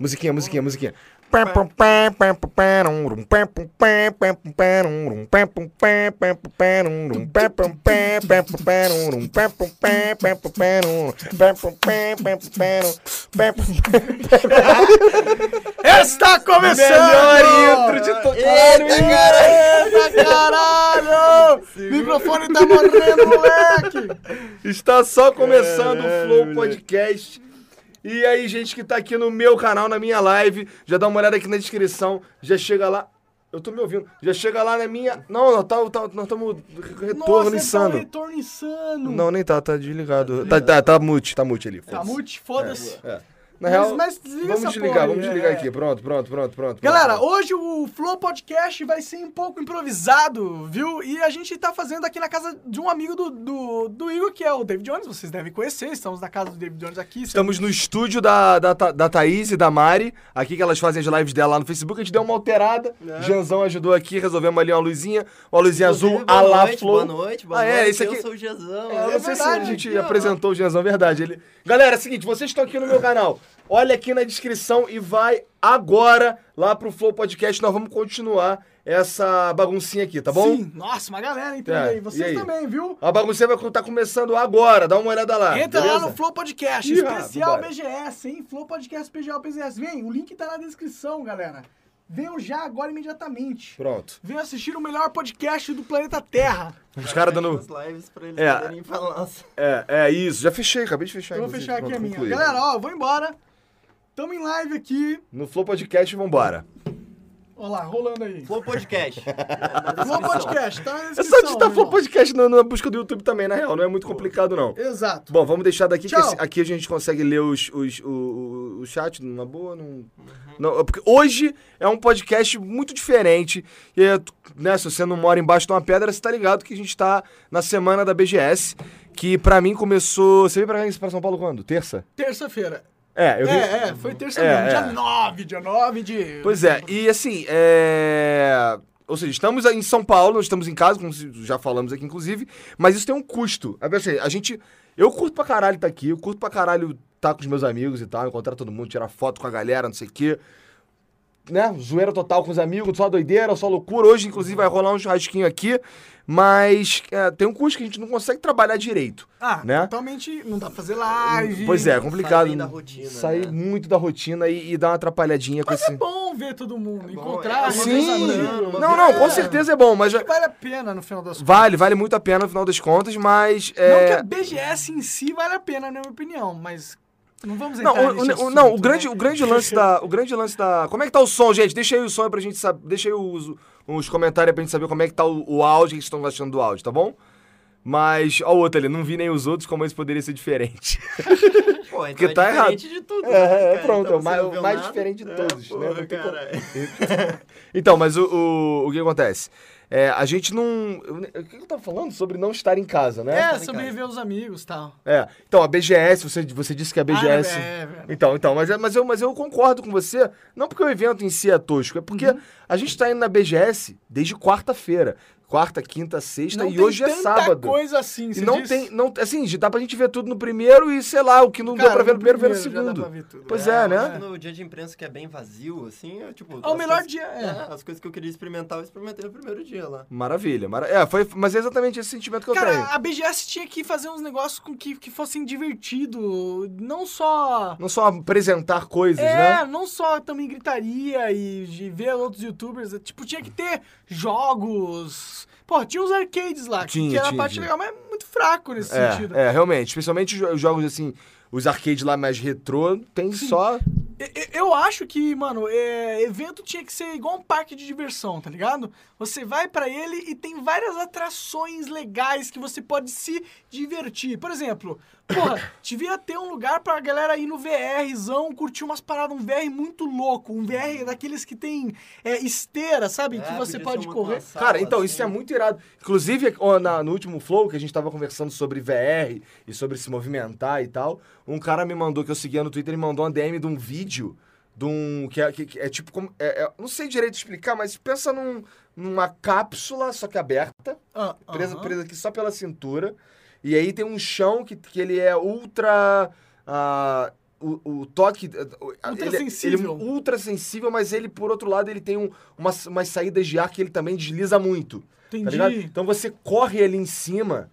Musiquinha, musiquinha, musiquinha. É Está começando! Melhor intro de to- Eita, caralho! Microfone tá morrendo, moleque! É, Está só começando o Flow Podcast. E aí, gente que tá aqui no meu canal, na minha live, já dá uma olhada aqui na descrição, já chega lá. Eu tô me ouvindo. Já chega lá na minha. Não, não, tá, tá- nós estamos retorno Nossa, Tá um insano. retorno insano. Não, nem tá, tá desligado. Tá, tá, tá mute, tá mute ali. Tá foda-se. mute, foda-se. É. Mas- Na real, mas desliga vamos essa desligar, porra aí, vamos desligar é. aqui. Pronto, pronto, pronto, pronto. Galera, pronto. hoje o Flow Podcast vai ser um pouco improvisado, viu? E a gente tá fazendo aqui na casa de um amigo do, do, do Igor, que é o David Jones, vocês devem conhecer, estamos na casa do David Jones aqui. Estamos no estúdio da, da, Tha- da Thaís e da Mari, aqui que elas fazem as lives dela lá no Facebook. A gente deu uma alterada. Janzão ajudou aqui, resolvemos ali uma luzinha, uma luzinha azul, Inclusive, a boa la noite, Flow. Boa noite, boa ah, é, noite. esse aqui. É, Eu sou o Jezão. Eu não sei se a verdade, gente aqui, ó. apresentou o Janzão, verdade. Ele... Galera, é o seguinte, vocês estão aqui no meu canal. Olha aqui na descrição e vai agora lá pro Flow Podcast. Nós vamos continuar essa baguncinha aqui, tá bom? Sim, nossa, uma galera entrando É, aí, e vocês aí? também, viu? A baguncinha vai estar começando agora, dá uma olhada lá. Entra Ah, beleza? lá no Flow Podcast, Ih, rapaz, especial vambora. BGS, hein? Flow Podcast, especial BGS. Vem, o link tá na descrição, galera. Venham já agora imediatamente. Pronto. Venham assistir o melhor podcast do planeta Terra. Os caras dando. As lives pra eles É. poderem falar. É, é isso. Já fechei, acabei de fechar. Eu vou inclusive. fechar aqui Pronto, a minha. concluí. Galera, ó, eu vou embora. Tamo em live aqui. No Flow Podcast, vambora. Ó lá, rolando aí. Flow Podcast. Flow Podcast, tá na É só descrição. digitar né, Flow ó. Podcast na, na busca do YouTube também, na real. Não é muito complicado, não. Exato. Bom, vamos deixar daqui, que Tchau. esse- aqui a gente consegue ler os, os, o, o- o chat numa boa. Não, não, é porque hoje é um podcast muito diferente. E, é, tu- né, se você não mora embaixo de uma pedra, você tá ligado que a gente tá na semana da BGS, que pra mim começou... Você veio pra, cá, pra São Paulo quando? Terça? Terça-feira. É, eu vim- É, é, foi terça É, mesmo. é. Dia 9, dia 9 de... Pois é, e assim, é. Ou seja, estamos em São Paulo, nós estamos em casa, como se- já falamos aqui, inclusive, mas isso tem um custo. A assim, a gente. Eu curto pra caralho estar aqui, eu curto pra caralho estar com os meus amigos e tal, encontrar todo mundo, tirar foto com a galera, não sei o quê. Né? Zoeira total com os amigos, só doideira, só loucura. Hoje, inclusive, vai rolar um churrasquinho aqui, mas é, tem um custo que a gente não consegue trabalhar direito. Ah, né? totalmente não dá pra fazer live. Pois é, é complicado. bem da rotina, Sair né? muito da rotina e, e dar uma atrapalhadinha com Mas esse. é bom ver todo mundo, bom, encontrar. é. uma Sim. vez ao ano, uma Não, É. vez- não, com É, certeza é bom, mas já- Vale a pena no final das contas. vale, vale muito a pena no final das contas, mas Não que é a BGS em si vale a pena, na minha opinião, mas não vamos não, entrar o, nesse o- assunto, não, o né? grande, o grande lance da, o grande lance da, como é que tá o som, gente? Deixa aí o som aí pra gente saber, deixa aí os, os comentários pra gente saber como é que tá o, o áudio, o que vocês estão achando do áudio, tá bom? Mas, ó o outro ali, não vi nem os outros, como isso poderia ser diferente. Pô, então Porque tá é errado. diferente de tudo. né, É, é, cara? pronto, Então é o você mais, não o viu mais nada? diferente de É, todos, né? porra, Não tem como- cara. É, Então, mas o, o, o que acontece? É, a gente não, o que eu tava falando? Sobre não estar em casa, né? É, sobre rever os amigos e tal. É, então a BGS, você, você disse que a BGS. Ah, é, é. Então, então, mas, é- mas, eu, mas eu concordo com você, não porque o evento em si é tosco, é porque Uhum. a gente tá indo na BGS desde quarta-feira. Quarta, quinta, sexta Não e tem hoje é tanta sábado. coisa assim, e você não diz? tem. Não, assim, dá pra gente ver tudo no primeiro e, sei lá, o que não Cara, deu pra ver no primeiro, ver no já dá pra segundo. ver tudo. Pois é, né? mas No dia de imprensa que é bem vazio, assim, eu, tipo... É o as melhor coisas- dia, é. É. as coisas que eu queria experimentar, eu experimentei no primeiro dia lá. Maravilha, mara... é, foi, mas é exatamente esse sentimento que eu tenho. Cara, a BGS tinha que fazer uns negócios com que, que fossem divertido, não só... Não só apresentar coisas, né? É, não só também gritaria e de ver outros youtubers, tipo, tinha que ter jogos... Pô, tinha uns arcades lá, que- Tinha, que era tinha, a parte tinha. legal, mas é muito fraco nesse É, sentido. é, realmente. Especialmente os jo- os jogos assim, os arcades lá mais retrô, tem só E- e- Eu acho que, mano, é, evento tinha que ser igual um parque de diversão, tá ligado? Você vai pra ele e tem várias atrações legais que você pode se divertir. Por exemplo, Porra, devia ter um lugar pra galera ir no VRzão, curtir umas paradas, um VR muito louco. Um VR daqueles que tem é, esteira, sabe? que É, você podia ser pode uma correr. numa sala, Cara, então, assim. isso é muito irado. Inclusive, ó, na- no último Flow, que a gente tava conversando sobre VR e sobre se movimentar e tal, um cara me mandou, que eu seguia no Twitter, ele mandou uma DM de um vídeo de um... que é, que- que é tipo como... é- é- não sei direito explicar, mas pensa num- numa cápsula, só que aberta, Ah, presa, aham. presa aqui só pela cintura, e aí tem um chão que, que ele é ultra... ah, o, o toque... ah, Ultra ele é- ele é sensível. ultra sensível, mas ele, por outro lado, ele tem um, umas, umas saídas de ar que ele também desliza muito. Tá Entendi. ligado? Então você corre ali em cima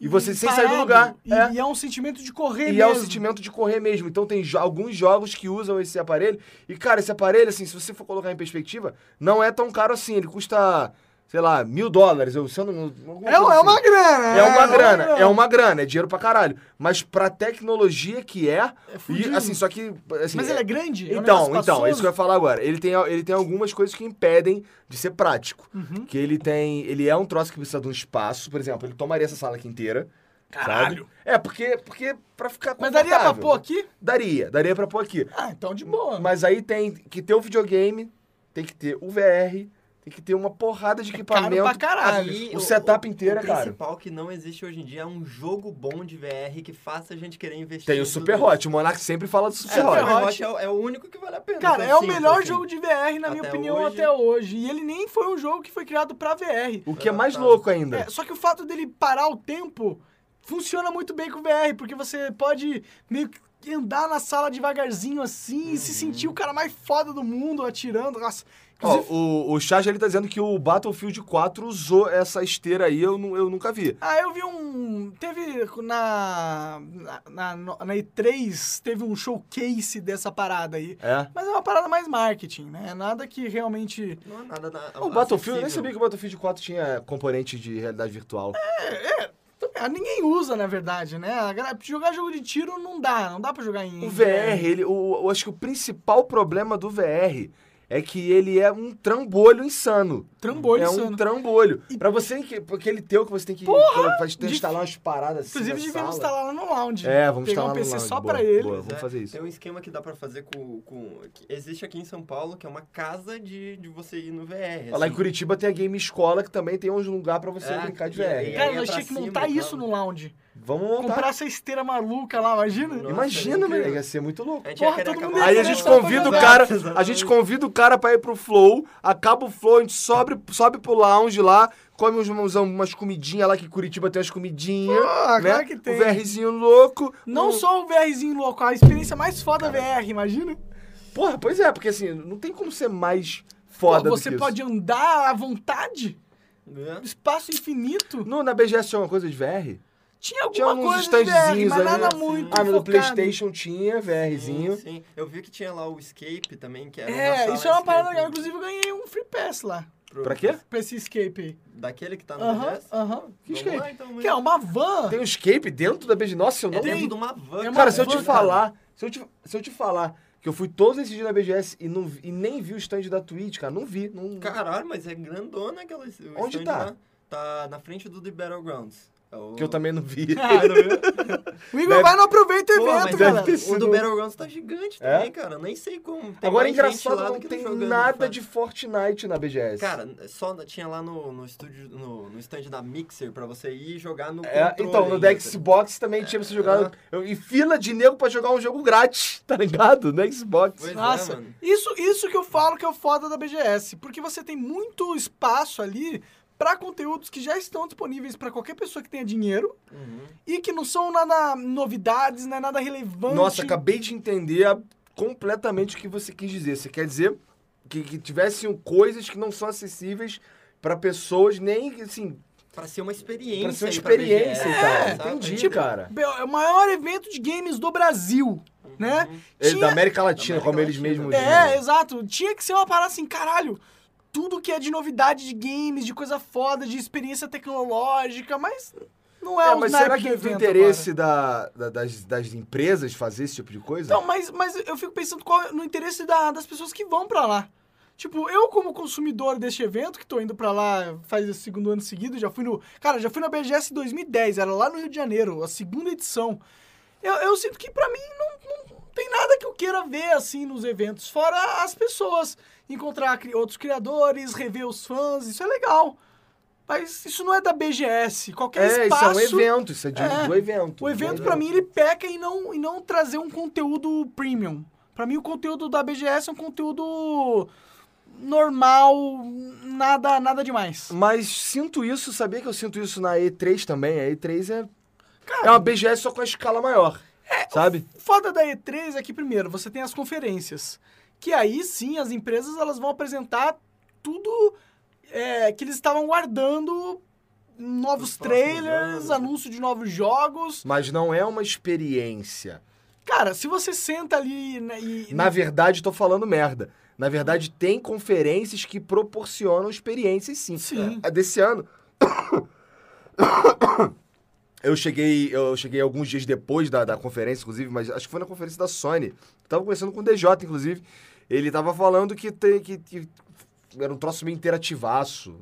e, você sem sair do parado. lugar. E e é. é. um sentimento de correr E mesmo. é o sentimento de correr mesmo. Então tem jo- alguns jogos que usam esse aparelho. E, cara, esse aparelho, assim, se você for colocar em perspectiva, não é tão caro assim. Ele custa, sei lá, mil dólares. Eu, se eu não, alguma É, é coisa assim. uma grana. É uma grana, é uma grana, é dinheiro pra caralho. Mas pra tecnologia que é. e, fudido. assim, só que. assim, Mas ele é grande? É um então, negócio então, é isso que espaçoso? eu ia falar agora. Ele tem, ele tem algumas coisas que impedem de ser prático. Uhum. Que ele tem. Ele é um troço que precisa de um espaço, por exemplo, ele tomaria essa sala aqui inteira. Caralho. Sabe? É, porque, porque pra ficar Mas daria pra confortável. pôr aqui? Daria, daria pra pôr aqui. Ah, então de boa. Mas aí tem que ter o videogame, tem que ter o VR, tem que ter uma porrada de equipamento. É pra caralho. Aí, O setup inteiro o é caro. principal que não existe hoje em dia é um jogo bom de VR que faça a gente querer investir. Tem o em Super tudo Hot, o Monark sempre fala do Super É, o Super Hot. Hot. Overwatch é, o- é o único que vale a pena. Cara, é Então, o sim, melhor assim, jogo de VR, na minha Até opinião, hoje. até hoje. E ele nem foi um jogo que foi criado pra VR. O que é mais tá. louco ainda. É, só que o fato dele parar o tempo funciona muito bem com o VR, porque você pode meio que andar na sala devagarzinho assim e se Uhum. sentir o cara mais foda do mundo atirando. Nossa, Ó, inclusive. o, o Charge ele tá dizendo que o Battlefield 4 usou essa esteira aí, eu, nu- eu nunca vi. Ah, eu vi um. Teve na, na, na, na E3, teve um showcase dessa parada aí. É. Mas é uma parada mais marketing, né? Nada que realmente. Não é nada na, O Battlefield, eu nem sabia que o Battlefield 4 tinha componente de realidade virtual. Ah, Ninguém usa, na verdade, né? A galera- Jogar jogo de tiro não dá, não dá pra jogar em. é, O VR, ele, o, eu acho que o principal problema do VR é que ele é um trambolho insano. Trambolho é insano. um trambolho. Pra você, que- aquele teu que você tem que colo- faz- tem que Dif- instalar umas paradas assim. Inclusive, na devíamos sala. instalar lá no lounge. É, vamos Pegar instalar um PC no lounge. só Boa, pra ele. boa, vamos É, fazer isso. Tem um esquema que dá pra fazer com. com- que existe aqui em São Paulo, que é uma casa de, de você ir no VR. Lá em assim. Curitiba tem a Game Escola, que também tem uns lugar pra você É, brincar de e aí- VR. Cara, é nós pra tínhamos que cima montar e isso tal. no lounge. Vamos montar. Comprar essa esteira maluca lá, imagina? Nossa, Imagina, incrível. velho. Ia ser muito louco. A gente Porra, ia querer todo acabar mundo ia Aí a Essa gente versão convida o pra cara, jogar. a gente convida o cara pra ir pro Flow, acaba o Flow, a gente sobe, sobe pro lounge lá, come uns, uns- umas comidinhas lá, que Curitiba tem umas comidinhas. Ah, né? claro que tem. O VRzinho louco. Não Um- só o VRzinho louco, a experiência mais foda VR, imagina? Porra, pois é, porque assim, não tem como ser mais foda Pô, do Você que isso. pode andar à vontade, Né? espaço infinito. No, na BGS tinha é uma coisa de VR? Tinha Tinha alguma uns coisa de VR, standzinhos mas ali. nada assim. muito Ah, mas no focado. Playstation tinha VRzinho. Sim, sim. Eu vi que tinha lá o Escape também, que era. uma É, sala isso é uma parada escape legal. Inclusive, eu ganhei um free pass lá, pro- Pra quê? pra esse escape aí. Daquele que tá no Aham, BGS? aham. Que Vamos escape? lá, então, mas- Que é uma van. Tem um escape dentro da BGS? Nossa, eu não É dentro lembro. de uma van. É uma Cara, se eu van, te falar, se eu te, se eu te falar que eu fui todos esses dias na BGS e, não, vi- e nem vi o stand da Twitch, cara, não vi. Não... Caralho, mas é grandona aquela. o Onde stand tá? lá. Tá na frente do The Battlegrounds. É o- Que eu também não vi. Ah, O Igor Deve- vai não aproveita o Pô, evento, mas é- deve galera. ter o sido- do Battlegrounds tá gigante É? também, cara. Nem sei como. Agora Tem é mais gente engraçado, lá não do que tem tá jogando, nada fato. de Fortnite na BGS. Cara, só na- tinha lá no, no estúdio, no, no stand da Mixer pra você ir jogar no. É, controle então, no ainda. da Xbox também tinha pra você jogar. eu- E fila de nego pra jogar um jogo grátis, tá ligado? No Xbox. Pois é, Nossa, mano. isso, isso que eu falo que é o foda da BGS, porque você tem muito espaço ali pra conteúdos que já estão disponíveis pra qualquer pessoa que tenha dinheiro Uhum. e que não são nada novidades, não é nada relevante. Nossa, acabei de entender a- completamente o que você quis dizer. Você quer dizer que, que tivessem coisas que não são acessíveis pra pessoas nem, assim, Pra ser uma experiência. pra É, ser uma aí pra É, experiência BGS, e tal. sabe? Entendi, Tipo, cara. É o maior evento de games do Brasil, né? É, Tinha- Da América Latina, Da América como eles Latina. mesmos É, dizem. exato. Tinha que ser uma parada assim, caralho. Tudo que é de novidade de games, de coisa foda, de experiência tecnológica, mas não é, É, o mas naipe será do que é do evento interesse da- da- das, das empresas fazer esse tipo de coisa? Então, mas, mas eu fico pensando qual é- no interesse da- das pessoas que vão pra lá. Tipo, eu como consumidor deste evento, que tô indo pra lá faz o segundo ano seguido, já fui no... Cara, já fui na BGS em 2010, era lá no Rio de Janeiro, a segunda edição. eu, eu sinto que pra mim não, não tem nada que eu queira ver assim nos eventos, fora as pessoas. Encontrar cri- outros criadores, rever os fãs, isso é legal. Mas isso não é da BGS. Qualquer É, isso é espaço. um evento, isso é de, É. do evento. O evento, pra mim, ele peca em não, em não trazer um conteúdo premium. Pra mim, o conteúdo da BGS é um conteúdo normal, nada, nada demais. Mas sinto isso, sabia que eu sinto isso na E3 também? A E3 é. Cara, É, É uma BGS só com a escala maior. sabe? O foda da E3 é que, primeiro, você tem as conferências. Que aí, sim, as empresas elas vão apresentar tudo é, que eles estavam guardando. Novos Nos próximos trailers, anos. né? anúncio de novos jogos. Mas não é uma experiência. Cara, se você senta ali né, e... Hum. Na verdade, tô falando merda. Na verdade, tem conferências que proporcionam experiências sim. Sim. A desse ano. Eu cheguei, eu cheguei alguns dias depois da, da conferência, inclusive, mas acho que foi na conferência da Sony. Eu tava conversando com o DJ, inclusive. Ele tava falando que, tem, que, que era um troço meio interativaço.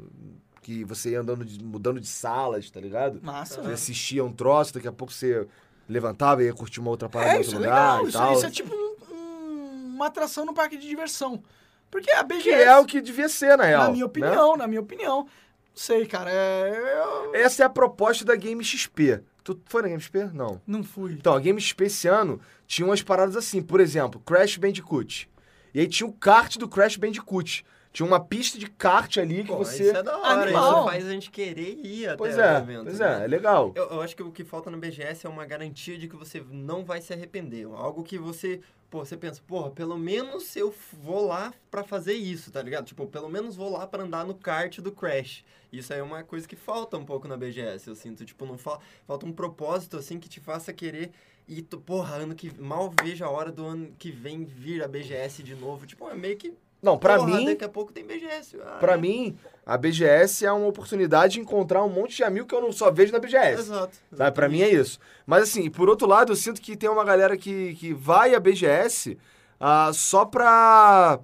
Que você ia andando, de- mudando de salas, tá ligado? É. Massa, Você né? assistia um troço, daqui a pouco você levantava e ia curtir uma outra parada em É, outro isso é lugar legal. e Isso, tal. isso é tipo um- um- uma atração no parque de diversão. Porque a BGS, Que é o que devia ser, na real. na minha né? opinião, na minha opinião. Não Sei, cara, é, eu Essa é a proposta da Game XP. Tu foi na Game XP? Não. não fui. Então, a Game XP esse ano tinha umas paradas assim, por exemplo, Crash Bandicoot. E aí tinha o kart do Crash Bandicoot. Tinha uma pista de kart ali que Pô, você. Isso é da hora, Animal. isso faz a gente querer ir até Pois o é, evento. pois né? é, é legal. Eu, eu acho que o que falta na BGS é uma garantia de que você não vai se arrepender. Algo que você. Pô, você pensa, porra, pelo menos eu f- vou lá pra fazer isso, tá ligado? Tipo, pelo menos vou lá pra andar no kart do Crash. Isso aí é uma coisa que falta um pouco na BGS, eu sinto. Tipo, não fa- falta um propósito, assim, que te faça querer ir, tu- porra, ano que mal vejo a hora do ano que vem vir a BGS de novo. Tipo, é meio que, Não, pra porra, mim, daqui a pouco tem BGS. Ah, para é. mim, a BGS é uma oportunidade de encontrar um monte de amigo que eu não só vejo na BGS. Exato. Sabe? é Pra mim é isso. Mas assim, por outro lado, eu sinto que tem uma galera que, que vai à BGS ah, só pra.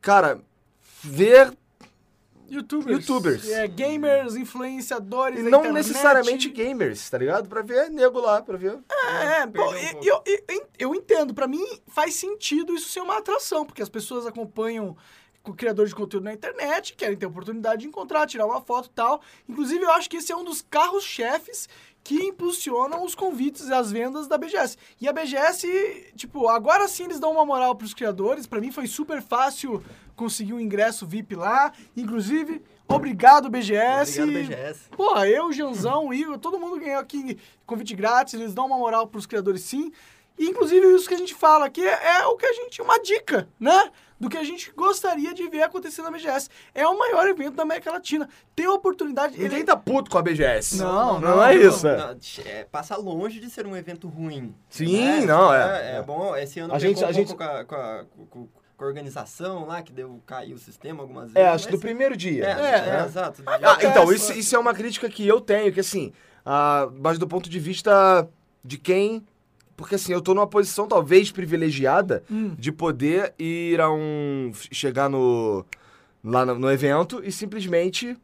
Cara, ver. Youtubers. Youtubers. É, gamers, influenciadores E da não internet. necessariamente gamers, tá ligado? Pra ver nego lá, pra ver. É, Perdeu bom, um eu, pouco. eu, eu- eu entendo. Pra mim, faz sentido isso ser uma atração, porque as pessoas acompanham o criador de conteúdo na internet, querem ter oportunidade de encontrar, tirar uma foto e tal. Inclusive, eu acho que esse é um dos carros-chefes que impulsionam os convites e as vendas da BGS. E a BGS, tipo, agora sim eles dão uma moral pros criadores. Pra mim foi super fácil conseguir um ingresso VIP lá. Inclusive, obrigado é BGS. Obrigado, BGS. Pô, eu, o Janzão, o Igor, todo mundo ganhou aqui convite grátis, eles dão uma moral pros criadores sim. E, inclusive, isso que a gente fala aqui é o que a gente. Uma dica, né? Do que a gente gostaria de ver acontecer na BGS. É o maior evento da América Latina. Tem a oportunidade. Ninguém tá puto com a BGS. Não, não, não, é não. isso. é. Não, tch- é, passa longe de ser um evento ruim. Sim, não, é, É, é. bom, esse ano A a gente- gente, a um gente- pouco com a, com, a, com- com a organização lá, que deu, caiu o sistema algumas vezes. É, acho que do mas- primeiro dia. É, né? é, exato. Ah, então, isso, isso é uma crítica que eu tenho, que assim, ah, mas do ponto de vista de quem. Porque assim, eu tô numa posição talvez privilegiada Hum. de poder ir a um. chegar no. lá no, no evento e simplesmente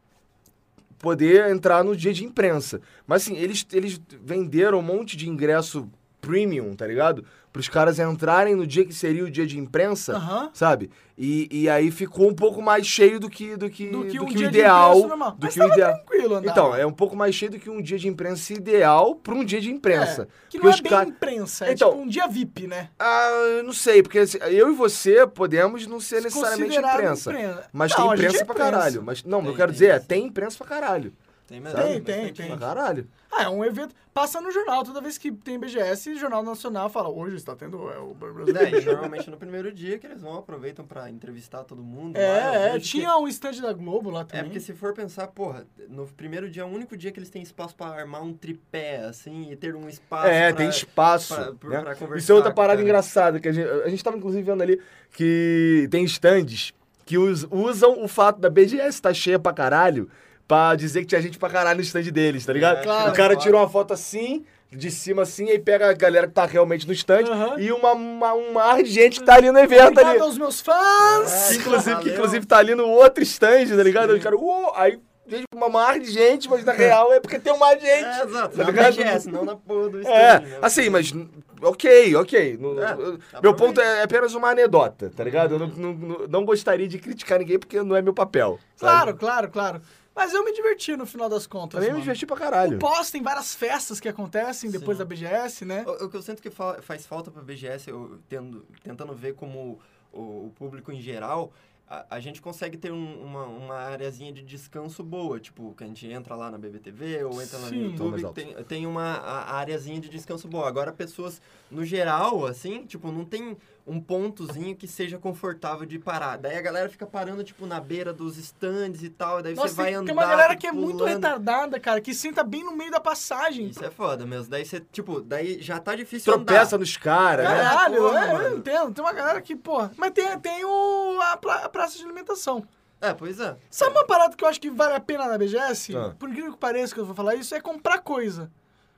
poder entrar no dia de imprensa. Mas assim, eles, eles venderam um monte de ingresso premium, tá ligado? Pros caras entrarem no dia que seria o dia de imprensa Aham. sabe? E, e aí ficou um pouco mais cheio do que do que do que, um o dia de ideal, ingresso normal. do Mas que o tava ideal. Tranquilo, andar. Então, é um pouco mais cheio do que um dia de imprensa ideal para um dia de imprensa. Que Porque não é os bem ca- imprensa, é Então- tipo um dia VIP, né? Ah, eu não sei, porque assim, eu e você podemos não ser necessariamente Considerado imprensa. imprensa. Mas um Não, tem a gente é imprensa pra imprensa. caralho. Mas, não, eu Tem, quero tem dizer, é, isso. tem imprensa pra caralho. né? Tem, Sabe? Tem, tem, Pra tem. caralho. Ah, é um evento. Passa no jornal. Toda vez que tem BGS, o Jornal Nacional fala: hoje está tendo. É, o brasileiro. Daí, né? normalmente no primeiro dia que eles vão, aproveitam pra entrevistar todo mundo. lá, eu É, é, vejo que- tinha um stand da Globo lá também. É porque se for pensar, porra, no primeiro dia é o único dia que eles têm espaço pra armar um tripé, assim, e ter um espaço É, pra- tem espaço. pra- pra- né? pra Isso é conversar outra parada com- engraçada, que a gente, a gente tava inclusive vendo ali que tem stands que us- usam o fato da BGS estar tá cheia pra caralho pra dizer que tinha gente pra caralho no stand deles, tá ligado? É, claro. o cara tirou uma foto assim, de cima assim, aí pega a galera que tá realmente no stand Aham. e uma, uma- um mar de gente que tá ali no evento Obrigado ali. aos meus fãs! É, Que inclusive, que Valeu. inclusive tá ali no outro stand, tá ligado? O cara, uou, aí tem uma mar de gente, mas na real é porque tem um mar de gente. É, exato, tá na ligado? BGS, não na porra do É, stand, né? assim, mas. Ok, ok. No- É, eu- tá meu bom, ponto é apenas uma anedota, tá ligado? Eu não, não- não- não gostaria de criticar ninguém porque não é meu papel. sabe? Claro, claro, claro. Mas eu me diverti no final das contas. Também me mano. diverti pra caralho. O pós tem várias festas que acontecem depois Sim. da BGS, né? O, o que eu sinto que fa- faz falta pra BGS, eu tendo- tentando ver como o, o público em geral, a, a gente consegue ter um- uma, uma areazinha de descanso boa. Tipo, que a gente entra lá na BBTV ou entra lá no Sim. Toma mais YouTube, alto. tem, tem uma a, a areazinha de descanso boa. Agora, pessoas, no geral, assim, tipo, não tem um pontozinho que seja confortável de parar. Daí a galera fica parando, tipo, na beira dos stands e tal, e daí Nossa, você vai tem, andar... tem uma galera que é muito pulando. retardada, cara, que senta bem no meio da passagem. Isso é foda mesmo. Daí você, tipo, daí já tá difícil andar. Tropeça nos caras, né? Caralho, Porra, é, eu mano. entendo. Tem uma galera que, porra. Mas tem, tem o, a, pla- a praça de alimentação. É, pois é. Sabe uma parada que eu acho que vale a pena na BGS? Ah. Por incrível que pareça que eu vou falar isso, é comprar coisa.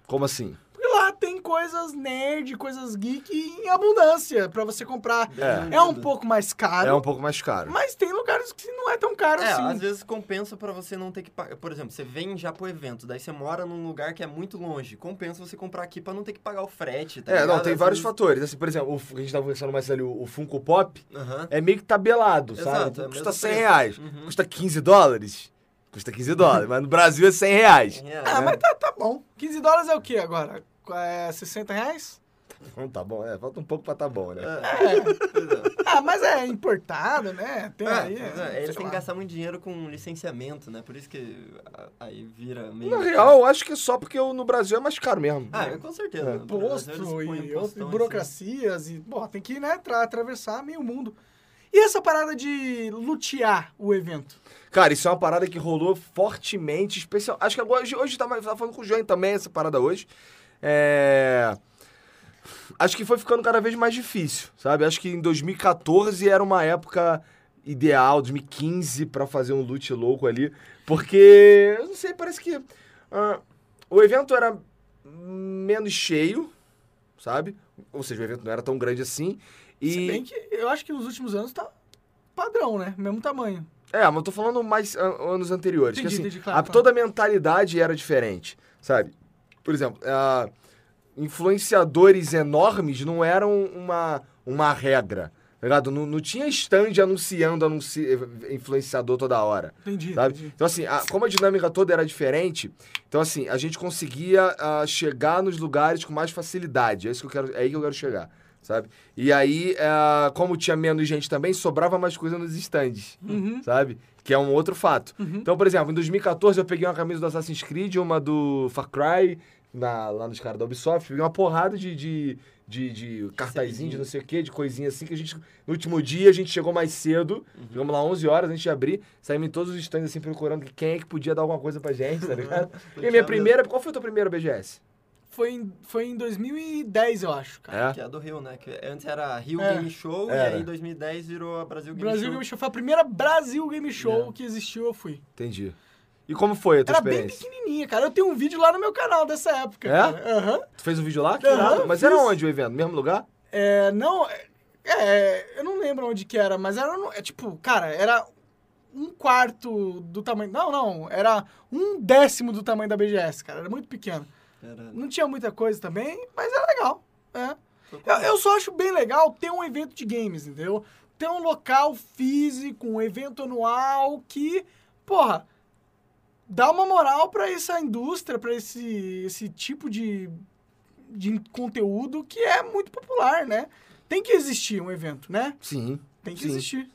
Como assim? Porque lá tem coisas nerd, coisas geek em abundância pra você comprar. É. É um Uhum. pouco mais caro, É um pouco mais caro. mas tem lugares que não é tão caro É, assim. às vezes compensa pra você não ter que pagar. Por exemplo, você vem já pro evento, daí você mora num lugar que é muito longe. Compensa você comprar aqui pra não ter que pagar o frete, tá é, ligado? não, tem Às vários vezes- fatores. Assim, por exemplo, o fu- a gente tava conversando mais ali, o o Funko Pop Aham. é meio que tabelado, Exato, é sabe? Custa o mesmo 100 preço. reais. Uhum. Custa 15 dólares? Custa 15 dólares, mas no Brasil é 100 reais. É, Ah, né? mas tá, tá bom. 15 dólares é o que agora? É 60 reais? Não tá bom, é, falta um pouco pra tá bom, É, né? Ah, mas é importado, né? Tem É, aí. pois é, sei eles têm lá. que gastar muito dinheiro com licenciamento, né? Por isso que a- aí vira meio. Na real, eu acho que é só porque o- no Brasil é mais caro mesmo. Ah, é, com certeza. No Brasil, eles Imposto põem um e, postão outras assim. burocracias e, bom, tem que, né, tra- atravessar meio mundo. E essa parada de lutear o evento? Cara, isso é uma parada que rolou fortemente, especial. Acho que agora, hoje, hoje tava, tava falando com o João também, essa parada hoje. É. Acho que foi ficando cada vez mais difícil, sabe? Acho que em 2014 era uma época ideal, 2015, pra fazer um loot louco ali. Porque, eu não sei, parece que. ah, o evento era menos cheio, sabe? Ou seja, o evento não era tão grande assim. E... Se bem que eu acho que nos últimos anos tá padrão, né? Mesmo tamanho. É, mas eu tô falando mais an- anos anteriores. Entendi, que assim, entendi, claro, a- claro. toda a mentalidade era diferente, sabe? Por exemplo, a- influenciadores enormes não eram uma, uma regra, tá ligado? Não, não tinha stand anunciando anunci- influenciador toda hora, Entendi, sabe? entendi. Então assim, a- como a dinâmica toda era diferente, então assim, a gente conseguia ah, chegar nos lugares com mais facilidade. É isso que eu quero, é aí que eu quero chegar. Sabe? E aí, ah, como tinha menos gente também, sobrava mais coisa nos stands Uhum. sabe? Que é um outro fato. Uhum. Então, por exemplo, em 2014 eu peguei uma camisa do Assassin's Creed, uma do Far Cry, na- lá nos caras da Ubisoft, peguei uma porrada de, de, de, de cartazinho, de não sei o quê, de coisinha assim, que a gente, no último dia, a gente chegou mais cedo, chegamos lá 11 horas antes de abrir, saímos em todos os stands assim, procurando quem é que podia dar alguma coisa pra gente, Uhum. tá ligado? e a minha primeira, qual foi a tua primeira BGS? Foi, em, foi em 2010, eu acho, cara. É? Que é a do Rio, né? Que antes era Rio É. Game Show Era. e aí em 2010 virou a Brasil O É, Game Brasil Show. Game Show foi a primeira Brasil Game Show É. que existiu, eu fui. Entendi. E como foi a tua Era bem experiência? pequenininha, cara. Eu tenho um vídeo lá no meu canal dessa época. É? cara. Aham. Tu fez um vídeo lá? Que Aham, irado. Mas era fiz. onde o evento? Mesmo lugar? É, não. é, É, eu não lembro onde que era, mas era. no- É tipo, cara, era um quarto do tamanho. Não, não. Era um décimo do tamanho da BGS, cara. Era muito pequeno. Era- Não tinha muita coisa também, mas era legal. É. foi com- Eu, eu só acho bem legal ter um evento de games, entendeu? Ter um local físico, um evento anual que, porra, dá uma moral pra essa indústria, pra esse, esse tipo de, de conteúdo que é muito popular, né? Tem que existir um evento, né? Sim. Tem que Sim. existir.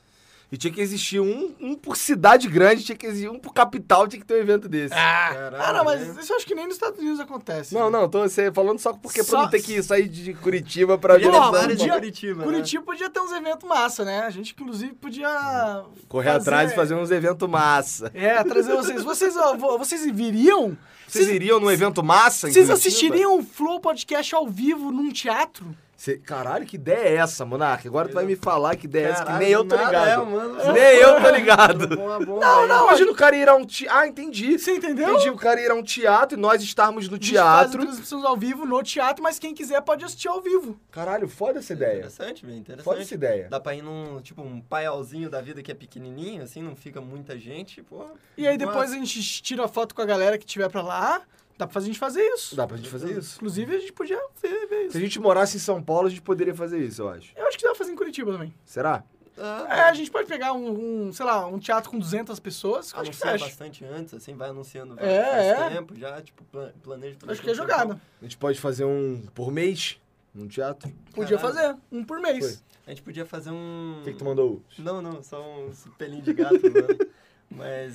E tinha que existir um, um por cidade grande, tinha que existir um por capital, tinha que ter um evento desse. Caralho, Ah, não, mas né? isso eu acho que nem nos Estados Unidos acontece. É, Não, não, tô você falando só porque Só- pra não ter que sair de Curitiba pra Podia vir Pô, levar pra- várias- é de podia- Curitiba, né? Curitiba é. podia ter uns eventos massa, né? A gente, inclusive, podia. correr atrás e fazer uns eventos massa. É, trazer vocês. Vocês, ó, vo- vocês viriam? Vocês iriam num evento massa? em Vocês Curitiba? assistiriam o Flow Podcast ao vivo num teatro? Cê- caralho, que ideia é essa, Monark? Agora tu vai me falar que ideia é essa, que Caralho, nem eu tô nada, ligado. é, mano. nem eu tô ligado. Uma bomba Não, aí. não, imagina o cara ir a um teatro. Ah, entendi. Você entendeu? Entendi o cara ir a um teatro e nós estarmos no A gente faz teatro. transmissões ao vivo no teatro, mas quem quiser pode assistir ao vivo. Caralho, foda essa ideia. Interessante, velho, interessante. Foda essa ideia. Dá pra ir num, tipo, um paialzinho da vida que é pequenininho, assim, não fica muita gente, pô. E aí depois a gente tira foto com a galera que tiver pra lá. Dá pra fazer- a gente fazer isso. Dá pra gente fazer isso. Inclusive, a gente podia ver, ver Se isso. a gente morasse em São Paulo, a gente poderia fazer isso, eu acho. Eu acho que dá pra fazer em Curitiba também. Será? É, Ah, a gente pode pegar um, um, sei lá, um teatro com 200 pessoas. Ah, Acho que anuncia fecha. bastante antes, assim, vai anunciando vai, É, faz é. tempo já, tipo, plan- planeja... Acho que é jogado. jogada. A gente pode fazer um por mês num teatro? Podia Caralho. fazer, um por mês. Foi. A gente podia fazer um... O que, que tu mandou? Não, não, só uns pelinhos de gato, mano. Mas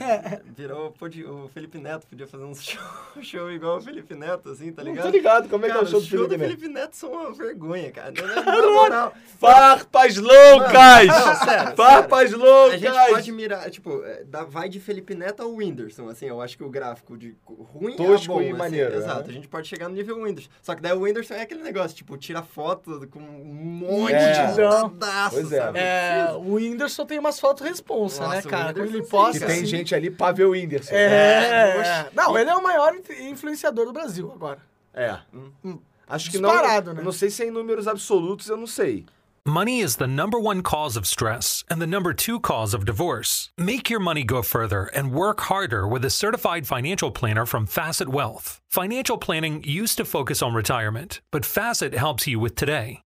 virou pode- o Felipe Neto, podia fazer um show, show igual o Felipe Neto, assim, tá Não ligado? tô ligado, como é que Cara, é o show do Felipe do Neto? Felipe Neto são uma vergonha, cara. Na moral. Farpas loucas! Não, sério, Farpas A gente pode loucas! mirar, tipo, é, dá- vai de Felipe Neto ao Whindersson, assim, eu acho que o gráfico de co- ruim Tosco é bom, e assim, maneiro, Exato, né? a gente pode chegar no nível Whindersson. Só que daí o Whindersson é aquele negócio, tipo, tira foto com um monte É. de pedaço, Pois é. sabe? É, o Whindersson tem umas fotos responsa, Nossa, né, o cara? Quando Whindersson ele sim, posta. Que cara. tem assim- gente ali pra ver o Whindersson. É. Oxi. Não, ele é o maior influ- influenciador do Brasil agora. É. Acho que Hum. Disparado, não. né? Não sei se é em números absolutos, eu não sei. Money is the number one cause of stress and the number two cause of divorce. Make your money go further and work harder with a certified financial planner from Facet Wealth. Financial planning used to focus on retirement, but Facet helps you with today.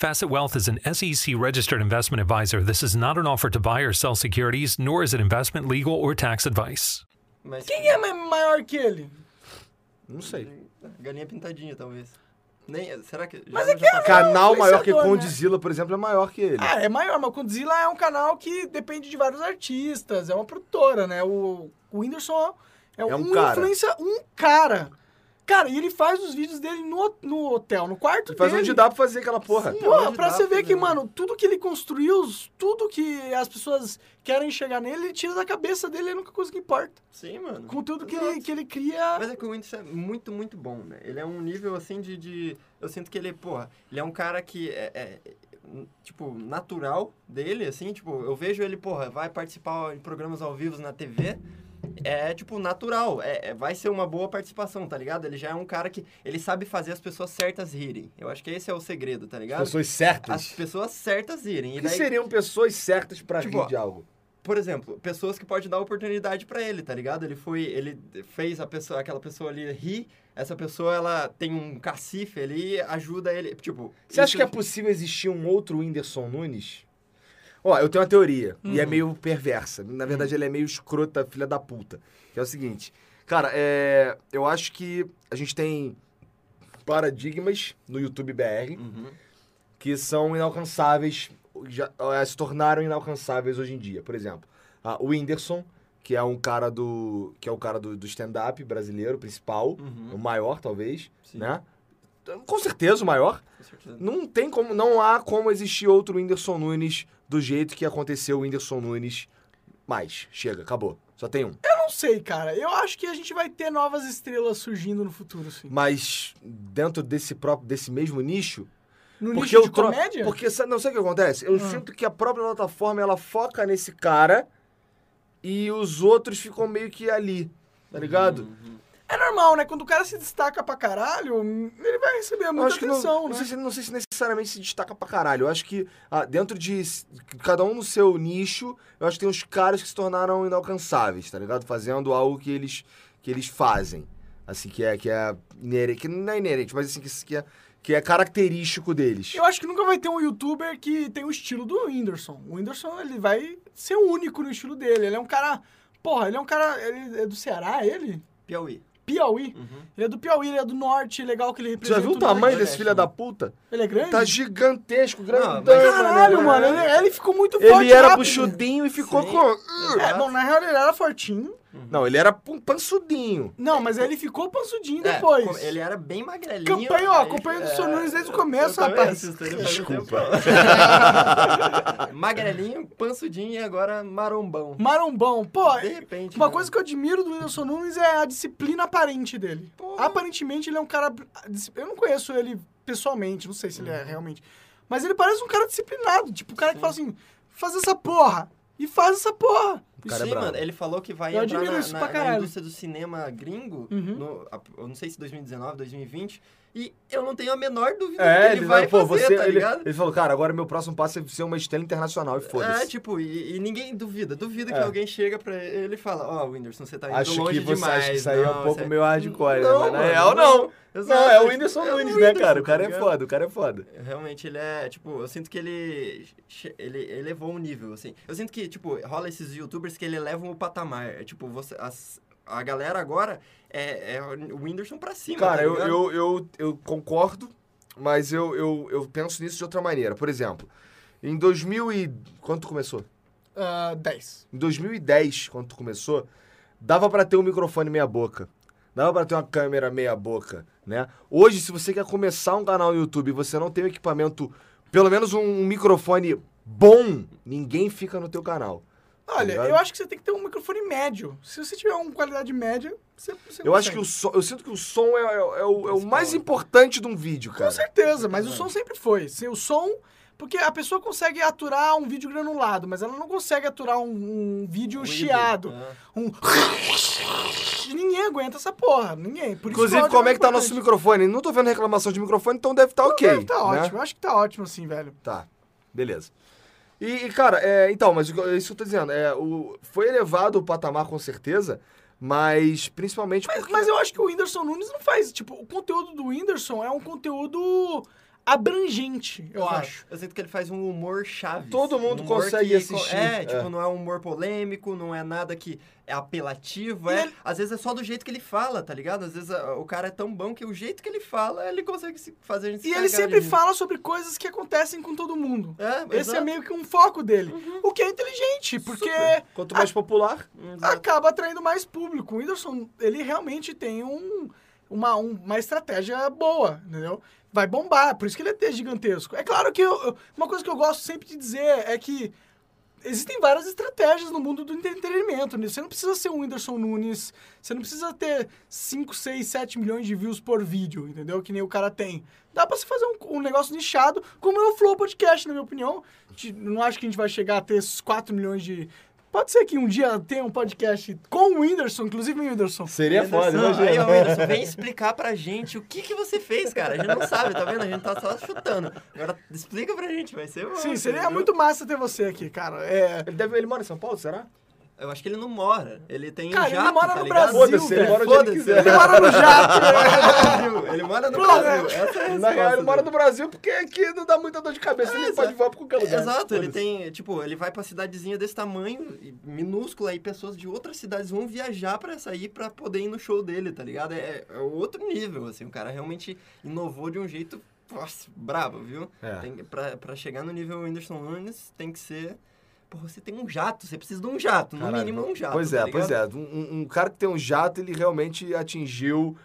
Facet Wealth is an SEC registered investment advisor. This is not an offer to buy or sell securities, nor is it investment, legal, or tax advice. Mas tipo, Quem é ma- maior que ele? Não sei. Galinha pintadinha, talvez. Nem, será que... é? Mas já- é já que é- passou? Canal maior que influenciador, né? Condizila, por exemplo, é maior que ele. Ah, é maior, mas o Condzilla é um canal que depende de vários artistas, é uma produtora, né? O, o Whindersson é, É um um, cara. influencia, um cara. Cara, e ele faz os vídeos dele no, no hotel, no quarto Ele faz dele. onde dá pra fazer aquela porra. tá Sim. Porra, onde pra dá você pra ver que, fazer, né? mano, tudo que ele construiu, os- tudo que as pessoas querem chegar nele, ele tira da cabeça dele, é a única coisa que importa. Sim, mano. Com tudo que Exato. ele, que ele cria. Mas é que o Whindersson é muito, muito bom, né? Ele é um nível, assim, de... de- Eu sinto que ele, porra, ele é um cara que é, é, é, tipo, natural dele, assim. Tipo, eu vejo ele, porra, vai participar em programas ao vivo na TV... É, tipo, natural. É, é- vai ser uma boa participação, tá ligado? Ele já é um cara que... Ele sabe fazer as pessoas certas rirem. Eu acho que esse é o segredo, tá ligado? Pessoas As certas. pessoas certas irem. O que seriam pessoas certas pra Tipo, rir de algo? por exemplo, pessoas que podem dar oportunidade pra ele, tá ligado? Ele foi, ele fez a pessoa, aquela pessoa ali rir, essa pessoa ela tem um cacife ali, ajuda ele, tipo. Você acha isso- que é possível existir um outro Whindersson Nunes? Ó, eu tenho uma teoria, e é Uhum. meio perversa. Na verdade, ela é meio escrota, filha da puta. Que é o seguinte. Cara, é, eu acho que a gente tem paradigmas no YouTube BR Uhum. que são inalcançáveis, já eh, se tornaram inalcançáveis hoje em dia. Por exemplo, ah, o Whindersson, que é um cara do. que é o cara do, do stand-up brasileiro principal, Uhum. o maior, talvez, Sim. né? Com certeza o maior. Com certeza. Não tem como, não há como existir outro Whindersson Nunes do jeito que aconteceu o Whindersson Nunes. Mais, chega, acabou. Só tem um. Eu não sei, cara. Eu acho que a gente vai ter novas estrelas surgindo no futuro, sim. Mas dentro desse próprio, desse mesmo nicho, No porque nicho eu de tro- comédia? Ah. Porque sa- não sei o que acontece. Eu sinto que a própria plataforma ela foca nesse cara e os outros ficam meio que ali, tá ligado? É normal, né? Quando o cara se destaca pra caralho, ele vai receber Eu muita acho que não, atenção, não, né? sei se, não sei se necessariamente se destaca pra caralho. Eu acho que ah, dentro de s- cada um no seu nicho, eu acho que tem uns caras que se tornaram inalcançáveis, tá ligado? Fazendo algo que eles que eles fazem, assim que é que é inerente, que não é inerente, mas assim que, que é que é característico deles. Eu acho que nunca vai ter um youtuber que tem o estilo do Whindersson. O Whindersson, ele vai ser único no estilo dele. Ele é um cara... Porra, ele é um cara... Ele é do Ceará, ele? Piauí. Piauí? Ele é do Piauí, ele é do Norte, legal que ele Você já representa viu o Nordeste. tamanho desse filho da puta? Ele é grande? Tá gigantesco, grandão. mas- Caralho, mano, ele, ele ficou muito forte Ele era rápido. puxudinho e ficou Sim. com. É, bom, na real ele era fortinho. Não, ele era pun- pançudinho. Não, mas ele ficou pansudinho É, depois. com- ele era bem magrelinho. Campanha, ó, aí- campanha do é, Sr. Nunes desde o eu começo, também rapaz. assisto ele faz um Desculpa. tempão. magrelinho, pançudinho e agora marombão. Marombão. Pô, De repente, uma né? coisa que eu admiro do Whindersson Nunes é a disciplina aparente dele. Aparentemente ele é um cara... Eu não conheço ele pessoalmente, não sei se Uhum. ele é realmente. Mas ele parece um cara disciplinado. Tipo, o cara que fala assim, faz essa porra. E faz essa porra. cara é Sim, brabo. mano, ele falou que vai Eu entrar admiro na, isso na- pra na caralho. indústria do cinema gringo, Uhum. no, a- eu não sei se 2019, 2020, e eu não tenho a menor dúvida que É, ele, vai pô, fazer, você. tá ele, ligado? ele falou, cara, agora meu próximo passo é ser uma estrela internacional e É, foda-se. tipo, e, e ninguém duvida, duvida que É. alguém chega pra ele e fala, ó, Whindersson, você tá indo acho longe que você demais. acha que isso aí é não, um pouco você- meio hardcore, Não, né? Mas na mano, real, não. Não, Exato, é o tipo, Whindersson é o Nunes, né, cara? Whindersson, O cara é ligado? foda, o cara é foda. Realmente, ele é, tipo, eu sinto que ele, che- ele elevou um nível, assim. Eu sinto que, tipo, rola esses youtubers que ele elevam o patamar. É, tipo, você, as- a galera agora é, é o Whindersson pra cima, Cara, tá eu, ligado? eu, eu, eu concordo, mas eu, eu, eu penso nisso de outra maneira. Por exemplo, em 2000 e... Quanto começou? Ah, 10. Em 2010, quando tu começou, dava pra ter um microfone meia boca. Dava pra ter uma câmera meia boca, né? Hoje, se você quer começar um canal no YouTube e você não tem um equipamento, pelo menos um microfone bom, ninguém fica no teu canal. Olha, Tá ligado? eu acho que você tem que ter um microfone médio. Se você tiver uma qualidade média, você, você Eu acho que consegue. o som, eu sinto que o som é, é- é o, é o mais Principal. importante de um vídeo, Com cara. certeza, mas o som sempre foi. Sem o som... Porque a pessoa consegue aturar um vídeo granulado, mas ela não consegue aturar um, um vídeo Ruído, chiado. é. né? Um... ninguém aguenta essa porra, ninguém. Por isso Inclusive, o áudio como é que tá nosso importante. microfone? Não tô vendo reclamação de microfone, então deve estar ok. Tá né? ótimo, eu acho que tá ótimo assim, velho. Tá, beleza. E, e, cara, é, então, mas o que eu- isso que eu tô dizendo, é, o, foi elevado o patamar com certeza, mas principalmente Mas, porque... é mas eu acho que o Whindersson Nunes não faz. Tipo, o conteúdo do Whindersson é um conteúdo abrangente, eu Exato. acho. Eu sinto que ele faz um humor chave. assim, um Todo mundo consegue assistir. É, É. tipo, não é um humor polêmico, não é nada que é apelativo. E É, ele- Às vezes é só do jeito que ele fala, tá ligado? Às vezes ah, o cara é tão bom que o jeito que ele fala, ele consegue se fazer a gente se E ele cagar sempre de rir. fala sobre coisas que acontecem com todo mundo. É, Esse é meio que um foco dele. Uhum. O que é inteligente, porque Quanto Ah, mais popular... meio... acaba atraindo mais público. O Whindersson, ele realmente tem um, uma, um- uma estratégia boa, entendeu? Vai bombar, por isso que ele é gigantesco. É claro que eu- eu- uma coisa que eu gosto sempre de dizer é que existem várias estratégias no mundo do entretenimento. né? Você não precisa ser um Whindersson Nunes, você não precisa ter 5, 6, 7 milhões de views por vídeo, entendeu? Que nem o cara tem. Dá pra se fazer um, um negócio nichado, como é o Flow Podcast, na minha opinião. A gente- Não acho que a gente vai chegar a ter esses 4 milhões de... Pode ser que um dia tenha um podcast com o Whindersson, inclusive o Whindersson. Seria Whindersson, aí, ó, Whindersson, vem explicar pra gente o que que você fez, cara. A gente não sabe, tá vendo? A gente tá só chutando. Agora explica pra gente, vai ser bom. Sim, seria entendeu? muito massa ter você aqui, cara. É... Ele, deve, ele mora em São Paulo, será? Eu acho que ele não mora. Ele tem Cara, ele jato, mora tá no ligado? Brasil, Foda-se, ele velho. mora onde ele Foda-se. quiser. Ele mora no é. jato! Ele mora no Pô, Brasil. né? Essa é a Na resposta real, ele mora dele. no Brasil porque aqui não dá muita dor de cabeça, É, ele pode voar pra qualquer lugar. Exato, ele Foda-se. tem, tipo, ele vai pra cidadezinha desse tamanho, e minúscula, e pessoas de outras cidades vão viajar pra sair pra poder ir no show dele, tá ligado? É, é outro nível, assim, o cara realmente inovou de um jeito, nossa, brabo, viu? É. Tem, pra, pra chegar no nível Whindersson Nunes, tem que ser... Pô, você tem um jato, você precisa de um jato, no Caralho, mínimo um jato. Pois tá é, pois ligado? é. Um, um- um cara que tem um jato, ele realmente atingiu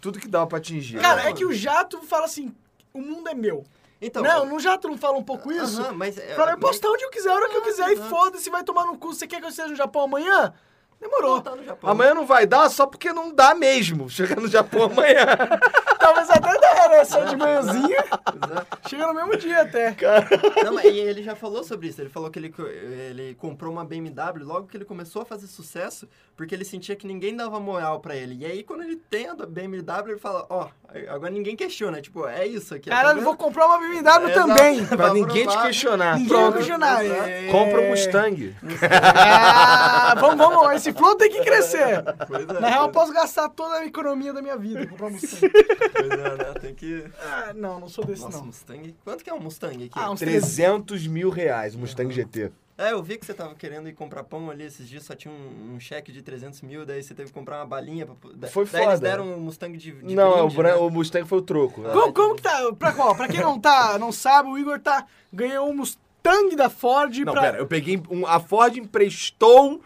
tudo que dava pra atingir. Cara, é que o jato fala assim, o mundo é meu. Então, não, no jato não fala um pouco isso? aham, mas, é, Fala, eu mas- posso tá estar onde eu quiser, a hora que eu quiser, e Exato. foda-se, vai tomar no cu. Você quer que eu esteja no Japão amanhã? Não, Demorou. tá no Japão. Amanhã não vai dar só porque não dá mesmo. Chegar no Japão amanhã. Talvez até da era só de manhãzinha. Chega no mesmo dia até. Não, mas e ele já falou sobre isso. Ele falou que ele, co- ele comprou uma BMW logo que ele começou a fazer sucesso, porque ele sentia que ninguém dava moral pra ele. E aí, quando ele tem a da BMW, ele fala: Ó, agora ninguém questiona. Tipo, é isso aqui. ó, tá Caralho, vendo? vou comprar uma BMW Exato. também. Pra ninguém te provar. questionar. Ninguém vai Pronto. questionar. Exato. Compra um Mustang. Ah, vamos, vamos, esse flow tem que crescer. Pois é, Na real, eu posso gastar toda a economia da minha vida. Comprar um Mustang. pois é, né? Tem que você. Ah, não, não sou desse, Nossa, não. Mustang. Quanto que é um Mustang aqui? Ah, uns 300 mil reais o Mustang GT. É, eu vi que você tava querendo ir comprar pão ali esses dias, só tinha um, um cheque de 300 mil, daí você teve que comprar uma balinha. Pra, po- da- Foi daí eles foda. deram um Mustang de, de Não, é o, brinde, Bran- né? o Mustang foi o troco. né? Como, como que tá? Pra qual? Pra quem não tá, não sabe, o Igor tá. Ganhou um Mustang da Ford Não, pra. pera, eu peguei. Um, a Ford emprestou.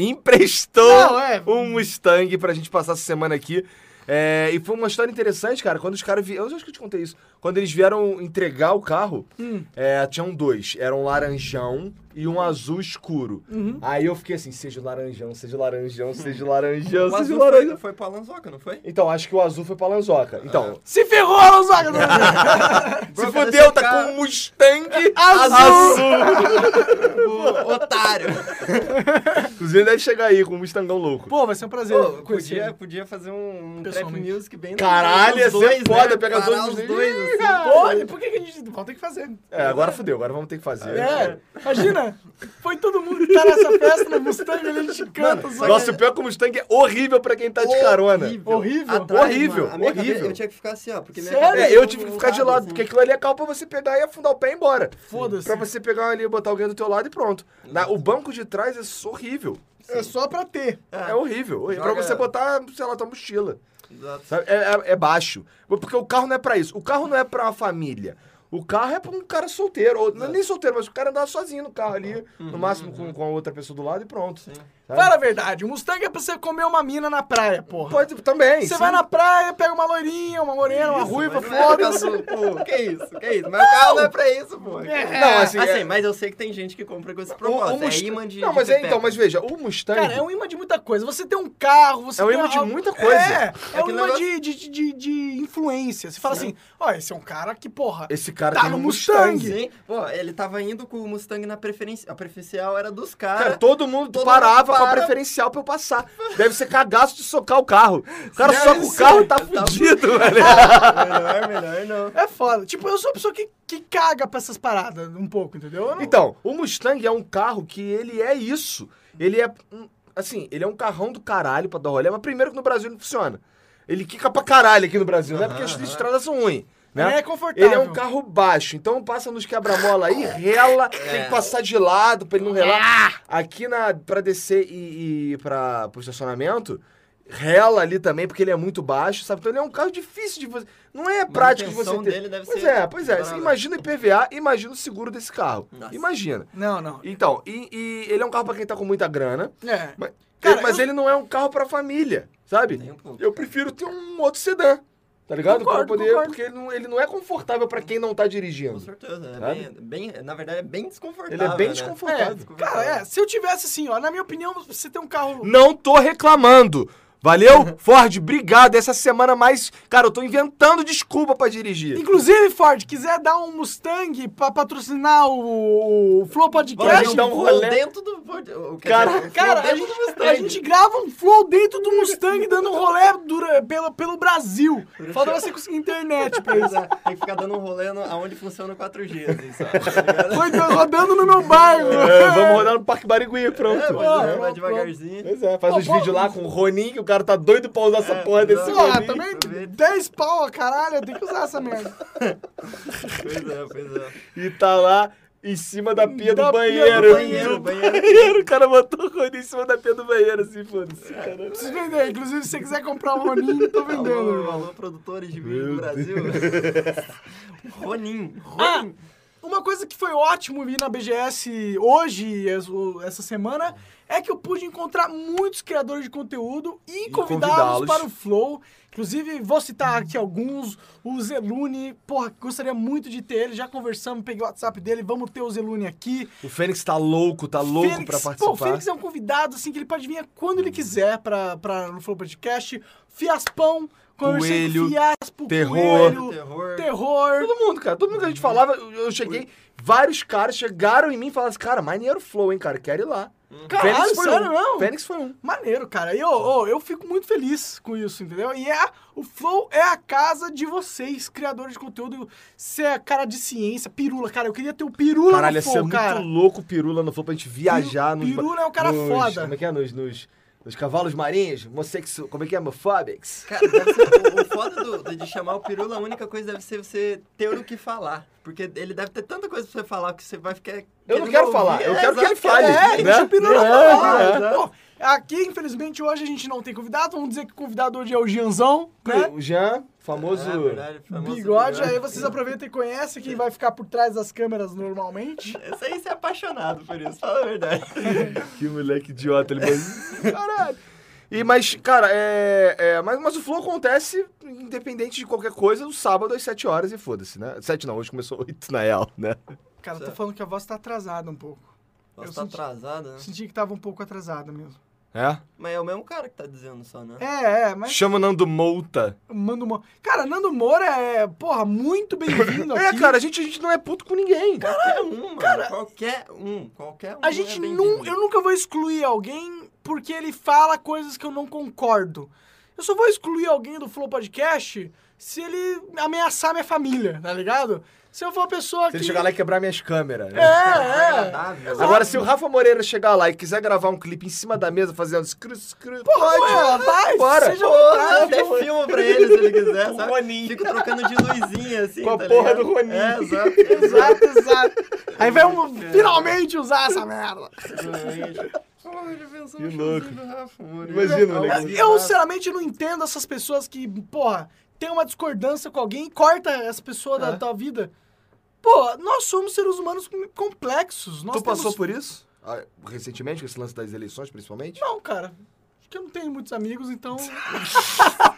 Emprestou Não, é. um Mustang pra gente passar essa semana aqui. É, e foi uma história interessante, cara. Quando os caras vieram. Eu acho que eu te contei isso. Quando eles vieram entregar o carro, Hum. é, tinham dois. Era um laranjão e um azul escuro. Uhum. Aí eu fiquei assim: seja o laranjão, seja o laranjão, seja o laranjão, O seja azul o laranjão. foi, foi pra Lanzoca, não foi? Então, acho que o azul foi pra Lanzoca. Então, Se ferrou, Alonsoca! se Bro, cadê fudeu, seu tá carro? com um Mustang Azul! um O otário! Inclusive, deve chegar aí com um Mustangão louco. Pô, vai ser um prazer Pô, conhecer. podia, podia fazer um, um trap Pessoalmente. music bem Caralho, os ia ser dois, foda, né? pegar Parar dois os dos- dois Ih, assim. Pô, por que que a gente. Vamos ter que fazer. É, agora fudeu, agora vamos ter que fazer. É, imagina, foi todo mundo que tá nessa festa no Mustang, a gente canta, zoa. Nossa, o pior que o Mustang é horrível pra quem tá de carona. Horrível? Atrás, é Horrível, mano, a minha horrível. cabeça- Eu tinha que ficar assim, ó. Porque minha Sério? cabeça É, eu não- tive que não ficar de cabe, lado, assim. porque aquilo ali é cal pra você pegar e afundar o pé e ir embora. Foda-se. Pra você pegar ali, botar alguém do teu lado e pronto. Na- o banco de trás é horrível. É só pra ter. É horrível. horrível. Pra Joga- você botar, sei lá, tua mochila. Exato. Sabe? É, é- é baixo. Porque o carro não é pra isso. O carro não é pra uma família. O carro é pra um cara solteiro. Ou, não é nem solteiro, mas o cara andar sozinho no carro ali. no máximo com, com a outra pessoa do lado e pronto. Sabe? Fala a verdade, o Mustang é pra você comer uma mina na praia, porra. Pode também. Você sim. vai na praia, pega uma loirinha, uma morena, uma ruiva, Mas não é por foda-se. causa do- pô, que isso, que isso. Mas o carro não é pra isso, pô. Não, assim, assim, é- mas eu sei que tem gente que compra com esse O- o propósito. Mustang- é imã de. Não, de mas é, pepeca. então, mas veja, o Mustang. Cara, é um imã de muita coisa. Você tem um carro, você É um tem imã de algo- muita coisa. É, é um Aquele imã negócio- de, de, de, de influência. Você fala assim, ó, esse é um cara que, porra, Esse cara tá tem no um Mustang. Sim, pô, ele tava indo com o Mustang na preferencial. A preferencial era dos caras. Cara, todo mundo É. todo parava mundo com a para. preferencial pra eu passar. Deve ser cagaço de socar o carro. O cara Deve soca o ser. carro e tá Tá fudido, velho. Melhor, melhor não. é foda. Tipo, eu sou uma pessoa que, que caga pra essas paradas um pouco, entendeu? Eu não- Então, o Mustang é um carro que ele é isso. Ele é. um- Assim, ele é um carrão do caralho pra dar rolê, mas primeiro que no Brasil não funciona. Ele quica pra caralho aqui no Brasil, né? Porque as estradas são ruins. Ele Né? é confortável. Ele é um carro baixo, então passa nos quebra-mola aí, É. rela, tem que passar de lado pra ele não relar. Ah! Aqui na, pra descer e, e pra, pro estacionamento, rela ali também, porque ele é muito baixo, sabe? Então ele é um carro difícil de você. Não é prático de você Manutenção ter. dele deve pois ser é, pois é. brava. Imagina o IPVA, imagina o seguro desse carro. Nossa. Imagina. Não, não. Então, e, e ele é um carro pra quem tá com muita grana, É. mas, Cara, ele, mas eu- ele não é um carro pra família, sabe? Nem um pouco. eu prefiro ter um outro sedã, tá ligado? Pra Concordo, poder, concordo. porque ele não, ele não é confortável pra quem não tá Com dirigindo. certeza. É Sabe? bem, bem- na verdade, é bem desconfortável. Ele é bem né? desconfortável. Cara, é, se eu tivesse assim, ó, na minha opinião, você tem um carro. Não tô reclamando. Valeu, Ford, obrigado. Essa semana mais, cara, eu tô inventando desculpa pra dirigir. Inclusive, Ford, quiser dar um Mustang pra patrocinar o, o Flow Bora Podcast. gente gente dar dar um rolê. dentro do. pod- o- quer Cara- dizer, o Cara, a dentro gente, do Mustang. a gente grava um flow dentro do Mustang dando um rolê dura- pelo, pelo Brasil. Falta você conseguir internet pra Pois isso. é, Tem que ficar dando um rolê no- aonde funciona o 4G, assim, só. tá ligado? Foi rodando no meu bairro. É, vamos rodar no Parque Barigui, pronto. É, Pô, mas né, vai pronto. devagarzinho. Pois é, faz uns vídeos lá com o Ronin, que o cara tá doido pra usar essa É, porra desse Porra, Ronin. também 10 pau, ó, caralho, eu tenho que usar essa merda. Pois é, pois é. E tá lá em cima da pia Da do pia banheiro. do banheiro, do banheiro. banheiro. O cara botou o Ronin em cima da pia do banheiro, assim, foda-se, É. cara. Preciso vender. Inclusive, se você quiser comprar um Roninho, tô vendendo, Alô, irmão. alô, produtores de vídeo do Brasil. Ronin. Ah, Ronin. uma coisa que foi ótimo vir na BGS hoje, es- o- essa semana, é que eu pude encontrar muitos criadores de conteúdo e, convidá-los convidá-los. para o Flow. Inclusive, vou citar aqui alguns. O Zelune, porra, gostaria muito de ter ele. Já conversamos, peguei o WhatsApp dele. Vamos ter o Zelune aqui. O Fênix tá louco, tá louco Fênix, pra Pô, o participar. Uhum. Fênix é um convidado, assim, que ele pode vir quando ele quiser pra, pra, no Flow Podcast. Fiaspão, conversei com Coelho, o Fiaspo, Terror. Coelho, Terror. Terror. é Todo mundo, cara. Todo mundo que a gente falava, eu eu cheguei. Vários caras chegaram em mim e falaram assim, cara, maneiro flow, hein, cara, quero ir lá. Caralho, Fênix foi sério um. mesmo? Fênix foi um. Maneiro, cara. E eu, ô, eu fico muito feliz com isso, entendeu? E é, o Flow é a casa de vocês, criadores de conteúdo. Você é cara de ciência, pirula, cara. Eu queria ter o pirula Caralho, ia no ser Flow, muito cara. louco o Pirula no flow pra gente viajar nos... Pirula é um cara nos- foda. Como é que é? Nos, nos, Os cavalos marinhos, homossexu... Como é que é? Homofóbicos. Cara, deve ser- o, o foda do- do- de chamar o Pirula, a única coisa deve ser você ter o que falar. Porque ele deve ter tanta coisa pra você falar que você vai ficar. Eu não querendo quero ouvir. falar, eu É, quero que ele exato, fale. É, né? deixa o Pirula É, falar. é. Pô, aqui, infelizmente, hoje a gente não tem convidado. Vamos dizer que o convidado hoje é o Gianzão, né? O Jean, famoso... É, verdade, famoso né? Bigode, aí vocês aproveitam e conhecem quem vai ficar por trás das câmeras normalmente. Esse aí você é apaixonado por isso, fala a verdade. tá Que moleque idiota, ele mas... Caralho. E, mas, cara, é, é, mas, mas o flow acontece independente de qualquer coisa, no sábado às 7 horas e foda-se, né? 7 não, hoje começou 8 na real, né? Cara, eu tô Certo. falando que a voz tá atrasada um pouco. Nossa, Eu tá senti- atrasado, né? Senti que tava um pouco atrasada mesmo. É? Mas é o mesmo cara que tá dizendo só, né? É, é, mas Chama o Nando Mouta. Mando Moura. Cara, Nando Moura é, porra, muito bem-vindo É, aqui. cara, a gente, a gente não é puto com ninguém. Qualquer um, mano. qualquer um. Qualquer um. A gente é bem-vindo. não, eu nunca vou excluir alguém porque ele fala coisas que eu não concordo. Eu só vou excluir alguém do Flow Podcast se ele ameaçar minha família, tá ligado? Se eu for uma pessoa Se que ele chegar lá e quebrar minhas câmeras. né? É, é. Agradável. né? Agora, se o Rafa Moreira chegar lá e quiser gravar um clipe em cima da mesa fazendo scru, scru, Porra, vai, vai, bora. seja à Porra, vontade. até filma pra ele se ele quiser, O sabe? Roninho. Fico trocando de luzinha, assim, Com a tá porra ligado? do Roninho. É, exato. exato. Exato, exato. Aí vai um- É. finalmente usar essa merda. Que louco. Imagina, moleque. Eu, sinceramente, não entendo essas pessoas que, porra, tem uma discordância com alguém e corta essa pessoa É. da tua vida. Pô, nós somos seres humanos complexos. Nós Tu passou temos- por isso? Ah, Recentemente, com esse lance das eleições, principalmente? Não, cara. Acho que eu não tenho muitos amigos, então.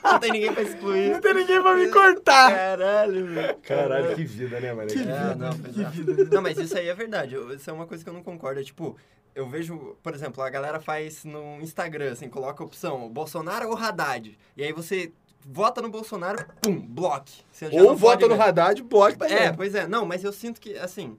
Não tem ninguém pra excluir. não tem ninguém pra me cortar. Caralho, velho. Caralho, que vida, né, mano? É, não, vida. Não, mas isso aí é verdade. Eu- Isso é uma coisa que eu não concordo. É tipo, eu vejo, por exemplo, a galera faz no Instagram, assim, coloca a opção Bolsonaro ou Haddad. E aí você vota no Bolsonaro, pum, bloque. Você já Ou não vota pode né? no mais. Haddad, bloco. É, pois é. Não, mas eu sinto que, assim,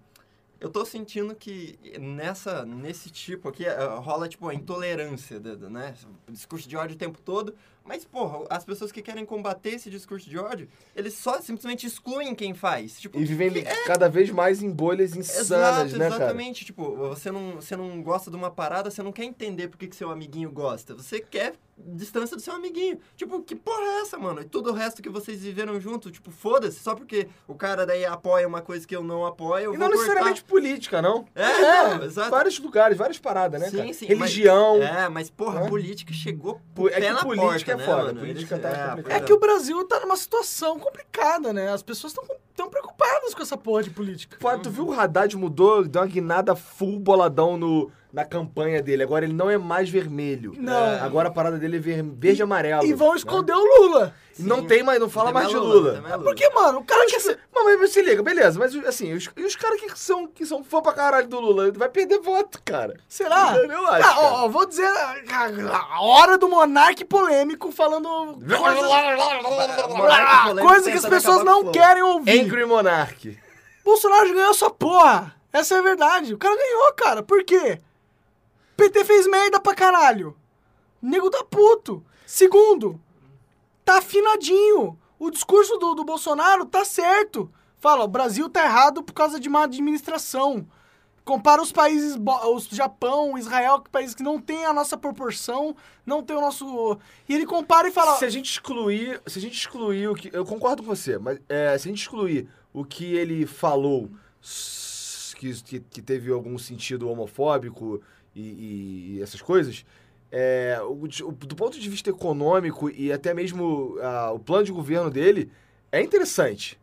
eu tô sentindo que nessa, nesse tipo aqui eh, rola, tipo, a intolerância, da- da- né? Discurso de ódio o tempo todo. Mas, porra, as pessoas que querem combater esse discurso de ódio, eles só simplesmente excluem quem faz. Tipo, E vivem que li- cada vez mais em bolhas insanas, Exato, né, cara? exatamente. Tipo, você não, você não gosta de uma parada, você não quer entender por que, que seu amiguinho gosta. Você quer distância do seu amiguinho. Tipo, que porra é essa, mano? E tudo o resto que vocês viveram junto, tipo, foda-se, só porque o cara daí apoia uma coisa que eu não apoio, eu E vou não necessariamente cortar. política, não. É, não, exato. Vários lugares, várias paradas, né, Sim, cara? sim, Religião. É, mas porra, Hã? política chegou Po- pô, Né? é pé que na política porta, é né, foda, mano? política Eles- tá é, complicada. É que o Brasil tá numa situação complicada, né? As pessoas estão tão preocupadas com essa porra de política. Pô, tu viu o Haddad mudou, deu uma guinada full boladão no, na campanha dele. Agora ele não é mais vermelho. Não. É. Agora a parada dele é ver- verde e amarelo. E vão né? esconder o Lula. E Não tem mais, não fala Tem mais de é Lula, Lula. tem mais Lula. Porque, mano, o cara quer ser. Mas, mas, mas se liga, beleza. Mas assim, os, e os caras que são, que são fã pra caralho do Lula, vai perder voto, cara. Será? Eu não acho, Ah, ó, cara. ó, vou dizer a, a- a hora do monarque polêmico falando Monarque polêmico Ah, coisa que as tentando pessoas acabar com não o flow. querem ouvir. Angry Monarch. Bolsonaro ganhou essa porra. Essa é a verdade. O cara ganhou, cara. Por quê? PT fez merda pra caralho. Nego tá puto. Segundo, tá afinadinho. O discurso do, do Bolsonaro tá certo. Fala, o Brasil tá errado por causa de má administração. Compara os países, bo- os Japão, Israel, que países que não tem a nossa proporção, não tem o nosso... E ele compara e fala... Se a gente excluir, se a gente excluir o que, eu concordo com você, mas é, se a gente excluir o que ele falou s- que, que, que teve algum sentido homofóbico e, e- e essas coisas, é, o de- o- do ponto de vista econômico e até mesmo ah, o plano de governo dele é interessante,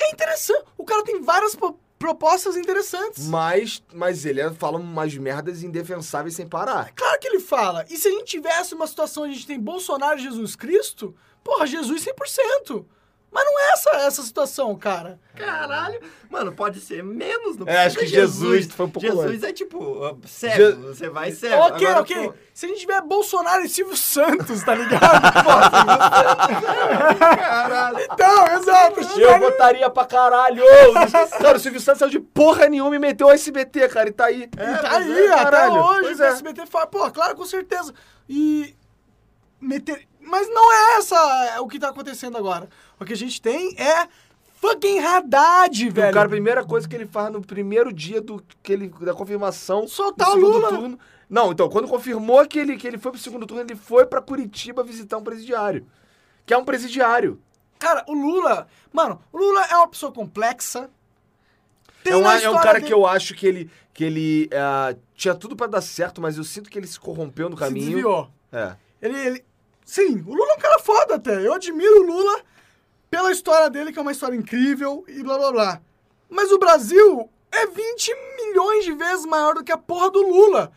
É interessante. O cara tem várias pro- propostas interessantes. mas mas ele é- fala umas merdas indefensáveis sem parar. Claro que ele fala. E se a gente tivesse uma situação onde a gente tem Bolsonaro e Jesus Cristo, porra, Jesus 100%. Mas não é essa, essa situação, cara. Caralho! Mano, pode ser menos, não É, acho precisa que ser Jesus, tu foi um pouco Jesus longe. é tipo, ó, cego, você vai cego. ok, É, Agora, ok. pô, Se a gente tiver Bolsonaro e Silvio Santos, tá ligado? Caralho! então, exato. Eu votaria pra caralho! cara, o Silvio Santos saiu de porra nenhuma e meteu o SBT, cara, e tá aí. E tá pois aí, é, até caralho. hoje, Pois é. o SBT fala, pô, claro, com certeza. E. Meter... Mas não é essa o que tá acontecendo agora. O que a gente tem é Fucking Haddad, E velho. o cara, a primeira coisa que ele faz no primeiro dia do, que ele, da confirmação. Soltar do o segundo Lula. Turno, não, então, quando confirmou que ele, que ele foi pro segundo turno, ele foi pra Curitiba visitar um presidiário. Que é um presidiário. Cara, o Lula. Mano, o Lula é uma pessoa complexa. Tem é, um, na é um história cara dele- que eu acho que ele, que ele ah, tinha tudo pra dar certo, mas eu sinto que ele se corrompeu no se caminho. desviou. É. Ele, ele- Sim, o Lula é um cara foda até. Eu admiro o Lula pela história dele, que é uma história incrível e blá blá blá. Mas o Brasil é 20 milhões de vezes maior do que a porra do Lula.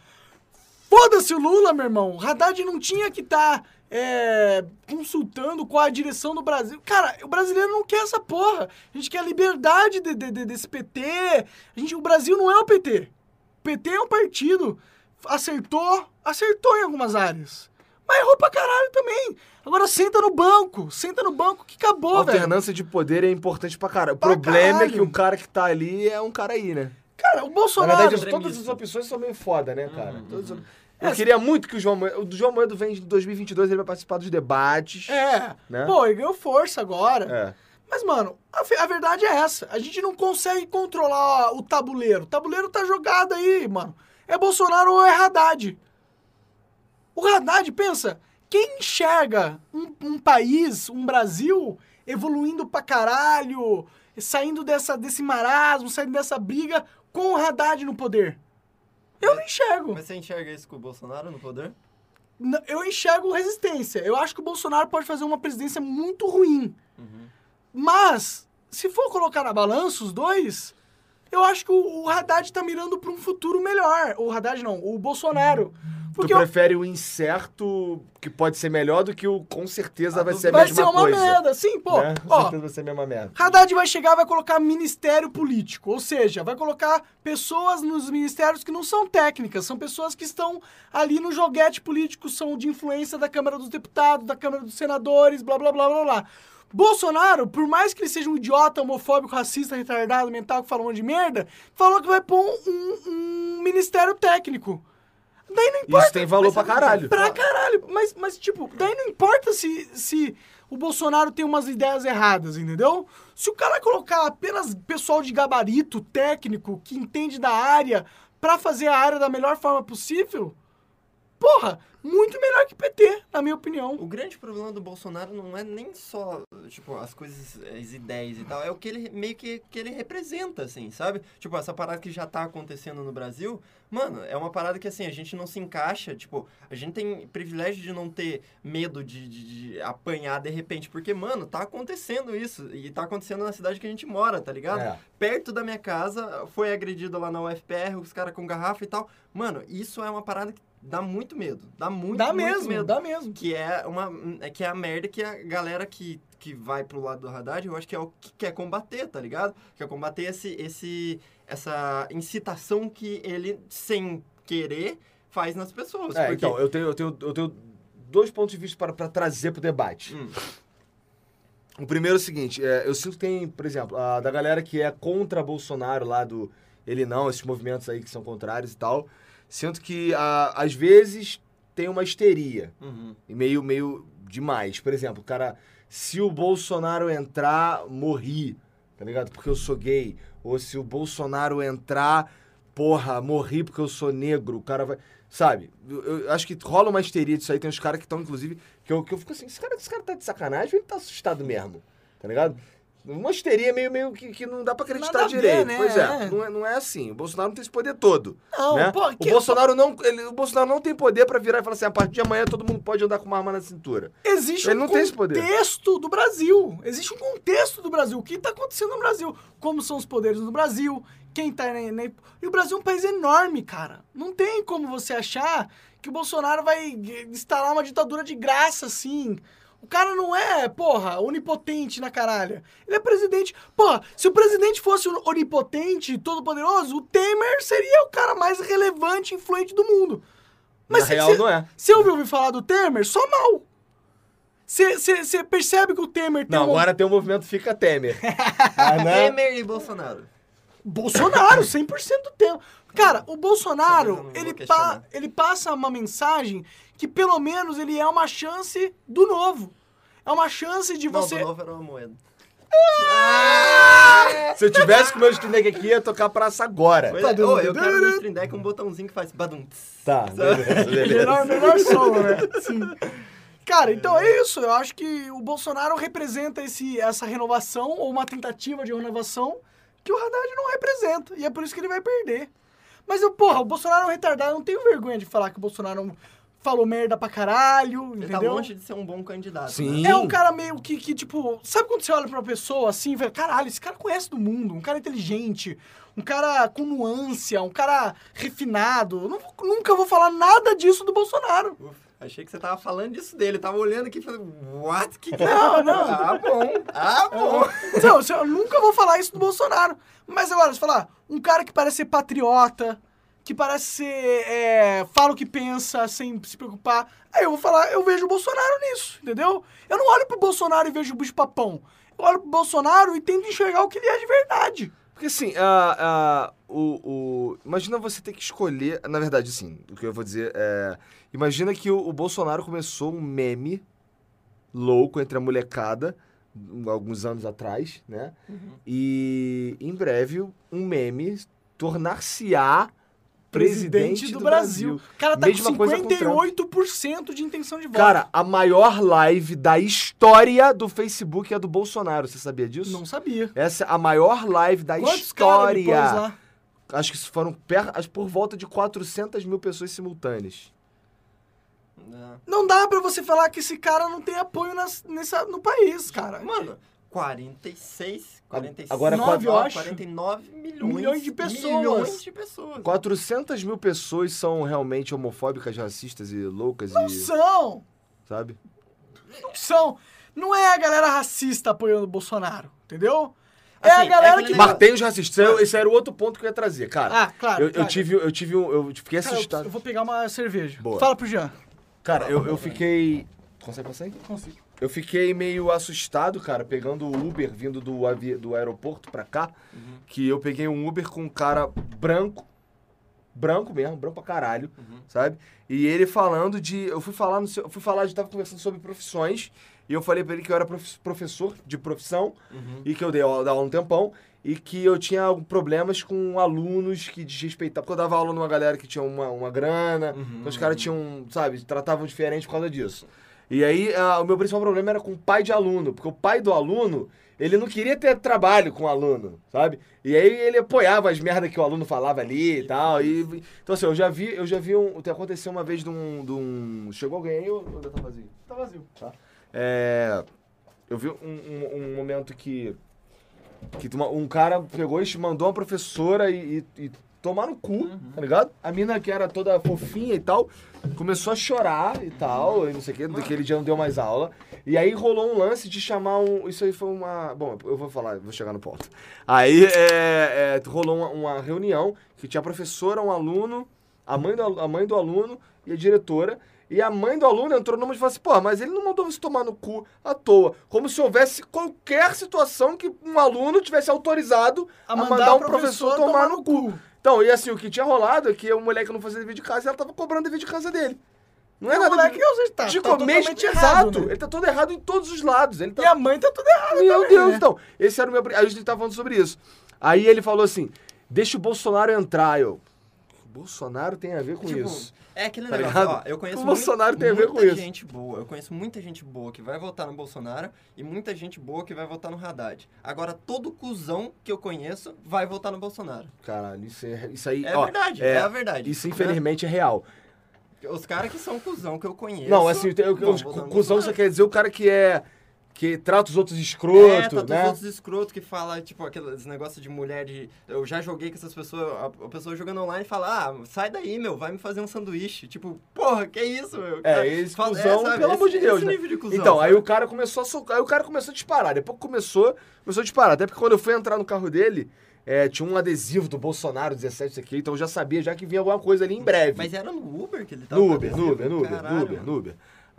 Foda-se o Lula, meu irmão. O Haddad não tinha que tá, estar consultando qual a direção do Brasil. Cara, o brasileiro não quer essa porra. A gente quer a liberdade de- de- de- desse PT. A gente, o Brasil não é o PT. O PT é um partido. Acertou, acertou em algumas áreas. Mas errou pra caralho também. Agora senta no banco. Senta no banco que acabou, velho. alternância de poder é importante pra caralho. O Pra problema é caralho. que o cara que tá ali é um cara aí, né? Cara, o Na Bolsonaro. verdade, extremista. todas as opções são meio foda, né, cara? Todas as- É, Eu queria muito que o João Moedo... O João Moedo vem em 2022, ele vai participar dos debates. É. Né? Pô, ele ganhou força agora. É. Mas, mano, a, fe- a verdade é essa. A gente não consegue controlar o tabuleiro. O tabuleiro tá jogado aí, mano. É Bolsonaro ou é Haddad. O Haddad, pensa, quem enxerga um, um país, um Brasil, evoluindo pra caralho, saindo dessa, desse marasmo, saindo dessa briga com o Haddad no poder? Eu não enxergo. Mas você enxerga isso com o Bolsonaro no poder? N- Eu enxergo resistência. Eu acho que o Bolsonaro pode fazer uma presidência muito ruim. Uhum. Mas, se for colocar na balança os dois, eu acho que o, o Haddad tá mirando pra um futuro melhor. O Haddad não, o Bolsonaro. Porque Uhum. tu eu- prefere o incerto, que pode ser melhor, do que o com certeza Ah, vai do- ser a vai mesma ser uma coisa. merda. Sim, pô. né? Com Ó, certeza vai ser a mesma merda. Haddad vai chegar e vai colocar ministério político, ou seja, vai colocar pessoas nos ministérios que não são técnicas, são pessoas que estão ali no joguete político, são de influência da Câmara dos Deputados, da Câmara dos Senadores, blá blá blá blá blá. Bolsonaro, por mais que ele seja um idiota, homofóbico, racista, retardado, mental, que fala um monte de merda, falou que vai pôr um, um- um ministério técnico. Daí não importa. Isso tem valor mas pra sabe o que caralho. Pra caralho. Mas, mas tipo, daí não importa se, se o Bolsonaro tem umas ideias erradas, entendeu? Se o cara colocar apenas pessoal de gabarito, técnico, que entende da área, pra fazer a área da melhor forma possível, porra, muito melhor que PT, na minha opinião. O grande problema do Bolsonaro não é nem só, tipo, as coisas, as ideias e tal, é o que ele meio que, que ele representa, assim, sabe? Tipo, essa parada que já tá acontecendo no Brasil, mano, é uma parada que, assim, a gente não se encaixa, tipo, a gente tem privilégio de não ter medo de, de- de apanhar de repente, porque, mano, tá acontecendo isso, e tá acontecendo na cidade que a gente mora, tá ligado? É. Perto da minha casa, foi agredido lá na UFPR, os caras com garrafa e tal. Mano, isso é uma parada que dá muito medo, dá muito, dá muito mesmo, medo. dá mesmo. Que é uma. é Que é a merda que a galera que, que vai pro lado do Haddad, eu acho que é o que quer combater, tá ligado? Quer combater esse, esse, essa incitação que ele, sem querer, faz nas pessoas. É, porque- então, eu tenho, eu, tenho, eu tenho dois pontos de vista para, para trazer pro debate. Hum. O primeiro é o seguinte, é, eu sinto que tem, por exemplo, a da galera que é contra Bolsonaro lá do ele não, esses movimentos aí que são contrários e tal, sinto que a- às vezes tem uma histeria Uhum. e meio, meio demais. Por exemplo, o cara, se o Bolsonaro entrar, morri, tá ligado? Porque eu sou gay. Ou se o Bolsonaro entrar, porra, morri porque eu sou negro. O cara vai. Sabe? Eu, eu acho que rola uma histeria disso aí. Tem uns caras que estão, inclusive, que eu, que eu fico assim: esse cara, esse cara tá de sacanagem ou ele tá assustado mesmo? Tá ligado? Uma histeria meio, meio que, que não dá pra acreditar Nada a ver, direito. né? Pois É. é, não é, não é assim. O Bolsonaro não tem esse poder todo. Não, né? pô, que- o, Bolsonaro não, ele- o Bolsonaro não tem poder pra virar e falar assim: a partir de amanhã todo mundo pode andar com uma arma na cintura. Existe Ele um não tem esse poder. contexto do Brasil. Existe um contexto do Brasil. O que está acontecendo no Brasil? Como são os poderes no Brasil? Quem tá na, na- E o Brasil é um país enorme, cara. Não tem como você achar que o Bolsonaro vai instalar uma ditadura de graça, assim. O cara não é, porra, onipotente na caralha. Ele é presidente. Porra, se o presidente fosse um onipotente, todo poderoso, o Temer seria o cara mais relevante e influente do mundo. na se- real, se- não é. você ouviu ouvir falar do Temer? Só mal. Você percebe que o Temer tem Não, um... agora tem o movimento Fica Temer. Ah, né? Temer é e Bolsonaro. Bolsonaro, 100% do tempo. Cara, o Talvez eu Bolsonaro, não vou ele, questionar. pa- ele passa uma mensagem que pelo menos ele é uma chance do novo. É uma chance de Não, você... do novo era uma moeda. Se eu tivesse com o meu Steam Deck aqui, ia tocar praça agora. Pois é, ô, eu quero no Stream Deck um botãozinho que faz badum. tss. Tá, beleza, beleza. Melhor, melhor som, né? Sim. Cara, então é isso. Eu acho que o Bolsonaro representa esse, essa renovação ou uma tentativa de renovação que o Haddad não representa. E é por isso que ele vai perder. Mas, eu, porra, o Bolsonaro é um retardado. Eu não tenho vergonha de falar que o Bolsonaro falou merda pra caralho, Ele entendeu? tá longe de ser um bom candidato. Sim. né? É um cara meio que, que, tipo, sabe quando você olha pra uma pessoa assim, velho, caralho, esse cara conhece do mundo, um cara inteligente, um cara com nuância, um cara refinado. Eu não vou- nunca vou falar nada disso do Bolsonaro. Uf, achei que você tava falando disso dele. Tava olhando aqui e falando, what? Que que... Não, não. Ah, bom. Ah, bom. Não, eu nunca vou falar isso do Bolsonaro. Mas agora, se falar, um cara que parece ser patriota, que parece ser. é, fala o que pensa sem se preocupar. Aí eu vou falar, eu vejo o Bolsonaro nisso, entendeu? Eu não olho pro Bolsonaro e vejo o bicho papão. Eu olho pro Bolsonaro e tento enxergar o que ele é de verdade. Porque assim, a, a, o, o- imagina você ter que escolher. Na verdade, assim, o que eu vou dizer é. Imagina que o, o Bolsonaro começou um meme louco entre a molecada um, alguns anos atrás, né? E em breve um meme tornar-se-á presidente, do, Brasil. O cara tá Mesma com coisa com o Trump. 58% de intenção de voto. Cara, a maior live da história do Facebook é a do Bolsonaro. Você sabia disso? não sabia. Essa é a maior live da Quantos caras ele história. pôs lá? Acho que isso foram per- acho por volta de 400 mil pessoas simultâneas. É. Não. Não dá pra você falar que esse cara não tem apoio nas- nessa, no país, cara. Mano, 46, 46, Agora é quatro- 9, eu acho. 49 milhões, Milhões de pessoas. Milhões de pessoas. 400 mil pessoas são realmente homofóbicas, racistas e loucas Não e... são! Sabe? Não são! Não é a galera racista apoiando o Bolsonaro, entendeu? É Assim, a galera é que. aquele Mas tem os racistas. Esse era- Esse era o outro ponto que eu ia trazer, cara. Ah, claro. eu, eu claro. tive, eu tive um... Eu fiquei Cara, eu, assustado. eu vou pegar uma cerveja. Boa. Fala pro Jean. Cara, eu, eu fiquei... Consegue passar aí? Consigo. Eu fiquei meio assustado, cara, pegando o Uber vindo do, avi- do aeroporto pra cá. Que eu peguei um Uber com um cara branco. Branco mesmo, branco pra caralho, sabe? E ele falando de. Eu fui falar no seu. Eu fui falar, a gente tava conversando sobre profissões. E eu falei pra ele que eu era prof- professor de profissão e que eu dei aula, dava aula um tempão. E que eu tinha problemas com alunos que desrespeitavam. Porque eu dava aula numa galera que tinha uma, uma grana. Então os caras tinham, sabe, tratavam diferente por causa disso. E aí, ah, o meu principal problema era com o pai de aluno, porque o pai do aluno, ele não queria ter trabalho com o aluno, sabe? E aí ele apoiava as merdas que o aluno falava ali e tal. E, então, assim, eu já vi, eu já vi um. Aconteceu uma vez de um. De um chegou alguém aí ou ainda tá vazio? Tá vazio. É, eu vi um, um- um momento que. Que uma- um cara pegou e te mandou uma professora e, e- e tomar no cu, tá ligado? A mina que era toda fofinha e tal, começou a chorar e tal, e não sei o que, daquele dia não deu mais aula. E aí rolou um lance de chamar um. Isso aí foi uma. Bom, eu vou falar, vou chegar no ponto. Aí é, é, rolou uma, uma reunião que tinha a professora, um aluno, a mãe, do, alu- a mãe do aluno e a diretora. E a mãe do aluno entrou numa e falou assim, pô, mas ele não mandou você tomar no cu à toa. Como se houvesse qualquer situação que um aluno tivesse autorizado A a, mandar mandar, o um professor, tomar, no cu. Então, e assim, o que tinha rolado é que o moleque não fazia dever de casa e ela tava cobrando dever de casa dele. Não é O nada moleque, de, ou seja, tá, de tá comer... totalmente errado, Exato, né? ele tá todo errado em todos os lados. Ele tá E a mãe tá tudo Ah, errada. meu também, Deus, né? então. Esse era o meu. pri- Aí a gente tava falando sobre isso. Aí ele falou assim: deixa o Bolsonaro entrar. Eu. O Bolsonaro tem a ver com Tipo, isso. É aquele Tá negócio, ligado? ó, eu conheço O Bolsonaro muito- tem a ver com muita isso. gente boa, eu conheço muita gente boa que vai votar no Bolsonaro e muita gente boa que vai votar no Haddad. Agora, todo cuzão que eu conheço vai votar no Bolsonaro. Caralho, isso, é, isso aí. É ó, verdade, é a verdade. Isso, infelizmente, é real. Né? Os caras que são cuzão que eu conheço... Não, assim, eu, eu, vão os votar cu- no cuzão Bolsonaro. você quer dizer o cara que é. que trata os outros É, escroto, tá todos né? outros escroto que fala, tipo, aqueles negócios de mulher de. Eu já joguei com essas pessoas, a, a pessoa jogando online fala, ah, sai daí, meu, vai me fazer um sanduíche. Tipo, porra, que isso, meu? É, esse Fala- cuzão, sabe, pelo amor de esse- Deus, esse né? nível de cuzão, Então, aí sabe? o cara começou a soltar, aí o cara começou a disparar. Depois que começou, começou a disparar. Até porque quando eu fui entrar no carro dele, é, tinha um adesivo do Bolsonaro 17 isso aqui, então eu já sabia já que vinha alguma coisa ali em breve. Mas era no Uber que ele tava. no Uber, acontecendo? no Uber, no Uber, tá Caralho, no Uber, é mano. no Uber.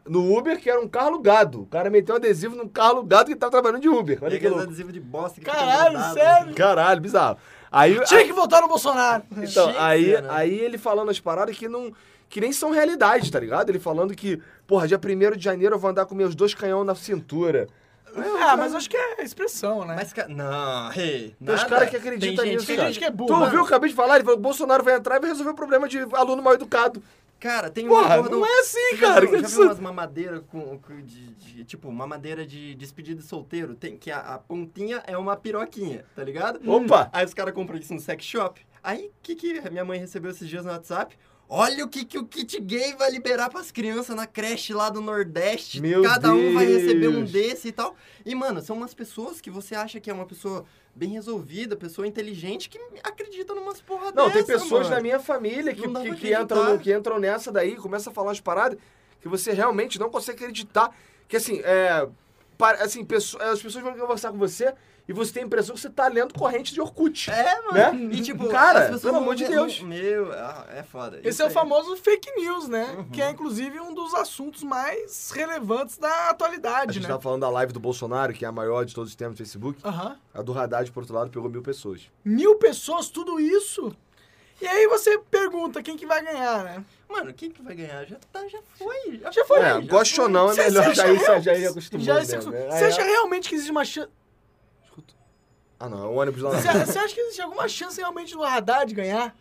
No Uber, que era um carro alugado. O cara meteu um adesivo num carro alugado que ele tava trabalhando de Uber. Tem Olha que aqueles louco. adesivos de bosta que Caralho, fica grudado, sério? assim. Caralho, bizarro. Aí, Tinha que votar no Bolsonaro. Então, Achei que aí, era. aí ele falando as paradas que não. que nem são realidade, tá ligado? Ele falando que, porra, dia 1 de janeiro eu vou andar com meus dois canhões na cintura. Ah, mas acho que é expressão, né? Mas, cara, não, hey, Tem os nada. caras que acreditam Tem gente nisso, que cara. acredita que é burro, Tu né? ouviu? Eu acabei de falar, ele falou, Bolsonaro vai entrar e vai resolver o problema de aluno mal educado. Cara, tem um Porra, gordo- não é assim, Você já cara, viu- que Já viu absurdo. umas mamadeiras com, com- de, de- Tipo, mamadeira de despedida de solteiro. Tem que a, a pontinha é uma piroquinha, tá ligado? Hum. Opa! Aí os caras compram isso no sex shop. Aí, o que, que minha mãe recebeu esses dias no WhatsApp? Olha o que, que o kit gay vai liberar pras crianças na creche lá do Nordeste. Meu Cada um vai receber um Deus. desse e tal. E, mano, são umas pessoas que você acha que é uma pessoa bem resolvida, pessoa inteligente, que acredita numas porra Não, dessa, tem pessoas né, mano. na minha família que, Não dá que, pra que entram, acreditar. no- que entram nessa daí, começa a falar umas paradas que você realmente não consegue acreditar. Que assim, é. pa- assim, pesso- as pessoas vão conversar com você e você tem a impressão que você tá lendo corrente de Orkut. É, mano. Né? E tipo, Cara, as pessoas pelo não amor de re- Deus. não- meu, ah, é foda. Esse Isso é o aí. famoso fake news, né? Que Uhum. é, inclusive, um dos assuntos mais relevantes da A atualidade, gente né? tava falando da live do Bolsonaro, que é a maior de todos os tempos do Facebook. Aham. A do Haddad, por outro lado, pegou mil pessoas. Mil pessoas, tudo isso. E aí você pergunta quem que vai ganhar, né? Mano, quem que vai ganhar? Já, tá, já foi. Já, Já foi. foi. É, já goste ou não, é Cê- melhor. cê Já acha isso real- já ia acostumando. Já né? se acostumou. É, Você é. acha realmente que existe uma chance... Ah, não, é um ônibus lá. na Você você acha que existe alguma chance realmente do Haddad ganhar?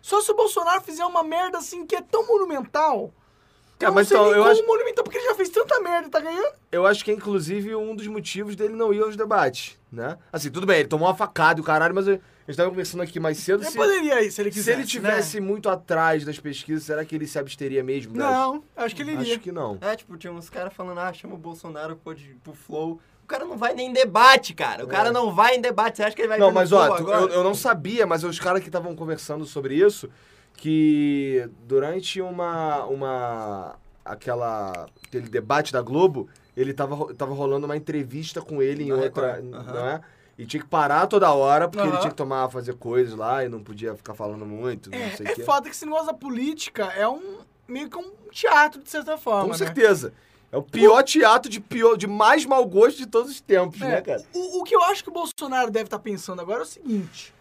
Só se o Bolsonaro fizer uma merda assim que é tão monumental. É, mas não sei então, nem eu como acho- monumental, porque ele já fez tanta merda e tá ganhando. Eu acho que é inclusive um dos motivos dele não ir aos debates, né? Assim, tudo bem, ele tomou uma facada e o caralho, mas eu, a gente tava conversando aqui mais cedo. Ele Se, poderia ir, se ele se quisesse. né? ele tivesse muito atrás das pesquisas, será que ele se absteria mesmo? né? das- Não, acho que ele iria. Acho que não. É, tipo, tinha uns caras falando, ah, chama o Bolsonaro pro, de- pro Flow. O cara não vai nem em debate, cara. O cara não vai em debate. Você acha é que ele vai É. Não, vir no mas Flow ó, tu- eu, agora? eu não sabia, mas os caras que estavam conversando sobre isso, que durante uma. uma. aquela. aquele debate da Globo, ele tava, ro- tava rolando uma entrevista com ele em Na outra. Record, aham. Não é? E tinha que parar toda hora, porque ele Aham. tinha que tomar, fazer coisas lá e não podia ficar falando muito, não sei o É, é quê. foda que esse negócio da política é um meio que um teatro, de certa forma. Com né? certeza. É o pior teatro de pior, de mais mau gosto de todos os tempos, É, né, cara? O, o que eu acho que o Bolsonaro deve estar pensando agora é o seguinte: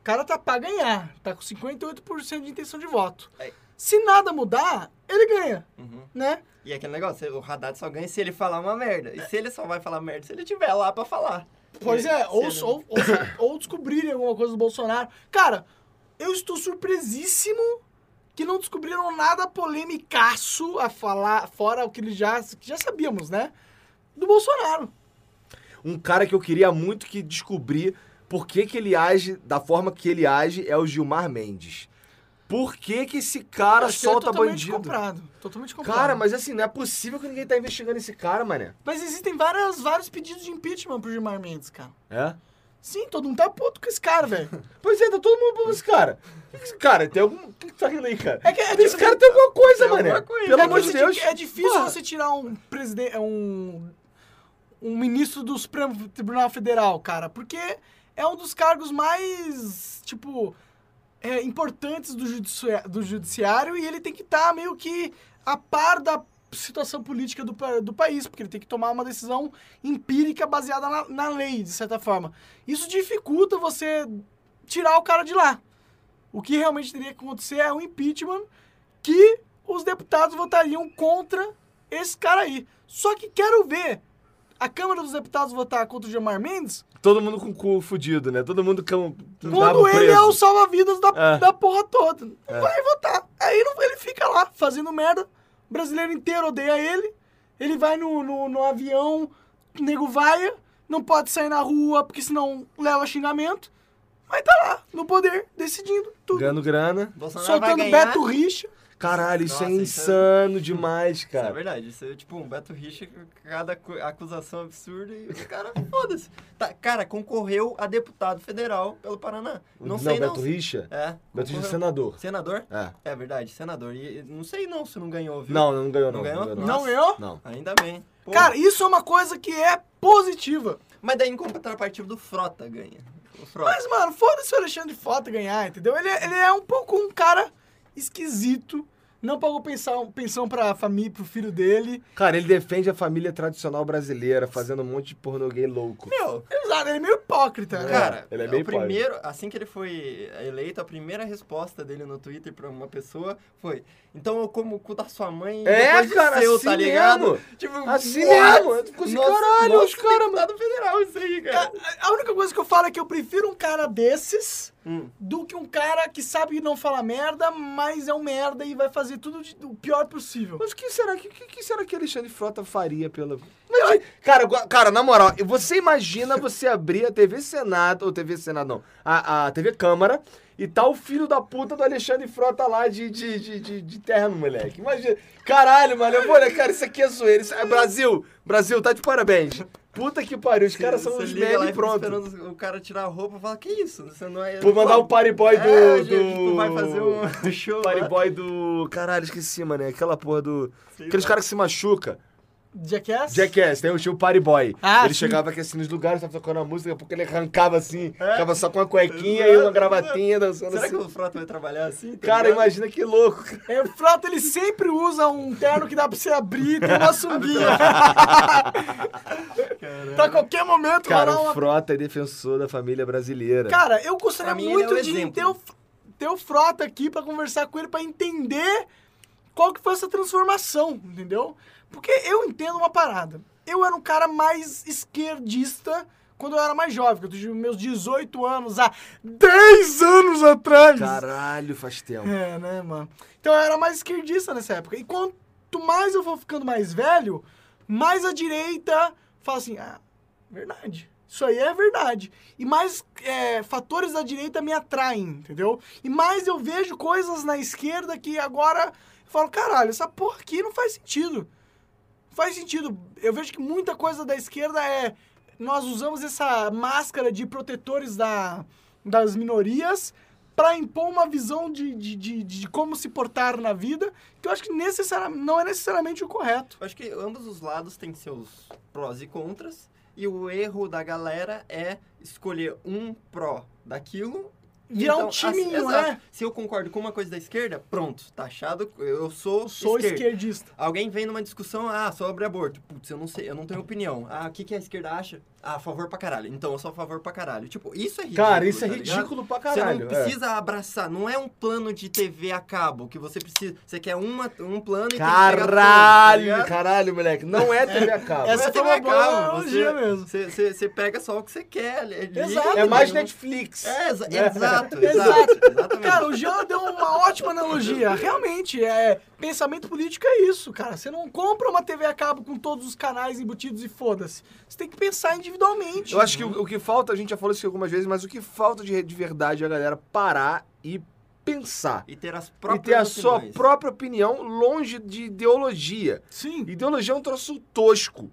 o cara tá pra ganhar, tá com 58% de intenção de voto. É. Se nada mudar, ele ganha, Uhum. né? E aquele negócio, o Haddad só ganha se ele falar uma merda. E se ele só vai falar merda se ele tiver lá pra falar. Pois Se é, ele- ou, se ele- né? ou, ou, ou descobrirem alguma coisa do Bolsonaro. Cara, eu estou surpresíssimo que não descobriram nada polêmicaço a falar, fora o que eles já, que já sabíamos, né? Do Bolsonaro. Um cara que eu queria muito que descobrir por que, que ele age da forma que ele age é o Gilmar Mendes. Por que, que esse cara Acho que ele é solta totalmente bandido? comprado. Totalmente comprado. Cara, mas assim, não é possível que ninguém tá investigando esse cara, mané. Mas existem várias, vários pedidos de impeachment pro Gilmar Mendes, cara. É? Sim, todo mundo tá puto com esse cara, velho. Pois é, tá todo mundo bom esse cara. Que que esse Cara, tem algum. O que que tá rindo aí, cara? É que é esse tipo- cara tem alguma coisa, tem mané. alguma coisa. Pelo é, amor que de você- Deus. é difícil Porra. você tirar um presidente. Um, um ministro do Supremo Tribunal Federal, cara. Porque é um dos cargos mais, tipo, é, importantes do, judicia- do judiciário e ele tem que estar meio que a par da situação política do, pa- do país, porque ele tem que tomar uma decisão empírica baseada na, na lei, de certa forma. Isso dificulta você tirar o cara de lá. O que realmente teria que acontecer é um impeachment que os deputados votariam contra esse cara aí. Só que quero ver a Câmara dos Deputados votar contra o Gilmar Mendes Todo mundo com o cu fudido, né? Todo mundo com. com quando nabo ele preso. é o salva-vidas da, É. da porra toda. Não vai votar. Aí não- ele fica lá fazendo merda. O brasileiro inteiro odeia ele. Ele vai no, no, no avião, o nego vaia. Não pode sair na rua, porque senão leva xingamento. Mas tá lá, no poder, decidindo tudo. Ganhando grana. Bolsonaro vai Soltando ganhar. Beto Richa. Caralho, isso é Nossa, isso é- insano demais, Isso é cara. verdade. Isso é tipo um Beto Richa, cada acu- acusação absurda e o cara, foda-se. Tá, cara, concorreu a deputado federal pelo Paraná. Não, sei Beto não. Richa? É. Beto Richa é concorreu. senador. Senador? É. É verdade, senador. E e não sei não se não ganhou, viu? Não, não ganhou, não. Não ganhou? Não ganhou? Não. Ainda bem. Pô, Cara, isso é uma coisa que é positiva. Mas daí em contrapartida do Frota ganha. O Frota. Mas, mano, foda-se o Alexandre Frota ganhar, entendeu? Ele, é- ele é um pouco um cara esquisito. não pagou pensão, pensão pra família, pro filho dele. Cara, ele defende a família tradicional brasileira, fazendo um monte de pornô gay louco. Meu, exato, ele é meio hipócrita, né? Cara, ele é é meio o primeiro, assim que ele foi eleito, a primeira resposta dele no Twitter pra uma pessoa foi: Então eu como o cu da sua mãe e É, depois do cara, seu, assim tá ligado? mesmo. Tipo, Assim what? mesmo, eu fico assim, Nossa, caralho, nossa, os cara- deputado federal isso aí, cara. A- A única coisa que eu falo é que eu prefiro um cara desses Hum. do que um cara que sabe que não fala merda, mas é um merda e vai fazer tudo de- o pior possível. Mas o que será que, que, que será que Alexandre Frota faria pela. Mas, cara, agora- cara, na moral, você imagina você abrir a TV Senado, ou TV Senado não, a, a TV Câmara, e tá o filho da puta do Alexandre Frota lá de, de, de, de, de terno, moleque. Imagina. Caralho, mano, eu vou olhar, cara, isso aqui é zoeira. Isso é Brasil, Brasil, tá de parabéns. Puta que pariu, os caras são Você uns liga lá e memes fica pronto. esperando o cara tirar a roupa e fala: Que isso? Você não é. Vou mandar o party boy do. É, do... gente, tu vai fazer um show. lá. Pariboy do. Caralho, esqueci, mano. é Aquela porra do. Sei Aqueles lá. caras que se machuca. Jackass? Jackass, tem o tio Party Boy. Ah, ele sim. chegava aqui assim nos lugares, tava tocando a música, daqui a pouco ele arrancava assim, ficava só com uma cuequinha e uma gravatinha dançando É? Será assim. que o Frota vai trabalhar assim? Tá Cara, ligado? imagina que louco. cara. É, o Frota, ele sempre usa um terno que dá pra você abrir, tem uma sunguinha. pra qualquer momento Cara, rolar o uma... Frota é defensor da família brasileira. Cara, eu gostaria Pra mim, ele muito é o de exemplo. ter o, ter o Frota aqui pra conversar com ele, pra entender qual que foi essa transformação, entendeu? Porque eu entendo uma parada. Eu era um cara mais esquerdista quando eu era mais jovem, que eu tive meus 18 anos há 10 anos atrás. Caralho, faz tempo. É, né, mano? Então eu era mais esquerdista nessa época. E quanto mais eu vou ficando mais velho, mais a direita fala assim: ah, verdade. Isso aí é verdade. E mais é, fatores da direita me atraem, entendeu? E mais eu vejo coisas na esquerda que agora eu falo: caralho, essa porra aqui não faz sentido. Faz sentido. Eu vejo que muita coisa da esquerda é. Nós usamos essa máscara de protetores da, das minorias para impor uma visão de, de, de, de como se portar na vida, que eu acho que necessari- não é necessariamente o correto. Eu acho que ambos os lados têm seus prós e contras. E o erro da galera é escolher um pró daquilo. e Virar então, um timinho, assim, né? exato. Se eu concordo com uma coisa da esquerda, pronto, taxado, eu sou, Sou esquerda. esquerdista. Alguém vem numa discussão, ah, sobre aborto. Putz, eu não sei, eu não tenho opinião. Ah, o que, que a esquerda acha? Ah, a favor pra caralho. Então eu sou a favor pra caralho. Tipo, isso é ridículo. Cara, isso é tá ligado? ridículo pra Você caralho. não é. precisa abraçar, não é um plano de TV a cabo que você precisa. Você quer uma, um plano e tem que pegar todos, tá Caralho, ligado? caralho, moleque. Não é TV a cabo. Essa Não é foi TV uma a boa cabo, analogia mesmo. Você, você- você pega só o que você quer. ali- ali, Exato. É mais né? Netflix. É, exa- exato, Exato. exato, exatamente. Cara, o Jean deu uma ótima analogia. Realmente, é pensamento político é isso, cara. Você não compra uma TV a cabo com todos os canais embutidos e foda-se. Você tem que pensar individualmente. Eu acho que o, o que falta, a gente já falou isso aqui algumas vezes, mas o que falta de, de verdade é a galera parar e pensar. E ter as e próprias ter a sua opiniões. própria opinião longe de ideologia. Sim. Ideologia é um troço tosco.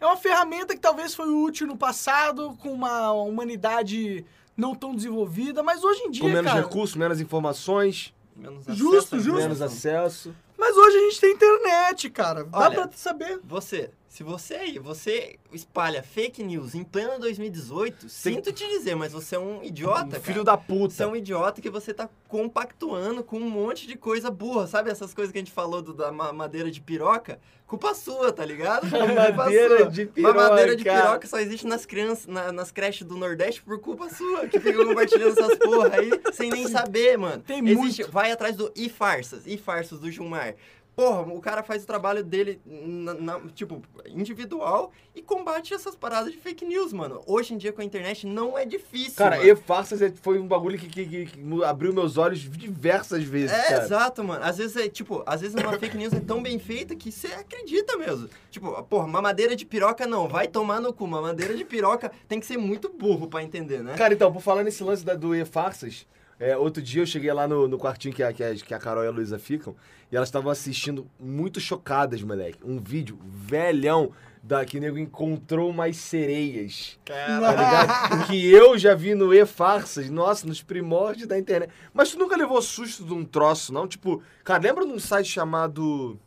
É uma ferramenta que talvez foi útil no passado, com uma humanidade não tão desenvolvida, mas hoje em dia, Com menos cara, recursos, menos informações, Menos Justo, acesso à justo. menos informação. acesso. Mas hoje a gente tem internet, cara. Dá Olha, pra saber. Você, se você aí, você espalha fake news em pleno 2018, sinto te dizer, mas você é um idiota, cara. Filho da Você é puta. um idiota que você tá compactuando com um monte de coisa burra, sabe? Essas coisas que a gente falou do- da ma- madeira de piroca, culpa sua, tá ligado? Culpa Madeira sua. de Mas madeira de piroca. piroca só existe nas crianças, na- nas creches do Nordeste por culpa sua, que fica compartilhando essas porra aí sem nem saber, mano. Tem existe, Vai atrás do e farsas, e farsas do Gilmar. Porra, o cara faz o trabalho dele, na- na- tipo, individual e combate essas paradas de fake news, mano. Hoje em dia com a internet não é difícil. Cara, mano. e farsas é- foi um bagulho que, que- que- que mu- abriu meus olhos diversas vezes, É, cara. exato, mano. Às vezes é, tipo, às vezes uma fake news é tão bem feita que você acredita mesmo. Tipo, porra, mamadeira de piroca não, vai tomar no cu. Mamadeira de piroca tem que ser muito burro pra entender, né? Cara, então, por falar nesse lance da, do E-Farsas, é, outro dia eu cheguei lá no, no quartinho que a, que, a, que a Carol e a Luísa ficam, e elas estavam assistindo muito chocadas, moleque. Um vídeo velhão da que o nego encontrou mais sereias. é? Tá ligado? que eu já vi no E-Farsas, nossa, nos primórdios da internet. Mas tu nunca levou susto de um troço, não? Tipo, cara, lembra de um site chamado.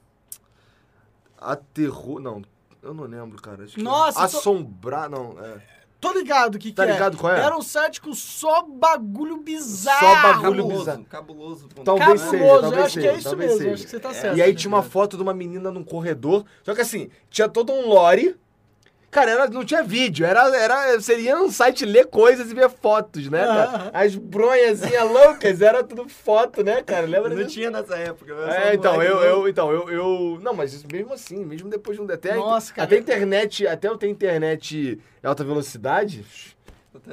Aterro. Não, eu não lembro, cara. Acho que- Nossa, eu tô- Assombrar, não. É. Tô ligado o que Tá que ligado é. qual é? Era um site com só bagulho bizarro. bagulho Cabuloso, bizarro. cabuloso. Talvez Cabuloso, eu seja, Cabuloso. talvez acho que é seja, isso talvez mesmo, seja. eu acho que você tá certo. E aí tinha uma foto de uma menina num corredor. Só que assim, tinha todo um lore. Cara, era, não tinha vídeo, era, era, seria um site ler coisas e ver fotos, né, cara? As bronhazinhas loucas, era tudo foto, né, cara? Lembra Não disso? tinha nessa época. eu sou É, então, moleque eu, né? novo. eu, então, eu, eu. Não, mas isso mesmo assim, mesmo depois de um. Até, Nossa, cara. até internet, até eu ter internet em alta velocidade.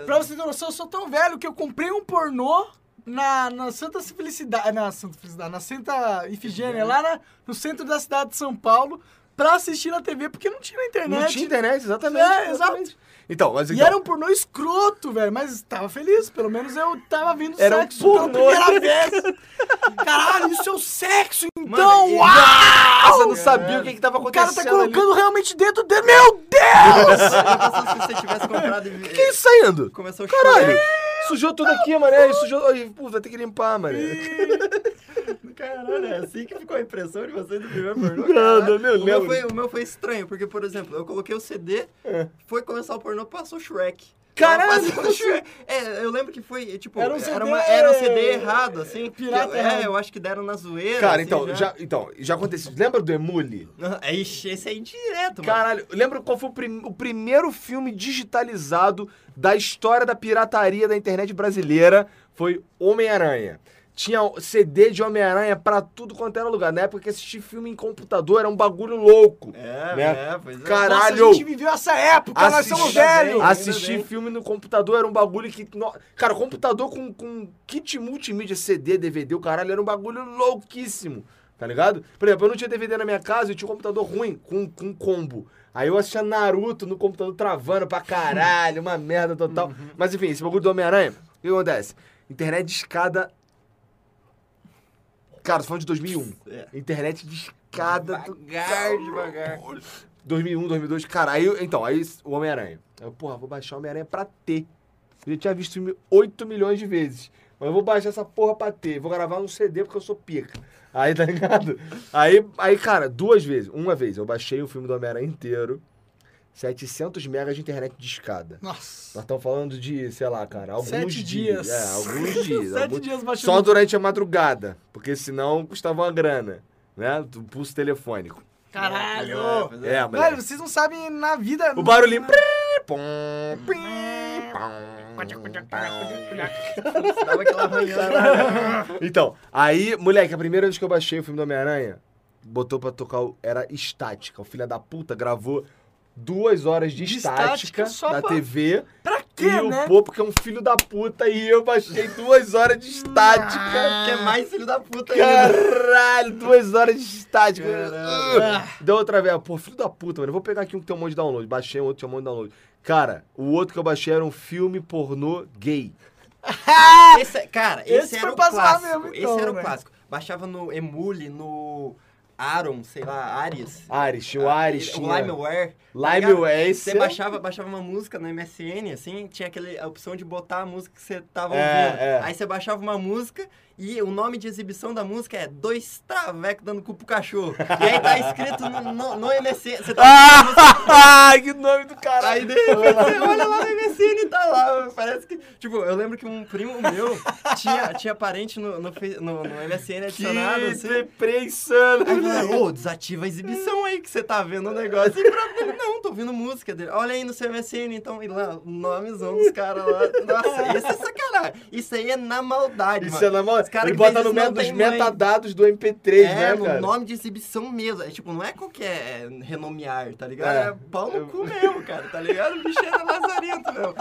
Pra você ter noção, eu sou tão velho que eu comprei um pornô na, na Santa Felicidade. Na Santa Felicidade, na Santa Ifigênia, lá na- no centro da cidade de São Paulo, pra assistir na TV, porque não tinha na internet. Não tinha internet, exatamente. É, exatamente. Então, mas E então, era um pornô escroto, velho, mas tava feliz, pelo menos eu tava vendo Era um sexo pornô. pela primeira vez. Caralho, isso é o sexo, Mano, então! e- uau! Você não sabia o que, que tava O cara acontecendo. tá ali. colocando realmente dentro dele. Meu Deus! Imagina se você tivesse comprado e... Que isso saindo? Começou a chorar. Caralho! É. Sujou tudo aqui, mané. e Sujou. Ai, Pô, vai ter que limpar, mané. Caralho, é assim que ficou a impressão de vocês do primeiro pornô? Não, Caralho. não, não o, meu lembro. foi, o meu foi estranho, porque, por exemplo, eu coloquei o CD, foi começar o pornô, passou Shrek. Caralho! Ela passou Shrek. É, eu lembro que foi, tipo, Era era, um CD uma, era um CD errado, assim. Pirata que eu- errado. é, eu acho que deram na zoeira. Cara, assim, então, já, então, já aconteceu. Lembra do Emule? É, Ixi, esse é indireto, mano. Caralho, lembra qual foi o, prim- o primeiro filme digitalizado da história da pirataria da internet brasileira? Foi Homem-Aranha. Tinha CD de Homem-Aranha pra tudo quanto era lugar. Na época que assistir filme em computador era um bagulho louco. É, né? é, pois é. Cara, Nossa, Caralho! Ah, a gente viveu essa época, nós Assistir- somos velhos! Assistir filme no computador era um bagulho que. no- Cara, computador com, com kit multimídia, CD, DVD, o caralho, era um bagulho louquíssimo. Tá ligado? Por exemplo, eu não tinha DVD na minha casa e tinha um computador ruim, com, com combo. Aí eu assistia Naruto no computador travando pra caralho, uma merda total. Uhum. Mas enfim, esse bagulho do Homem-Aranha, o que acontece? Internet de escada. Cara, tô falando de 2001. É. Internet de escada. Devagar, devagar. 2001, 2002, cara, aí, então, aí o Homem-Aranha. Aí Eu, porra, vou baixar o Homem-Aranha pra ter. Eu já tinha visto o filme 8 milhões de vezes. Mas eu vou baixar essa porra pra ter. Vou gravar um CD porque eu sou pica. Aí, tá ligado? Aí, aí cara, duas vezes. Uma vez eu baixei o filme do Homem-Aranha inteiro. 700 megas de internet de escada. Nossa. Nós estamos falando de, sei lá, cara, alguns Sete dias. dias. É, alguns dias. Sete alguns- dias baixando. Só durante a madrugada. Porque senão custava uma grana, né? Do pulso telefônico. Caralho! Pois é, É, Velho, moleque. vocês não sabem na vida. O barulhinho. pois é. Dava aquela arranhada. Então, aí, moleque, a primeira vez que eu baixei o filme do Homem-Aranha, botou pra tocar, o- era estática. O filho da puta gravou duas horas de, De estática estática, só da pra- TV. Pra e quê, o né? Pô, que é um filho da puta, e eu baixei duas horas de estática. Que é mais filho da puta ainda. Caralho, duas horas de estática. Caralho. Ah. Deu outra vez, pô, filho da puta, mano. Eu vou pegar aqui um que tem um monte de download. Baixei um outro que tinha um monte de download. Cara, o outro que eu baixei era um filme pornô gay. Esse, é, cara, Esse esse, foi era o pra zoar clássico. mesmo, então, esse era o né? clássico. Baixava no Emule, no Aaron, sei lá, Ares. Ares, tinha o Ares. Ah, O Tinha... Limeware. Tá Limeware, ligado? esse Você era- baixava, baixava uma música no MSN, assim, tinha aquele, a opção de botar a música que você tava É, ouvindo. é. Aí você baixava uma música e o nome de exibição da música é Dois Travecos Dando Cu pro Cachorro. E aí tá escrito no, no, no MSN. Você tá Ah, que nome do Aí caralho. de repente você olha lá no MSN e tá lá. Parece que. Tipo, eu lembro que um primo meu tinha, tinha parente no, no, Fe- no- no MSN adicionado, Que assim. É depressão. Aí falou, ô, desativa a exibição aí que você tá vendo o negócio. E pra ele, não, tô ouvindo música dele. Olha aí no seu MSN, então, e lá, o nomezão dos caras lá. Nossa, isso é sacanagem. Isso aí é na maldade, Isso mano. é na mão. Os cara Ele que bota fez no isso não meio dos tem mãe. metadados do MP3, É, né, no cara? nome de exibição mesmo. É tipo, não é qualquer é, renomear, tá ligado? É. É, pau no cu mesmo, cara, tá ligado? O bicho era lazarento mesmo.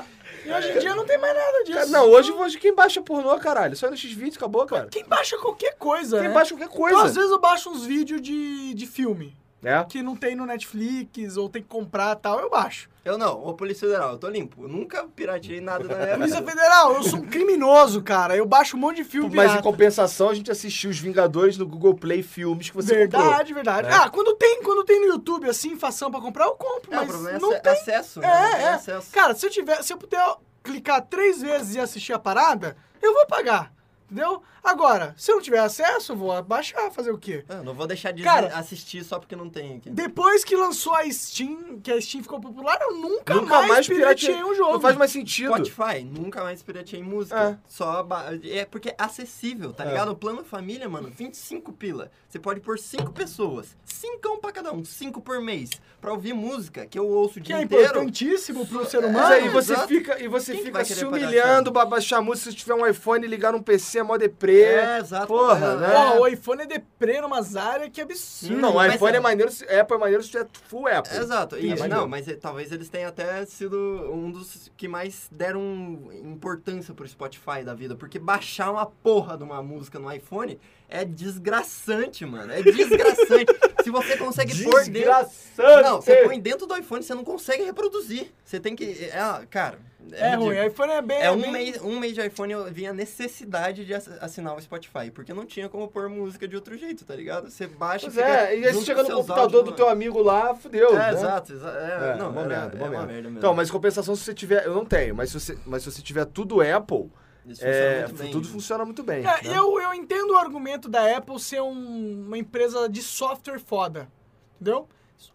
E hoje em dia não tem mais nada disso. Cara, não, hoje, hoje quem baixa pornô, caralho? Só no X20, acabou, Né? cara. Quem baixa qualquer coisa, Quem né? baixa qualquer Então, às coisa. vezes eu baixo uns vídeos de, de filme É. que não tem no Netflix ou tem que comprar e tal, eu baixo. Eu não, ô Polícia Federal, eu tô limpo. Eu nunca pirateei nada na É minha Polícia vida. Federal, eu sou um criminoso, cara. Eu baixo um monte de filme Mas em pirata. compensação, a gente assistiu Os Vingadores no Google Play Filmes que você comprou. Verdade, verdade. né? Ah, quando tem, quando tem no YouTube, assim, fação pra comprar, eu compro, É, o mas problema é não ac- tem. acesso, né? Não É, tem é. acesso. Cara, se eu tiver, se eu puder clicar três vezes e assistir a parada, eu vou pagar. Entendeu? Agora, se eu não tiver acesso, eu vou abaixar, fazer o quê? Ah, não vou deixar de Cara- assistir só porque não tem aqui. Depois que lançou a Steam, que a Steam ficou popular, eu nunca, Nunca mais pirateei pirateei um jogo. Não faz mais sentido. Spotify, nunca mais pirateei música. Só ba- é porque é acessível, tá ligado? O plano família, mano, 25 pila. Você pode pôr 5 pessoas, 5 pra cada um, 5 por mês, pra ouvir música que eu ouço o Que dia é inteiro. importantíssimo pro ser Mas humano. aí você exato. fica, e você Quem que fica vai querer se pagar humilhando, caro? babaxar música, se tiver um iPhone e ligar um PC, é mó deprê. É, exato. Porra, É. né? Ó, o iPhone é deprê numas áreas que absurdo. Não, mas iPhone é- é maneiro, se- Apple é maneiro se tiver full Apple. Exato, e, maneiro. não, mas eh, talvez eles tenham até sido um dos que mais deram importância pro Spotify da vida, porque baixar uma porra de uma música no iPhone é desgraçante, mano. É desgraçante. Se você consegue pôr dentro. Desgraçante! Não, você põe dentro do iPhone, você não consegue reproduzir. Você tem que. É, ah, cara. É ruim, ridículo. iPhone é bem. É um bem- mês, um mês de iPhone eu vi a necessidade de ass- assinar o Spotify, porque não tinha como pôr música de outro jeito, tá ligado? Você baixa Pois fica é, e aí junto você com chega no seus computador áudios, do teu mano. amigo lá, fudeu. né? É, exato, exato. É, não, uma era- merda, uma é uma merda. merda mesmo. Então, mas em compensação, se você tiver. Eu não tenho, mas se você, mas se você tiver tudo Apple, Isso é, funciona muito bem. tudo funciona muito bem. É, né? eu, eu entendo o argumento da Apple ser um- uma empresa de software foda. Entendeu?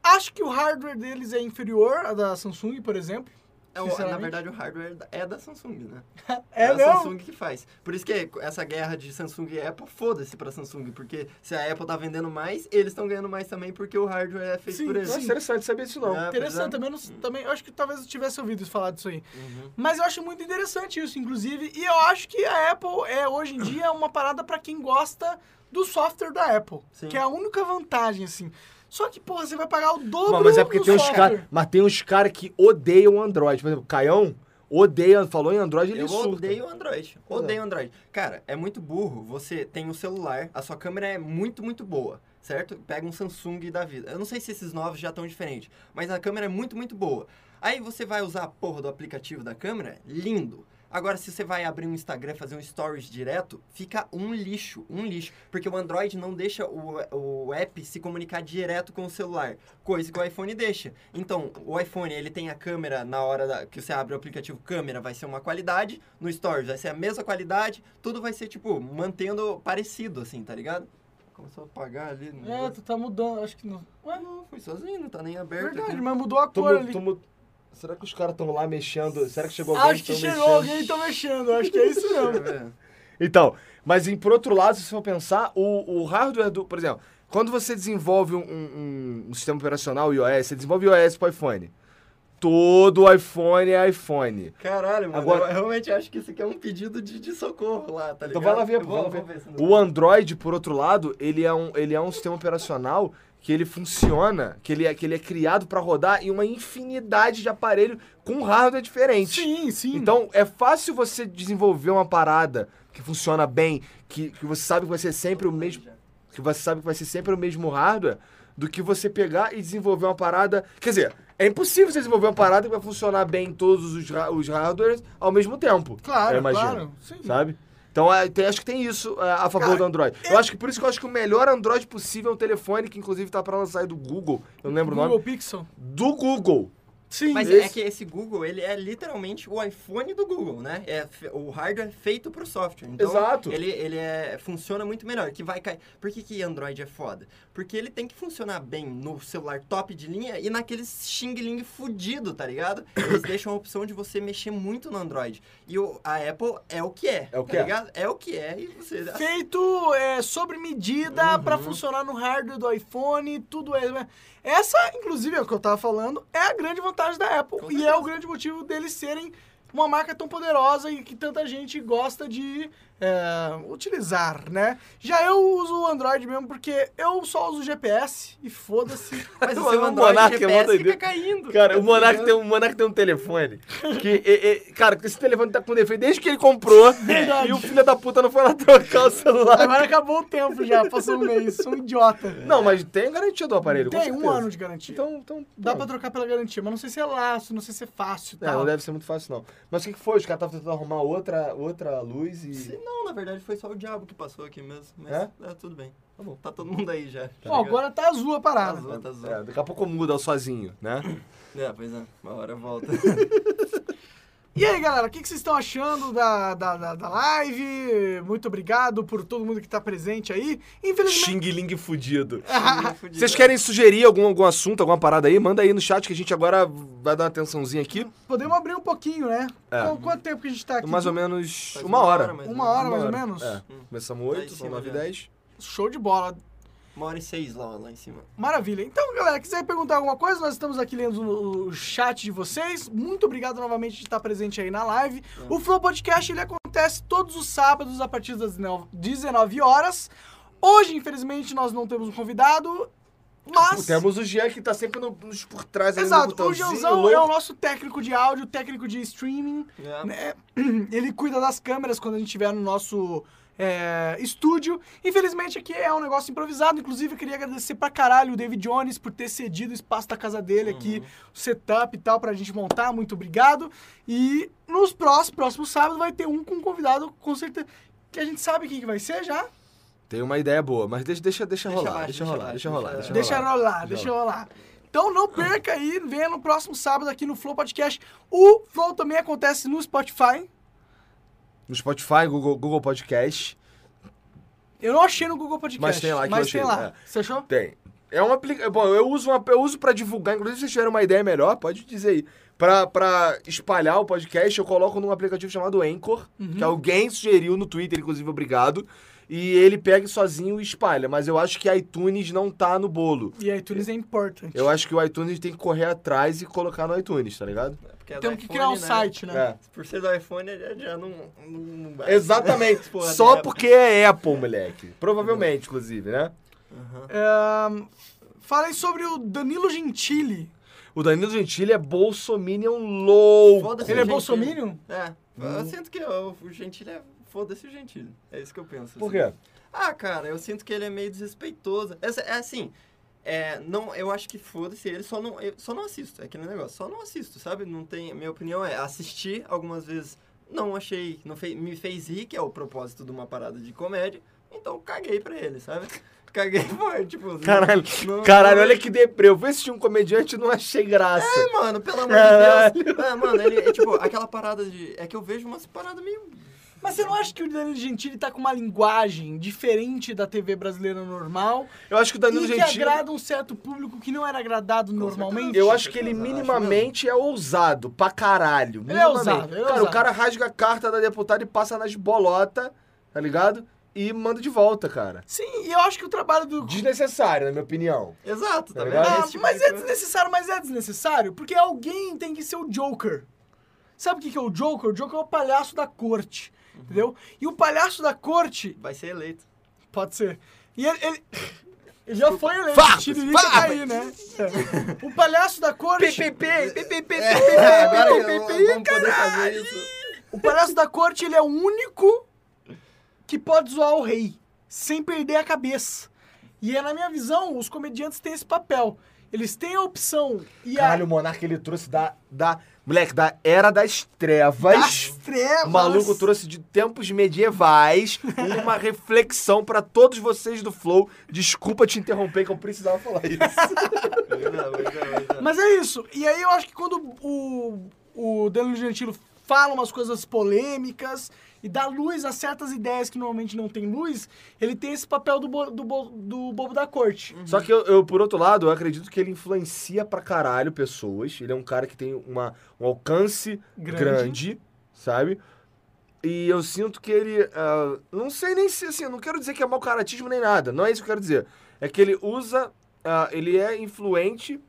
Acho que o hardware deles é inferior à da Samsung, por exemplo. É o- na sinceramente. verdade, o hardware é da Samsung, né? É, a não. Samsung que faz. Por isso que essa guerra de Samsung e Apple, foda-se pra Samsung, porque se a Apple tá vendendo mais, eles estão ganhando mais também, porque o hardware é feito Sim, por eles. Nossa, interessante saber isso não. É, Interessante, pois também, não- também. Eu acho que talvez eu tivesse ouvido falar disso aí. é. Uhum. Mas eu acho muito interessante isso, inclusive. E eu acho que a Apple é, hoje em dia, uma parada pra quem gosta do software da Apple. Sim. Que é a única vantagem, assim. Só que, porra, você vai pagar o dobro Mano, mas é porque do tem uns software. caras. Mas tem uns caras que odeiam Android. Por exemplo, Caião odeia, falou em Android, ele Eu surta. odeio o Android. Odeio o Android. Cara, é muito burro. Você tem um celular, a sua câmera é muito, muito boa, certo? Pega um Samsung da vida. Eu não sei se esses novos já estão diferentes, mas a câmera é muito, muito boa. Aí você vai usar a porra do aplicativo da câmera, lindo. Agora, se você vai abrir um Instagram, fazer um stories direto, fica um lixo, um lixo. Porque o Android não deixa o, o app se comunicar direto com o celular, coisa que o iPhone deixa. Então, o iPhone, ele tem a câmera na hora da- que você abre o aplicativo câmera, vai ser uma qualidade, no Stories vai ser a mesma qualidade, tudo vai ser, tipo, mantendo parecido, assim, tá ligado? Começou a apagar ali. no É, negócio. tu tá mudando, acho que não. Ué, não, foi sozinho, não tá nem aberto. Verdade, aqui. mas mudou a Tu cor mu- ali. tu mu- Será que os caras estão lá mexendo? Será que chegou alguém? Acho que tão chegou mexendo? alguém e tá mexendo, acho que é isso mesmo. É. Então, mas em, por outro lado, se você for pensar, o, o hardware do. Por exemplo, quando você desenvolve um, um- um sistema operacional iOS, você desenvolve iOS pro iPhone. Todo iPhone é iPhone. Caralho, mano, Agora- eu realmente acho que isso aqui é um pedido de, de socorro lá, tá ligado? Então vai lá ver, Eu vou, vai lá vou ver se não- tá O Android, por outro lado, ele é um, ele é um sistema operacional que ele funciona, que ele é, que ele é criado para rodar em uma infinidade de aparelho com hardware diferente. Sim, sim. Então, é fácil você desenvolver uma parada que funciona bem, que, que você sabe que vai ser sempre o mesmo. Que você sabe que vai ser sempre o mesmo hardware, do que você pegar e desenvolver uma parada. Quer dizer, é impossível você desenvolver uma parada que vai funcionar bem em todos os, ra- os hardwares ao mesmo tempo. claro, eu imagino, claro. Sim. Sabe? Então, é, tem- acho que tem isso é, a favor do Android. Eu acho que por isso que eu acho que o melhor Android possível é um telefone que, inclusive, tá pra lançar aí do Google. Eu não lembro Google o nome. Pixel. Do Google. Sim. Mas é Esse- que esse Google, ele é literalmente o iPhone do Google, né? É fe- o hardware é feito pro software. Então, Exato. Ele, ele é, funciona muito melhor, que vai cair... Por que que Android é foda? Porque ele tem que funcionar bem no celular top de linha e naquele Xing Ling fudido, tá ligado? Eles deixam a opção de você mexer muito no Android. E o- a Apple é o que é, É o que tá é. ligado? É o que é e você... Feito é, sobre medida pra funcionar no hardware do iPhone, tudo é. Essa, inclusive, é o que eu tava falando, é a grande vantagem da Apple. Com E é certeza. o grande motivo deles serem uma marca tão poderosa e que tanta gente gosta de é, utilizar, né? Já eu uso o Android mesmo porque eu só uso GPS e foda-se. Mas o Mano, seu o Android Monark é mó GPS fica doideira. caindo. Cara, tá o Monark, ligado? tem, um- o Monark tem um telefone que, é- é- cara, esse telefone tá com defeito desde que ele comprou e o filho da puta não foi lá trocar o celular. Agora acabou o tempo já, passou um mês, sou um idiota. Não, mas tem garantia do aparelho, com Tem um certeza. ano de garantia. Então, então Dá pô, pra trocar pela garantia, mas não sei se é laço, não sei se é fácil e é, não tal. deve ser muito fácil, não. Mas o que, que foi? Os caras estavam tentando arrumar outra, outra luz e... Se Não, na verdade foi só o diabo que passou aqui mesmo. Mas É? é, tudo bem. Tá bom. Tá todo mundo aí já. tá Ó, ligado? agora tá azul a tá parada. azul, tá azul. É, daqui a pouco muda sozinho, né? É, pois é. Uma hora volta. E aí, galera, o que, que vocês estão achando da, da, da, da live? Muito obrigado por todo mundo que tá presente aí. Infelizmente. Xing Ling fudido. É. Fudido. Vocês querem sugerir algum, algum assunto, alguma parada aí? Manda aí no chat que a gente agora vai dar uma atençãozinha aqui. Podemos abrir um pouquinho, né? Qu- Quanto tempo que a gente tá aqui? É. Mais ou menos Faz uma hora. mais ou Uma menos. hora, mais ou hora. menos? É. Começamos Aí 8, sim, são 9 e olha. 10. Show de bola. Uma hora e seis lá, lá em cima. Maravilha. Então, galera, quiser perguntar alguma coisa, nós estamos aqui lendo o o chat de vocês. Muito obrigado novamente de estar presente aí na live. É. O Flow Podcast ele acontece todos os sábados a partir das 19 19 horas. Hoje, infelizmente, nós não temos um convidado, mas Temos o Jean que tá sempre no- nos por trás ali no Exato, o botãozinho, Joãozão louco. é o nosso técnico de áudio, técnico de streaming. É. né? Ele cuida das câmeras quando a gente estiver no nosso é, estúdio. Infelizmente aqui é um negócio improvisado. Inclusive, eu queria agradecer pra caralho o David Jones por ter cedido o espaço da casa dele aqui, o setup e tal, pra gente montar. Muito obrigado. E nos próximos, próximo sábado vai ter um com um convidado, com certeza. Que a gente sabe quem que vai ser já. Tem uma ideia boa, mas deixa, deixa, deixa, rolar, abaixo, deixa, deixa rolar, abaixo, deixa rolar, deixa deixa- Deixa rolar. rolar, deixa rolar. Então não perca aí, venha no próximo sábado aqui no Flow Podcast. O Flow também acontece no Spotify. No Spotify, Google, Google Podcast. Eu não achei no Google Podcast. Mas tem lá que mas eu achei, tem lá. é. Você achou? Tem. É uma aplica... Bom, eu uso, uma... eu uso pra divulgar, inclusive se vocês tiverem uma ideia melhor, pode dizer aí. Pra, pra espalhar o podcast, eu coloco num aplicativo chamado Anchor, que alguém sugeriu no Twitter, inclusive, obrigado. E ele pega sozinho e espalha, mas eu acho que iTunes não tá no bolo. E iTunes é importante. Eu acho que o iTunes tem que correr atrás e colocar no iTunes, tá ligado? Porque é do Temos que iPhone, criar um né? site, É. né? Por ser do iPhone, já, já não, não, não vai. Exatamente. Porra, Só né? porque é Apple, moleque. Provavelmente, inclusive, né? Ahn, falem sobre o Danilo Gentili. O Danilo Gentili é bolsominion louco. Foda-se Ele é o Gentili. bolsominion? É. Hum. Eu sinto que eu- o Gentili é. Foda-se o Gentili. É isso que eu penso. Por assim. quê? Ah, cara, eu sinto que ele é meio desrespeitoso. É, é assim. É, não, eu acho que foda-se ele, só não, eu só não assisto, é aquele negócio, só não assisto, sabe? Não tem, minha opinião é assistir algumas vezes, não achei, não fe, me fez rir, que é o propósito de uma parada de comédia, então caguei pra ele, sabe? Caguei foi, tipo... Caralho, não- é caralho, não- olha que deprê. Eu fui assistir um comediante e não achei graça. É, mano, pelo amor de Deus. É, mano, ele, é, tipo, aquela parada de... É que eu vejo umas paradas meio... Mas você não acha que o Danilo Gentili tá com uma linguagem diferente da TV brasileira normal? Eu acho que o Danilo e que Gentili. agrada um certo público que não era agradado normalmente? Eu acho que ele Acho mesmo. minimamente é ousado, pra caralho. é minimamente. ousado, ele é cara, ousado. o cara rasga a carta da deputada e passa nas bolotas, tá ligado? E manda de volta, cara. Sim, e eu acho que o trabalho do. Desnecessário, na minha opinião. Exato, tá Tá vendo? ligado? Ah, Esse tipo mas de é coisa. desnecessário, mas é desnecessário, porque alguém tem que ser o Joker. Sabe o que que é o Joker? O Joker é o palhaço da corte, Uhum. entendeu? E o palhaço da corte, Vai ser eleito. pode ser. E ele. ele- ele já foi eleito, Farpas, tiririca tá farpas. aí, né? É. O palhaço da corte, PPP, PPP, É, Agora eu, PPP. vamos poder fazer isso. o palhaço da corte, ele é o único que pode zoar o rei, sem perder a cabeça. E é, na minha visão, os comediantes têm esse papel. Eles têm a opção e a Caralho, o Monarca ele trouxe da, da. Moleque, da Era das Trevas. das trevas. O maluco trouxe de tempos medievais uma reflexão pra todos vocês do Flow. Desculpa te interromper, que eu precisava falar isso. Pois é, pois é, pois é. Mas é isso. E aí eu acho que quando o, o Danilo Gentili fala umas coisas polêmicas e dá luz a certas ideias que normalmente não tem luz, ele tem esse papel do, bo- do, bo- do bobo da corte. Só que eu, eu, por outro lado, eu acredito que ele influencia pra caralho pessoas. Ele é um cara que tem uma, um alcance Grande. grande, sabe? E eu sinto que ele. ah, não sei nem se assim, eu não quero dizer que é mau caratismo nem nada. Não é isso que eu quero dizer. É que ele usa. ah, ele é influente,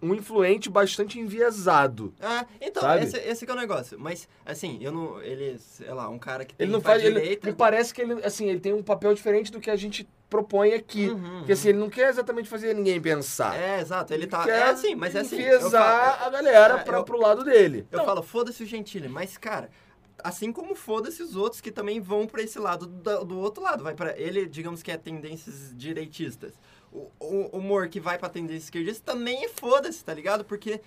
um influente bastante enviesado. Ah, então, Sabe? esse, esse que é o negócio. Mas, assim, eu não. Ele, sei lá, um cara que tem Ele não pra faz. Ele, direita. né? me parece que ele, assim, ele tem um papel diferente do que a gente propõe aqui. Uhum, Porque assim, ele não quer exatamente fazer ninguém pensar. É, exato, ele tá. quer É assim, mas é assim. Eu Enviesar falo, a Então galera é, pra, eu- pro lado dele. eu falo, foda-se o Gentile, mas, cara. Assim como foda-se os outros que também vão pra esse lado do, do outro lado. Vai para Ele, digamos que é tendências direitistas. O, o humor que vai pra tendência esquerdista também é foda-se, tá ligado? Porque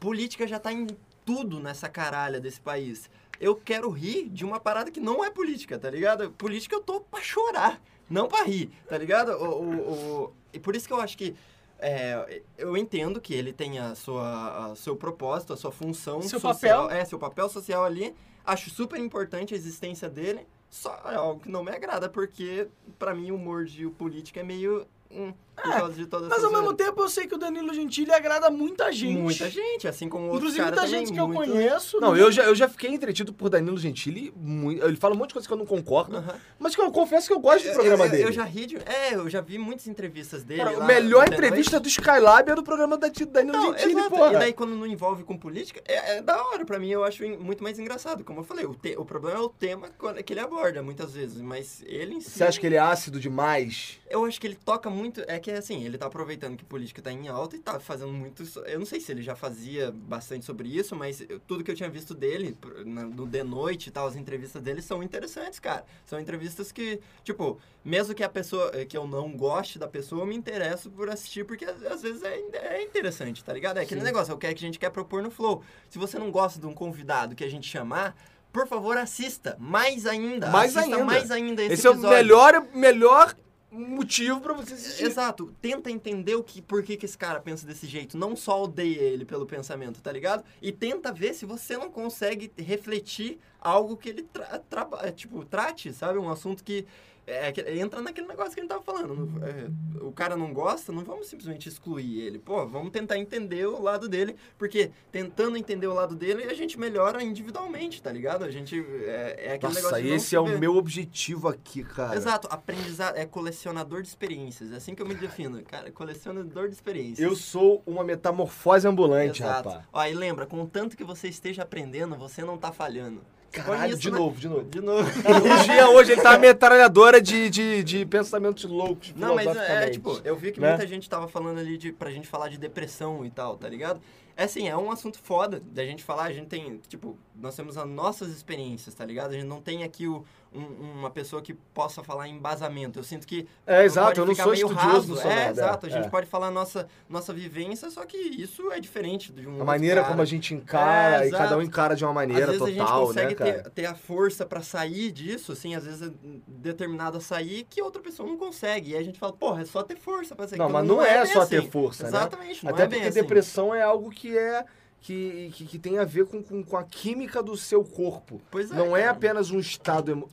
política já tá em tudo nessa caralha desse país. Eu quero rir de uma parada que não é política, tá ligado? Política eu tô pra chorar, não pra rir, tá ligado? O, o- o- E por isso que eu acho que. é, é, eu entendo que ele tem a sua, a seu propósito, a sua função Seu social. papel. É, seu papel social ali. Acho super importante a existência dele. Só é algo que não me agrada, porque pra mim o humor de política é meio. Hum, por É, causa de toda Mas essa ao mesmo zoeira. tempo eu sei que o Danilo Gentili é agrada muita gente. Muita gente, assim como outros Inclusive caras muita também, gente que eu muito- né? conheço. né? Não, eu já, eu já fiquei entretido por Danilo Gentili. Muito, ele fala um monte de coisa que eu não concordo, Aham. mas que eu confesso que eu gosto do programa Uhum. eu, eu- dele. Eu já ri de... É, eu já vi muitas entrevistas dele. Cara, lá a melhor no The entrevista do Skylab era o programa da do Danilo Não, Gentili, exato. porra. E daí, quando não envolve com política, é, é da hora. Pra mim, eu acho en- muito mais engraçado. Como eu falei, o, te- o problema é o tema quando- que ele aborda, muitas vezes. Mas ele em si... Você acha que ele é ácido demais? Eu acho que ele toca muito... É que, assim, ele tá aproveitando que política tá em alta e tá fazendo muito... so- Eu não sei se ele já fazia bastante sobre isso, mas eu- tudo que eu tinha visto dele, pr- na- no The Noite e tal, as entrevistas dele são interessantes, cara. São entrevistas que, tipo, mesmo que a pessoa... eh, Que eu não goste da pessoa, eu me interesso por assistir, porque às às vezes é, in- é interessante, tá ligado? É aquele negócio, é o que a gente quer propor no Flow. Se você não gosta de um convidado que a gente chamar... Por favor, assista. Mais ainda. Mais assista ainda. mais ainda esse, Esse, é o episódio. melhor, melhor motivo pra você assistir. Exato, tenta entender o que, por que, que esse cara pensa desse jeito. Não só odeia ele pelo pensamento, tá ligado? E tenta ver se você não consegue refletir algo que ele tra- traba- é, tipo, trate, sabe? Um assunto que, é, que entra naquele negócio que a gente tava falando. Não- é, o cara não gosta, não vamos simplesmente excluir ele. Pô, vamos tentar entender o lado dele, porque tentando entender o lado dele, a gente melhora individualmente, tá ligado? A gente é, é aquele Nossa, negócio de não esse se é o ver. meu objetivo aqui, cara. Exato, aprendizado é colecionador de experiências. É assim que eu me defino, cara, colecionador de experiências. Eu sou uma metamorfose ambulante, Exato. rapaz. Ó, e lembra, contanto que você esteja aprendendo, você não tá falhando. Você põe Caralho, isso é de na- novo, de novo. De novo. O Jean hoje ele tá uma metralhadora de, de, de pensamentos loucos. Não, mas é, filosoficamente. tipo, eu vi que né? muita gente tava falando ali de, pra gente falar de depressão e tal, tá ligado? É assim, é um assunto foda da gente falar, a gente tem, tipo, nós temos as nossas experiências, tá ligado? A gente não tem aqui o- um- uma pessoa que possa falar em embasamento. Eu sinto que É, exato, eu pode não ficar sou meio estudioso, não raso. sou É, nada, exato, a gente é. pode falar a nossa, nossa vivência, só que isso é diferente de um A maneira como a gente encara, É, e cada exato. um encara de uma maneira às vezes a gente total, consegue né, cara? ter, é ter a força pra sair disso, assim, às vezes é determinado a sair que outra pessoa não consegue. E aí a gente fala, porra, é só ter força pra sair. Não, Quando mas não, é, bem só assim. ter força, né? Exatamente, não Até é bem porque assim. depressão é algo que é. Que, que, que tem a ver com, com, com a química do seu corpo. Pois é, não é cara. apenas um estado. Emo...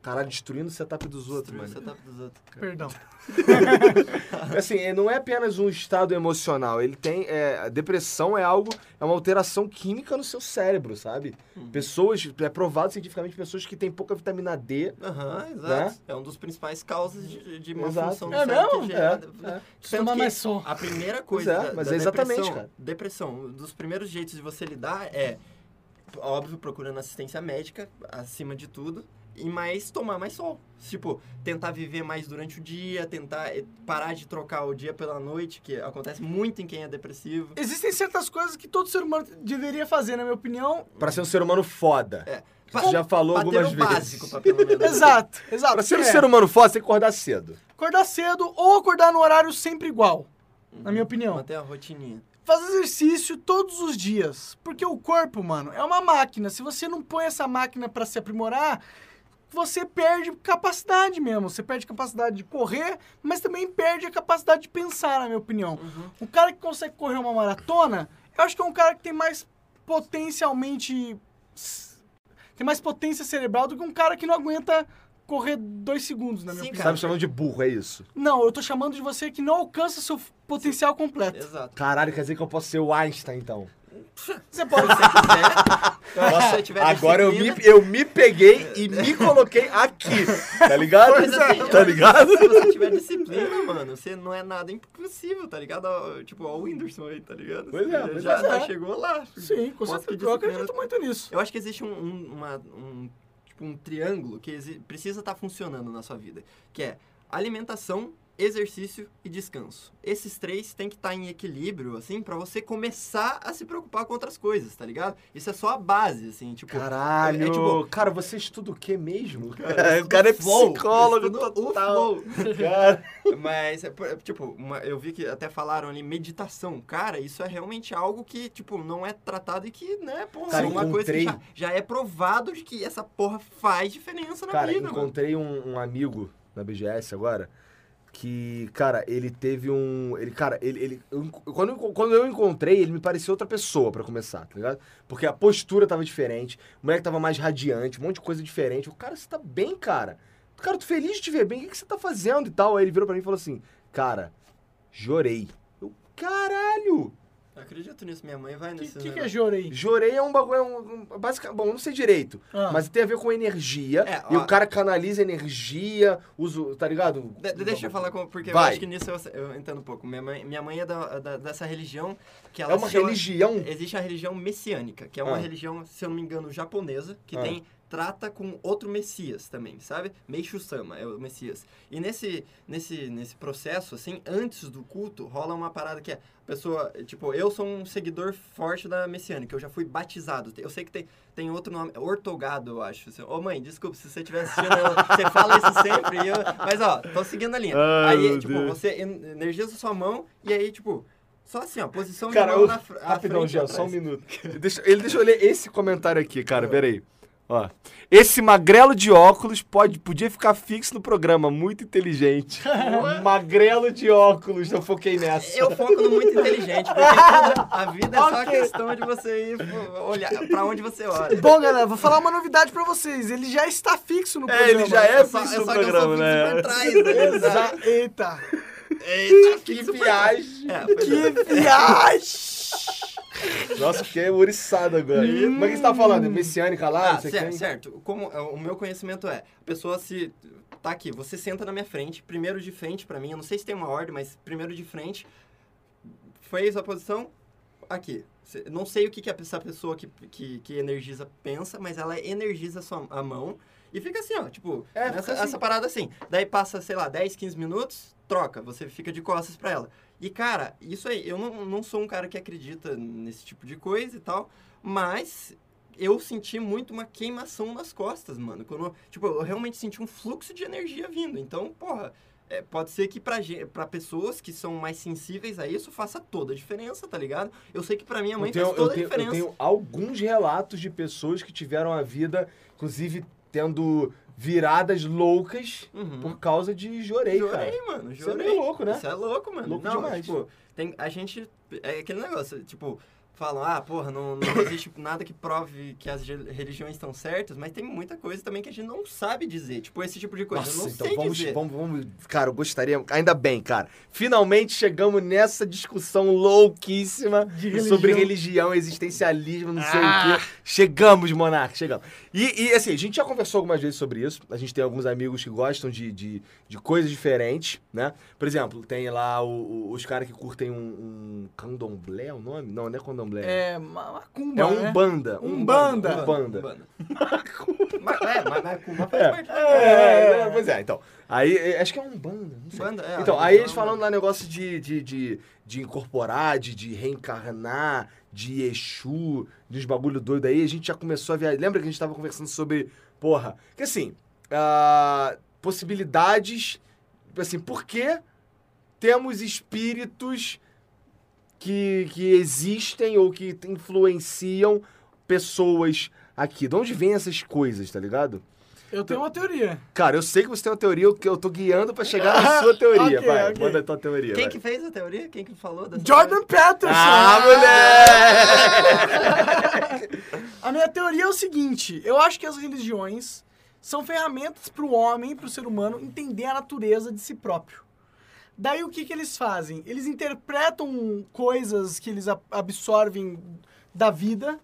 Caralho, destruindo o setup dos outros, Destruir o mano. setup tá dos outros, cara. Perdão. Assim, é- não é apenas um estado emocional. Ele tem. é, a depressão é algo. É uma alteração química no seu cérebro, sabe? Uhum. Pessoas. É provado cientificamente pessoas que têm pouca vitamina D. Aham, exato. É um dos principais causas de, de uma Né? Exato. função do É cérebro que né? mesmo? gera- É, é. Tanto Tomar que mais som. A primeira Pois coisa. é, da- mas da é exatamente, depressão, cara. Depressão, um dos primeiros jeitos de você lidar é, óbvio, procurando assistência médica, acima de tudo, e mais tomar mais sol. Tipo, tentar viver mais durante o dia, tentar eh, parar de trocar o dia pela noite, que acontece muito em quem é depressivo. Existem certas coisas que todo ser humano deveria fazer, na minha opinião. Pra ser um ser humano foda. É. Você já falou Pra ter algumas o vezes. básico, pra pelo menos. Exato, exato. Pra ser um É, ser humano foda, você tem que acordar cedo. Acordar cedo ou acordar no horário sempre igual, na minha opinião. Manter a rotininha. Faz exercício todos os dias, porque o corpo, mano, é uma máquina. Se você não põe essa máquina pra se aprimorar, você perde capacidade mesmo. Você perde capacidade de correr, mas também perde a capacidade de pensar, na minha opinião. O cara que consegue correr uma maratona, eu acho que é um cara que tem mais potencialmente tem mais potência cerebral do que um cara que não aguenta correr dois segundos, na minha Sim, opinião. Sabe, chamando de burro, é isso. Não, eu tô chamando de você que não alcança seu potencial completo. Exato. Caralho, quer dizer que eu posso ser o Einstein, então. Você pode Se quiser, se você tiver Ah, Agora eu me, disciplina- eu me peguei e me coloquei aqui, tá ligado? Mas, assim, tá eu- ligado? Se você tiver disciplina, mano, você não é nada impossível, tá ligado? Ó, Tipo, ó o Whindersson aí, tá ligado? Pois é, Ele pois já, é. já chegou lá. Sim, com Posso certeza. ter Eu disciplina. acredito muito nisso. Eu acho que existe um, um- uma- um- tipo, um triângulo que exi- precisa estar funcionando na sua vida, que é alimentação, exercício e descanso. Esses três têm que estar em equilíbrio, assim, pra você começar a se preocupar com outras coisas, tá ligado? Isso é só a base, assim, tipo... Caralho, É, é tipo- cara, você estuda o que mesmo? é, o Flow, estudo- o flow. Cara. Mas, é, por- é, tipo, uma- eu vi que até falaram ali meditação. Cara, isso é realmente algo que, tipo, não é tratado e que, né, porra, Cara, é uma coisa que encontrei- já, já é provado de que essa porra faz diferença na Cara, vida, mano. encontrei um, um amigo na BGS agora, que, cara, ele teve um. Ele, cara, ele. ele- eu enco- quando, eu- quando eu encontrei, ele me parecia outra pessoa pra começar, tá ligado? Porque a postura tava diferente, o moleque tava mais radiante, um monte de coisa diferente. O cara, você tá bem, cara. Cara, tô feliz de te ver bem, o que, que você tá fazendo e tal? Aí ele virou pra mim e falou assim, cara, jorei. Eu, caralho! Eu acredito nisso, minha mãe vai O nesse. que, que, que é negócio. jorei? Jorei é um bagulho, é um, um- basica- bom, eu não sei direito, Ah. mas tem a ver com energia, É, e ó. o cara canaliza energia, usa, tá ligado? De- de- deixa eu falar, com, porque eu Vai. acho que nisso eu, eu entendo um pouco. Minha mãe, minha mãe é da, da- dessa religião que ela É uma se chama- religião Existe a religião messiânica, que é uma Ah. religião, se eu não me engano, japonesa, que Ah. tem trata com outro Messias também, sabe? Meishu-sama é o Messias. E nesse, nesse, nesse processo, assim, antes do culto, rola uma parada que é a pessoa, tipo, eu sou um seguidor forte da messiânica, eu já fui batizado. Eu sei que tem, tem outro nome, é ortogado, eu acho. Ô mãe, desculpa, se você estiver assistindo, eu- você fala isso sempre, e eu- mas ó, tô seguindo a linha. Ai, aí, meu tipo, Deus. você en- energiza sua mão, e aí, tipo, só assim, ó, posição Cara, de mão eu- na fr- à Rapidão, frente e Jean, só um atrás. minuto. Ah. Deixa- ele deixa eu ler esse comentário aqui, cara, peraí. Ó. Esse magrelo de óculos pode, podia ficar fixo no programa, muito inteligente. magrelo de óculos, eu foquei nessa. Eu foco no muito inteligente, porque tudo- a vida é só Ok. questão de você ir pô, olhar pra onde você olha. Bom, galera, vou falar uma novidade pra vocês. Ele já está fixo no programa. É só, é só que eu sou fixo pra trás, né? Exato. Exa- Eita. Eita, Que fixo pra trás. viagem! É, pois é. Que viagem! Nossa, fiquei oriçado agora. Mas o que você tá falando? Messiânica lá? Hum. Ah, não sei certo, quem? certo. Como é, o meu conhecimento é, a pessoa se tá aqui, você senta na minha frente, primeiro de frente pra mim, eu não sei se tem uma ordem, mas primeiro de frente fez a posição aqui. Cê- Não sei o que, que a- essa pessoa que, que, que energiza pensa, mas ela energiza a sua, a mão e fica assim, ó, tipo, É, nessa- fica assim. essa parada assim. Daí passa, sei lá, 10, 15 minutos, troca, você fica de costas pra ela. E, cara, isso aí, eu não, não sou um cara que acredita nesse tipo de coisa e tal, mas eu senti muito uma queimação nas costas, mano. Quando, tipo, eu realmente senti um fluxo de energia vindo. Então, porra, é, pode ser que pra, gen- pra pessoas que são mais sensíveis a isso faça toda a diferença, tá ligado? Eu sei que pra minha mãe Eu tenho, faz eu, toda tenho, a diferença. eu tenho alguns relatos de pessoas que tiveram a vida, inclusive tendo viradas loucas Uhum. por causa de jorei, cara. Jorei, mano, Isso é jorei. meio louco, né? Isso é louco, mano. Louco não, demais. tipo, tem, a gente. É aquele negócio, tipo, falam, ah, porra, não, não existe nada que prove que as ge- religiões estão certas, mas tem muita coisa também que a gente não sabe dizer. Tipo, esse tipo de coisa. eu não sei então vamos, dizer. vamos, vamos. Cara, eu gostaria. Ainda bem, cara. Finalmente chegamos nessa discussão louquíssima religião. sobre religião, existencialismo, não sei o quê. Chegamos, Monarca, chegamos. E, e, assim, a gente já conversou algumas vezes sobre isso. A gente tem alguns amigos que gostam de, de, de coisas diferentes, né? Por exemplo, tem lá o- o- os caras que curtem um, um candomblé, é o nome? Não, não é candomblé. É, ma- macumba, É né? um banda. Umbanda. Um banda. Ma- é, mas macumba faz parte. né? É, é, pois é, então. Aí, é, acho que é um banda, não sei. Banda, é, então, ó, aí eles é um- falando lá negócio de, de, de, de incorporar, de, de reencarnar, de Exu, dos bagulho doido aí, a gente já começou a viajar. Lembra que a gente tava conversando sobre, porra, que assim, ah, possibilidades, tipo assim, por que temos espíritos que, que existem ou que influenciam pessoas aqui? De onde vêm essas coisas, tá ligado? Eu tenho uma teoria. Cara, eu sei que você tem uma teoria, que eu tô guiando pra chegar na sua teoria, Ok, vai. ok. Manda a tua teoria, Quem vai. que fez a teoria? Quem que falou dessa Jordan Peterson! Ah, moleque! A minha teoria é o seguinte: eu acho que as religiões são ferramentas para o homem, para o ser humano entender a natureza de si próprio. Daí o que, que eles fazem? Eles interpretam coisas que eles a- absorvem da vida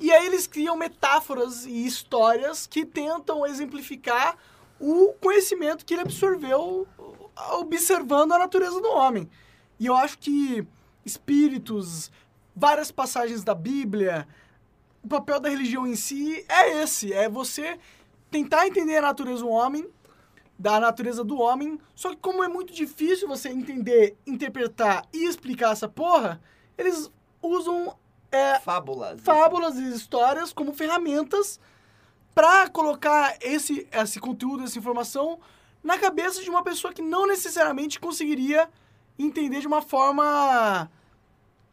e aí eles criam metáforas e histórias que tentam exemplificar o conhecimento que ele absorveu observando a natureza do homem. E eu acho que espíritos, várias passagens da Bíblia, o papel da religião em si é esse, é você tentar entender a natureza do homem, da natureza do homem, só que como é muito difícil você entender, interpretar e explicar essa porra, eles usam é, Fábulas. fábulas e histórias como ferramentas para colocar esse, esse conteúdo, essa informação na cabeça de uma pessoa que não necessariamente conseguiria entender de uma forma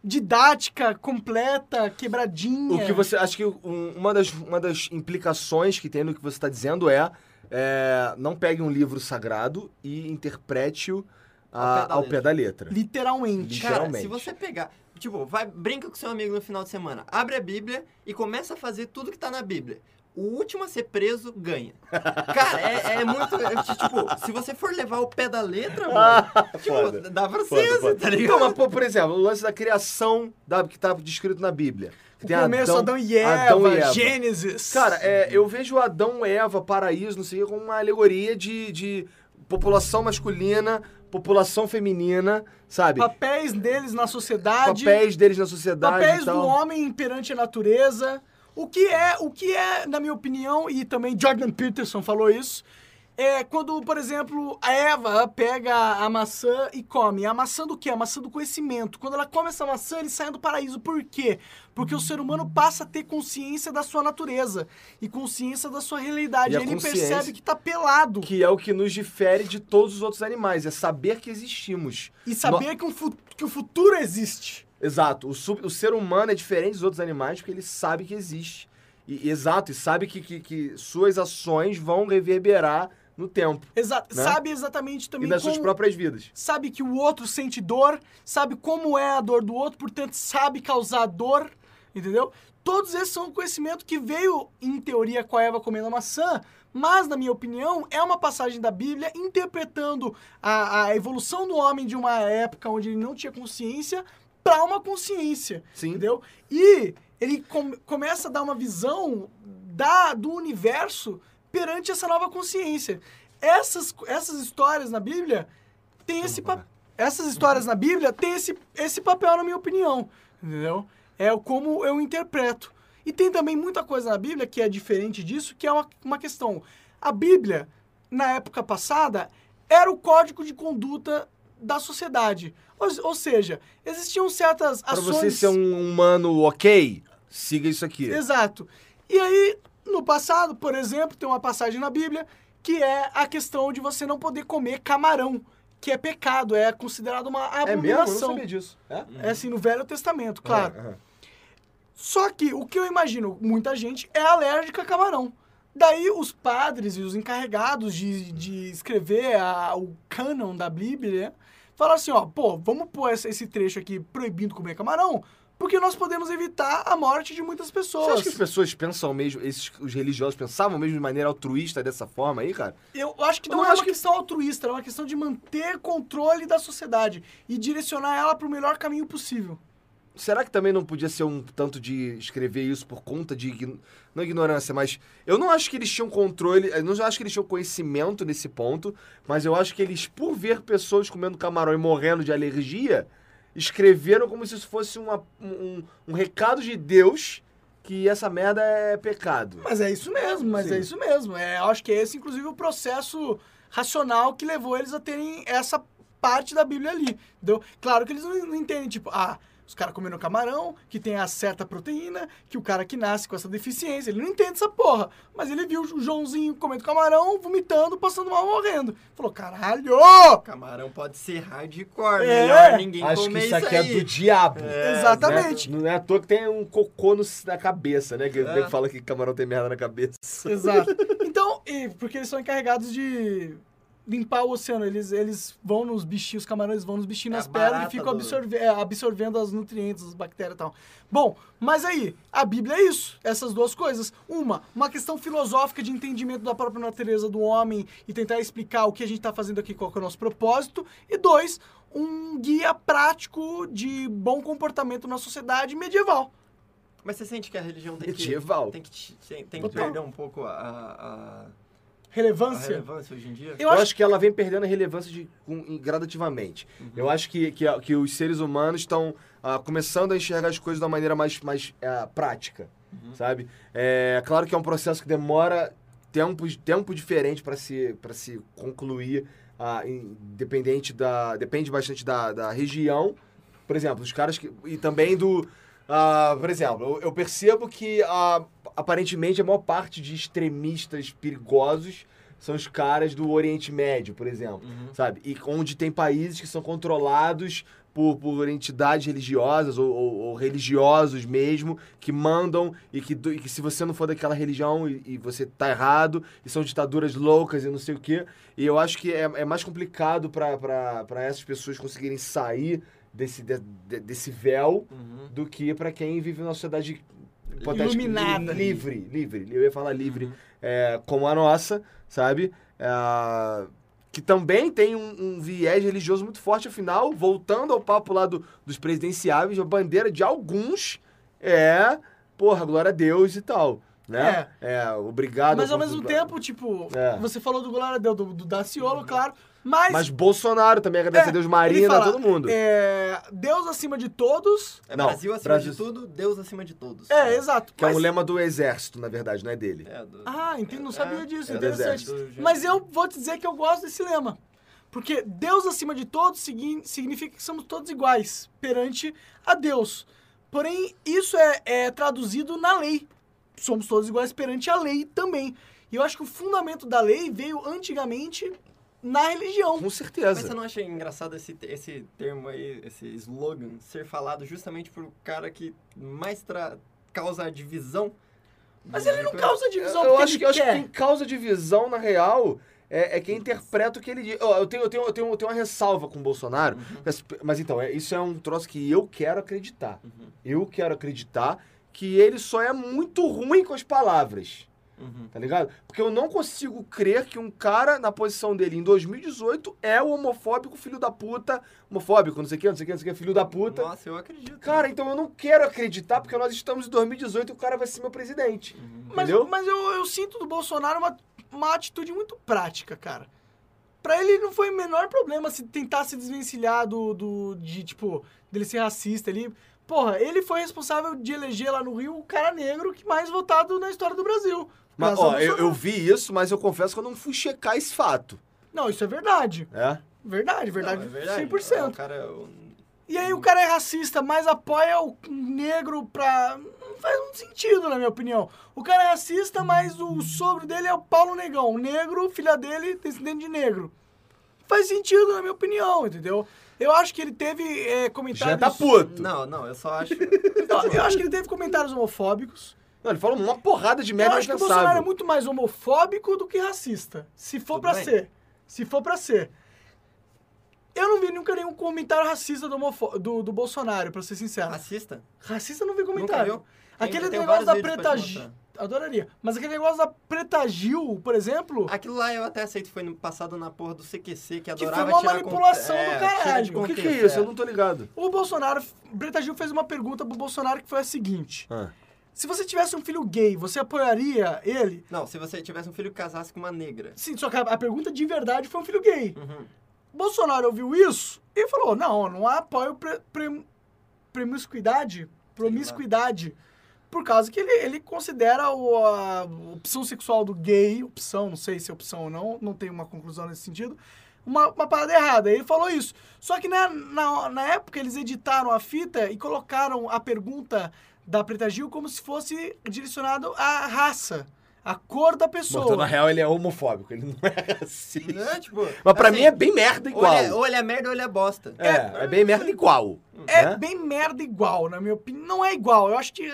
didática, completa, quebradinha. O que você. Acho que um- uma das, uma das implicações que tem no que você tá dizendo é, é, não pegue um livro sagrado e interprete-o a- Ao ao pé pé da letra. Literalmente. Literal- Cara, se Geralmente. você pegar, tipo, vai, brinca com seu amigo no final de semana, abre a Bíblia e começa a fazer tudo que tá na Bíblia. O último a ser preso ganha. Cara, é, é muito. é, tipo, se você for levar o pé da letra, mano, tipo, foda. dá pra Foda, ser, foda. tá ligado? Então, mas, pô, por exemplo, o lance da criação da, que tá descrito na Bíblia. O começo, Adão, e Eva, Adão e Eva. Gênesis. Cara, é, eu vejo Adão, Eva, paraíso, não sei, o quê, como uma alegoria de, de população masculina, população feminina, sabe? papéis deles na sociedade, Papéis então. deles na sociedade papéis do e tal. homem perante a natureza. O que é, o que é, na minha opinião, e também Jordan Peterson falou isso, é quando, por exemplo, a Eva pega a maçã e come. A maçã do quê? A maçã do conhecimento. Quando ela come essa maçã, ele sai do paraíso. Por quê? Porque o ser humano passa a ter consciência da sua natureza e consciência da sua realidade. E a ele consciência- percebe que tá pelado. Que é o que nos difere de todos os outros animais, é saber que existimos. E saber que, um fu- que o futuro existe. Exato. O, sub- o ser humano é diferente dos outros animais porque ele sabe que existe. E- exato, e sabe que, que- que suas ações vão reverberar no tempo Exa Né? Sabe exatamente também e nas como... suas próprias vidas. Sabe que o outro sente dor, sabe como é a dor do outro, portanto sabe causar dor, entendeu? Todos esses são um conhecimento que veio, em teoria, com a Eva comendo a maçã, mas, na minha opinião, é uma passagem da Bíblia interpretando a, a evolução do homem de uma época onde ele não tinha consciência para uma consciência Sim. entendeu? E ele com- começa a dar uma visão da, do universo perante essa nova consciência. Essas, essas histórias na Bíblia têm esse papel. Essas histórias na Bíblia têm esse, esse papel, na minha opinião. Entendeu? É o como eu interpreto. E tem também muita coisa na Bíblia que é diferente disso, que é uma, uma questão. A Bíblia, na época passada, era o código de conduta da sociedade. Ou, ou seja, existiam certas Pra ações... você ser um humano ok, siga isso aqui. Exato. E aí, no passado, por exemplo, tem uma passagem na Bíblia que é a questão de você não poder comer camarão, que é pecado, é considerado uma é mesmo? Eu não abominação. sabia disso. É? É assim, no Velho Testamento, claro. Aham. Só que o que eu imagino, muita gente é alérgica a camarão. Daí os padres e os encarregados de, de escrever a- o cânon da Bíblia falaram assim, ó, pô, vamos pôr essa- esse trecho aqui proibindo comer camarão, porque nós podemos evitar a morte de muitas pessoas. Você acha que as pessoas pensam mesmo, esses, os religiosos pensavam mesmo de maneira altruísta dessa forma aí, cara? Eu acho que Eu não, não é acho uma questão altruísta, é uma questão de manter controle da sociedade e direcionar ela para o melhor caminho possível. Será que também não podia ser um tanto de escrever isso por conta de. ign- Não ignorância, mas. Eu não acho que eles tinham controle. Eu não acho que eles tinham conhecimento nesse ponto. Mas eu acho que eles, por ver pessoas comendo camarão e morrendo de alergia, escreveram como se isso fosse uma- um, um recado de Deus que essa merda é pecado. Mas é isso mesmo, mas Sim. é isso mesmo. É, eu acho que é esse, inclusive, o processo racional que levou eles a terem essa parte da Bíblia ali. Entendeu? Claro que eles não, não entendem, tipo, ah, os caras comendo camarão, que tem a certa proteína, que o cara que nasce com essa deficiência, ele não entende essa porra. Mas ele viu o Joãozinho comendo camarão, vomitando, passando mal, morrendo. Falou, caralho! Camarão pode ser hardcore, É. melhor ninguém Acho que comer isso aqui é aí. do diabo. Exatamente. Né? Não é à toa que tem um cocô no- na cabeça, né? Que o É. nego fala que camarão tem merda na cabeça. Exato. Então, e porque eles são encarregados de limpar o oceano, eles, eles vão nos bichinhos, os camarões vão nos bichinhos É nas a pedras e barata ficam do- absorve- é, absorvendo as nutrientes, as bactérias e tal. Bom, mas aí, a Bíblia é isso, essas duas coisas. Uma, uma questão filosófica de entendimento da própria natureza do homem e tentar explicar o que a gente está fazendo aqui, qual que é o nosso propósito. E dois, um guia prático de bom comportamento na sociedade medieval. Mas você sente que a religião tem que, Medieval. tem que, te- tem, tem que Total. perder um pouco a, a- a- a Relevância. relevância hoje em dia? Eu Eu, acho acho que ela vem perdendo a relevância de- com- em- gradativamente. Uhum. Eu acho que, que, que os seres humanos estão ah, começando a enxergar as coisas de uma maneira mais, mais ah, prática, Uhum. sabe? É claro que é um processo que demora tempo, tempo diferente para se, pra se concluir, ah, independente da, depende bastante da, da região. Por exemplo, os caras que. E também do. ah, por exemplo, eu, eu percebo que ah, aparentemente a maior parte de extremistas perigosos são os caras do Oriente Médio, por exemplo, Uhum. sabe? E onde tem países que são controlados por, por entidades religiosas ou, ou- ou religiosos mesmo que mandam e que, do- e que se você não for daquela religião e, e você tá errado e são ditaduras loucas e não sei o quê. E eu acho que é, é mais complicado pra- pra pra essas pessoas conseguirem sair desse, de- de- desse véu do que pra quem vive numa sociedade hipotética, Iluminada. li- livre, livre. Eu ia falar livre, é, como a nossa, sabe? É, que também tem um, um viés religioso muito forte, afinal, voltando ao papo lá do- dos presidenciáveis, a bandeira de alguns é, porra, glória a Deus e tal, né? É, obrigado. Mas ao povo mesmo do- tempo, tipo, É. você falou do Glória Del, do, do Daciolo, claro, mas... Mas Bolsonaro também agradece É, a Deus, ele Marina, fala, todo mundo. é, Deus acima de todos. É Não, Brasil acima Brasil- de tudo, Deus acima de todos. É, exato. Que é um mas- lema do exército, na verdade, não é dele. É, do- Ah, entendi, não sabia É, disso, é do interessante. exército. Mas eu vou te dizer que eu gosto desse lema. Porque Deus acima de todos signi- significa que somos todos iguais perante a Deus. Porém, isso é, é traduzido na lei. Somos todos iguais perante a lei também. E eu acho que o fundamento da lei veio antigamente na religião. Com Mas você certeza. não acha engraçado esse, te- esse termo aí, esse slogan, ser falado justamente por um cara que mais tra- causa a divisão? Mas do- ele do não coisa? causa divisão Eu porque acho ele que, eu acho que quer. quem causa divisão, na real, é, é quem interpreta o que ele diz. Ó, Eu tenho, eu, tenho, eu, tenho, eu tenho uma ressalva com o Bolsonaro. Mas, mas então, é- isso é um troço que eu quero acreditar. Uhum, Eu quero acreditar que ele só é muito ruim com as palavras. uhum. Tá ligado? Porque eu não consigo crer que um cara na posição dele em 2018 é o homofóbico filho da puta. Homofóbico, não sei o que, não sei o que, não sei o que, filho da puta. Nossa, eu acredito. Cara, então eu não quero acreditar porque nós estamos em 2018 e o cara vai ser meu presidente. Uhum. Mas, Entendeu? mas eu, eu sinto do Bolsonaro uma, uma atitude muito prática, cara. Pra ele não foi o menor problema se tentar se desvencilhar do, do de, tipo, dele ser racista ali. Porra, ele foi responsável de eleger lá no Rio o cara negro que mais votado na história do Brasil. Mas, Graças ao ó, eu, Bolsonaro. eu vi isso, mas eu confesso que eu não fui checar esse fato. Não, isso é verdade. É? Verdade, verdade, Não, é verdade. É, 100%. O cara, é um- E aí o cara é racista, mas apoia o negro pra. Não faz um sentido, na minha opinião. O cara é racista, mas o sobre dele é o Paulo Negão. O negro, filha dele, descendente de negro. Faz sentido, na minha opinião, entendeu? Eu acho que ele teve é, comentários. Já tá puto. Não, não, eu só acho. Eu, eu acho que ele teve comentários homofóbicos. Não, ele falou uma porrada de eu merda acho que o Bolsonaro é impensável. muito mais homofóbico do que racista. Se for Tudo pra bem. ser. Se for pra ser. Eu não vi nunca nenhum comentário racista do, homofó- do, do Bolsonaro, pra ser sincero. Racista? Racista não vi Nunca comentário. viu? Tem- Aquele tem negócio vários da vídeos pra Preta te Gil. mostrar. Adoraria. Mas aquele negócio da Preta Gil, por exemplo. Aquilo lá eu até aceito, foi no passado na porra do CQC, que foi adorava uma tirar manipulação conte- do é, caralho. tira de O que, que é contexto, isso? Eu não tô ligado. O Bolsonaro. Preta Gil fez uma pergunta pro Bolsonaro que foi a seguinte: Ah. Se você tivesse um filho gay, você apoiaria ele? Não, se você tivesse um filho que casasse com uma negra. Sim, só que a- a pergunta de verdade foi um filho gay. Uhum. Bolsonaro ouviu isso e falou: não, não há apoio pre, pre- promiscuidade, promiscuidade. Por causa que ele, ele considera o, a opção sexual do gay, opção, não sei se é opção ou não, não tem uma conclusão nesse sentido, uma, uma parada errada. Ele falou isso. Só que na, na, na época eles editaram a fita e colocaram a pergunta da Preta Gil como se fosse direcionado à raça, à cor da pessoa. Bom, então, na real, ele é homofóbico, ele não é racista. Não, tipo, Mas pra assim, mim é bem merda ou igual. ele é, ou ele é merda ou ele é bosta. é, é, bem merda igual. É né? bem merda igual, na minha opinião. Não é igual. Eu acho que.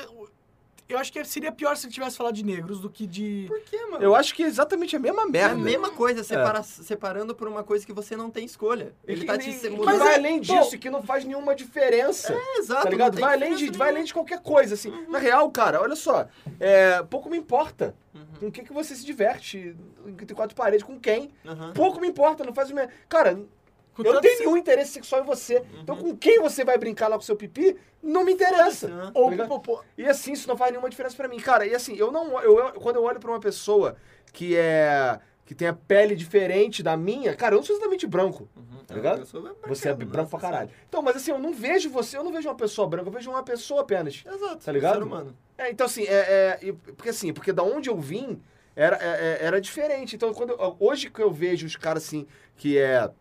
Eu acho que seria pior se ele tivesse falado de negros do que Tá de. Por quê, mano? Eu acho que é exatamente a mesma É merda. a mesma coisa, separa- separando por uma coisa que você não tem escolha. Ele tá te se- e, mudando. mas vai além Bom. disso, que não faz nenhuma diferença. É, exato, tá não ligado? tem Vai além, de, diferença vai além de qualquer coisa, assim. Na real, cara, olha só. é, pouco me importa com o que, que você se diverte entre quatro paredes, com quem. nenhuma. Tá Aham. Pouco me importa, não faz o mesmo. Cara, Com eu não tanto tenho se- nenhum interesse sexual em você. Então, com quem você vai brincar lá com seu pipi, não me interessa. Foda-se, né? tá Ou ligado? com popô. E assim, isso não faz nenhuma diferença pra mim. Cara, e assim, eu não. Eu, eu- quando eu olho pra uma pessoa que é. que tem a pele diferente da minha, cara, eu não sou exatamente branco. Uhum. Tá ligado? Eu sou branco, Você é né? branco pra caralho. Então, mas assim, eu não vejo você, eu não vejo uma pessoa branca, eu vejo uma pessoa apenas. Exato. Tá ligado? Ser humano. É, então assim, é, é, e- porque assim, porque da onde eu vim era, é- é- era diferente. Então, quando eu- hoje que eu vejo os caras assim, que é.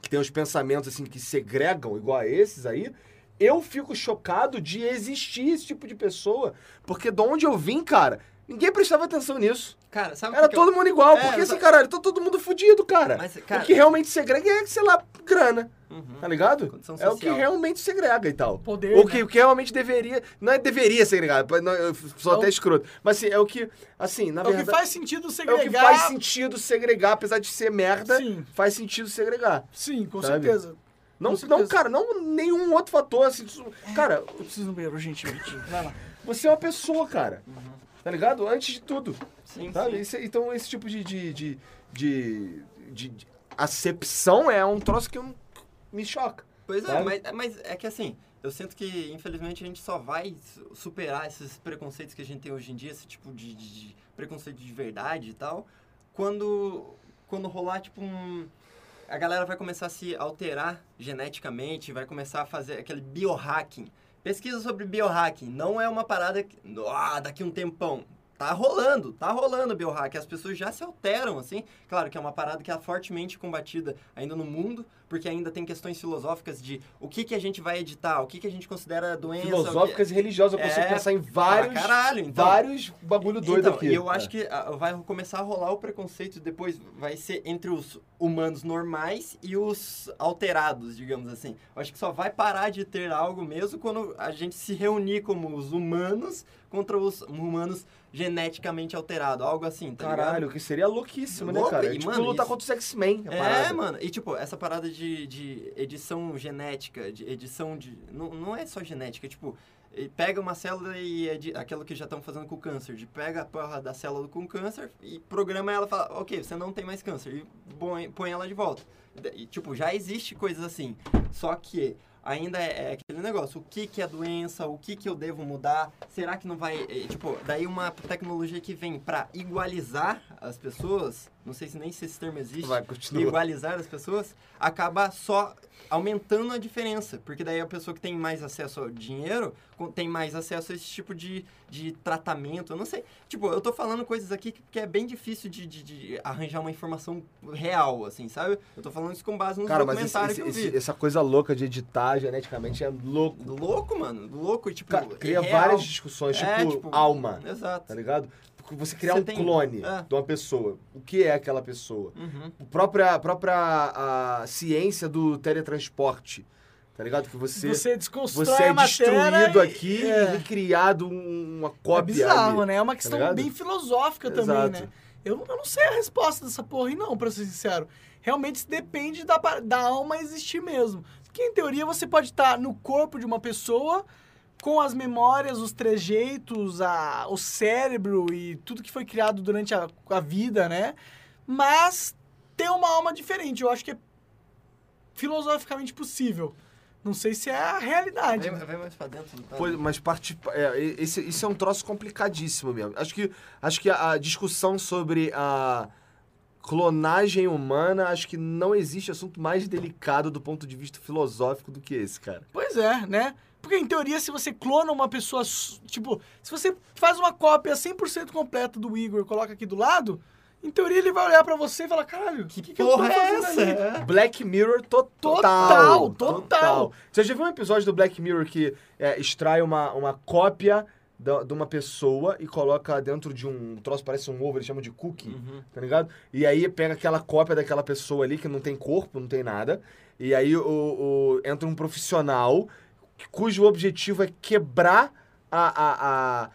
que tem os pensamentos assim, que segregam, igual a esses aí, eu fico chocado de existir esse tipo de pessoa. Porque da onde eu vim, cara, Ninguém prestava atenção nisso. Cara, sabe o Era que que todo eu... mundo igual, É, porque eu assim, ta- caralho, tá todo mundo fudido, cara. Mas, cara- O que realmente segrega é, sei lá, grana. Uhum. Tá ligado? Condição É o que social. realmente segrega e tal. Poder, Ou que, né? o que realmente deveria. Não é deveria segregar, pra- não, eu sou É o- até escroto. Mas assim, é o que. Assim, na É o verdade. que faz sentido é o segregar. que faz sentido segregar, apesar de ser merda, Sim. faz sentido segregar. Sim, com Sabe? certeza. Não, Com certeza. não, cara, não nenhum outro fator, assim. isso- Cara, Eu preciso no banheiro, gente. rapidinho. Vai lá. você é uma pessoa, cara. Uhum. Tá ligado? Antes de tudo. Sim, sabe? sim. Isso- então, esse tipo de de, de, de, de- de acepção é um troço que eu não- me choca. Pois é, Sabe? mas, mas é que assim, eu sinto que infelizmente a gente só vai su- superar esses preconceitos que a gente tem hoje em dia, esse tipo de, de- de preconceito de verdade e tal, quando, quando rolar tipo um. A galera vai começar a se alterar geneticamente, vai começar a fazer aquele biohacking. Pesquisa sobre biohacking não é uma parada que. Ah, daqui um tempão. Tá rolando, tá rolando o biohacking. As pessoas já se alteram, assim. Claro que é uma parada que é fortemente combatida ainda no mundo, porque ainda tem questões filosóficas de o que, que a gente vai editar, o que, que a gente considera doença. o que- Filosóficas e religiosas, eu consigo É, pensar em Ah, vários, caralho, então. vários bagulho doido então, aqui. E eu acho É. que ah, vai começar a rolar o preconceito depois, vai ser entre os humanos normais e os alterados, digamos assim. Eu acho que só vai parar de ter algo mesmo quando a gente se reunir como os humanos contra os humanos geneticamente alterados, algo assim, tá ligado? Caralho, que seria louquíssimo, né, Louco, cara? e, tipo, mano, lutar isso- contra os X-Men. a É, parada. mano. E tipo, essa parada de, de edição genética, de edição de. Não, não é só genética, tipo. e Pega uma célula e é de, aquilo que já estão fazendo com câncer, de pega a porra da célula com câncer e programa ela e fala, ok, você não tem mais câncer, e põe, põe ela de volta. E, tipo, já existe coisas assim. Só que ainda é, é aquele negócio, o que, que é doença, o que, que eu devo mudar, será que não vai. eh, Tipo, daí uma tecnologia que vem pra igualizar as pessoas, não sei se nem se esse termo existe Vai, continua. igualizar as pessoas, acaba só aumentando a diferença. Porque daí a pessoa que tem mais acesso ao dinheiro com- tem mais acesso a esse tipo de, de tratamento. Eu não sei. Tipo, eu tô falando coisas aqui que, que é bem difícil de, de- de arranjar uma informação real, assim, sabe? Eu tô falando isso com base nos Cara, mas esse- documentários esse- um que eu esse- vi. essa coisa louca de editar geneticamente é louco. Louco, mano. Louco, e, tipo, Cara, cria real. várias discussões, tipo, É, alma, tá Exato. ligado? Porque Você criar Você um tem- clone é. de uma pessoa. O que é aquela pessoa? Uhum. A própria, a própria a ciência do teletransporte, tá ligado? Que você, você, Você desconstrói a é matéria destruído e- aqui é. e criado um, uma É cópia bizarro, ali. tá né? É uma questão ligado? bem filosófica Exato. também, né? Eu, não- eu não sei a resposta dessa porra aí não, pra ser sincero. Realmente depende da, pa- da alma existir mesmo. Porque, em teoria, você pode estar no corpo de uma pessoa com as memórias, os trejeitos, a, o cérebro e tudo que foi criado durante a, a vida, né? Mas ter uma alma diferente. Eu acho que é filosoficamente possível. Não sei se é a realidade. Vem, né? vem mais pra dentro então. do Pois, mas parte, é, esse, isso é um troço complicadíssimo mesmo. Acho que, acho que a, a discussão sobre a clonagem humana, acho que não existe assunto mais delicado do ponto de vista filosófico do que esse, cara. Pois é, né? Porque em teoria, se você clona uma pessoa. su- Tipo, se você faz uma cópia 100% completa do Igor e coloca aqui do lado, em teoria ele vai olhar pra você e falar: caralho, que, que, eu tô porra é fazendo essa? ali?" Black Mirror total. Total, total. Você já viu um episódio do Black Mirror que é, extrai uma, uma cópia da- de uma pessoa e coloca dentro de um troço, parece um ovo, eles chamam de cookie, Uhum. tá ligado? E aí pega aquela cópia daquela pessoa ali que não tem corpo, não tem nada. E aí o, o- entra um profissional cujo objetivo é quebrar a, a, a,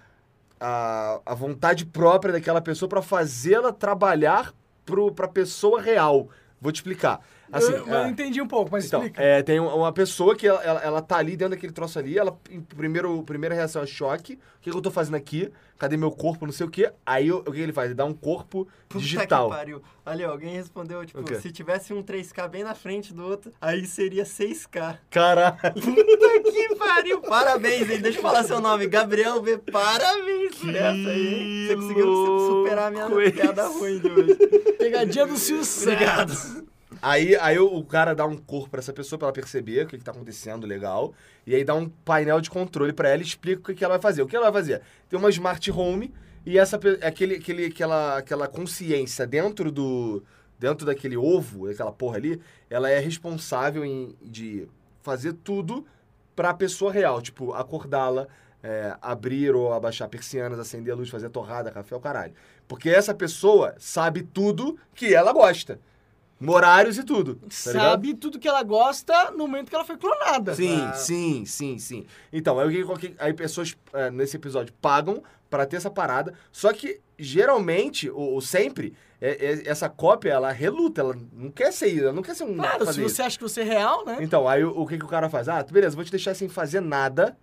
a, a vontade própria daquela pessoa pra fazê-la trabalhar pro, pra pessoa real. Vou te explicar. Assim, eu, eu é. entendi um pouco, mas Então, explica. é, tem um- uma pessoa que ela, ela, ela tá ali dentro daquele troço ali, ela em primeiro, primeira reação é choque. O que, que eu tô fazendo aqui? Cadê meu corpo? Não sei o quê. Aí o o que, que ele faz? Ele dá um corpo Puta digital. que pariu. Ali, alguém respondeu, tipo, O quê? se tivesse um 3K bem na frente do outro, aí seria 6K. Caralho. Puta que pariu. Parabéns, hein? Deixa eu falar seu nome. Gabriel B. Parabéns por essa aí, hein? Você conseguiu su- superar a minha louco isso. piada ruim de hoje. Pegadinha do Silvio Tá Obrigado. Aí, aí o o cara dá um corpo pra essa pessoa pra ela perceber o que, que tá acontecendo legal. E aí dá um painel de controle pra ela e explica o que, que ela vai fazer. O que ela vai fazer? Tem uma smart home e essa, pe- é aquele, aquele, aquela, aquela consciência dentro do. Dentro daquele ovo, daquela porra ali, ela é responsável em, de fazer tudo pra pessoa real. Tipo, acordá-la, é, abrir ou abaixar persianas, acender a luz, fazer torrada, café, o caralho. Porque essa pessoa sabe tudo que ela gosta. Horários e tudo. tá ligado? Sabe tudo que ela gosta no momento que ela foi clonada. Sim, Ah. sim, sim, sim. Então, aí, o que- aí pessoas é, nesse episódio pagam pra ter essa parada, só que geralmente, ou, ou sempre, é- é- essa cópia, ela reluta, ela não quer ser, ela não quer ser um... Claro, se fazer você acha que você é real, né? isso. Então, aí o, o que, que o cara faz? Ah, beleza, vou te deixar sem fazer nada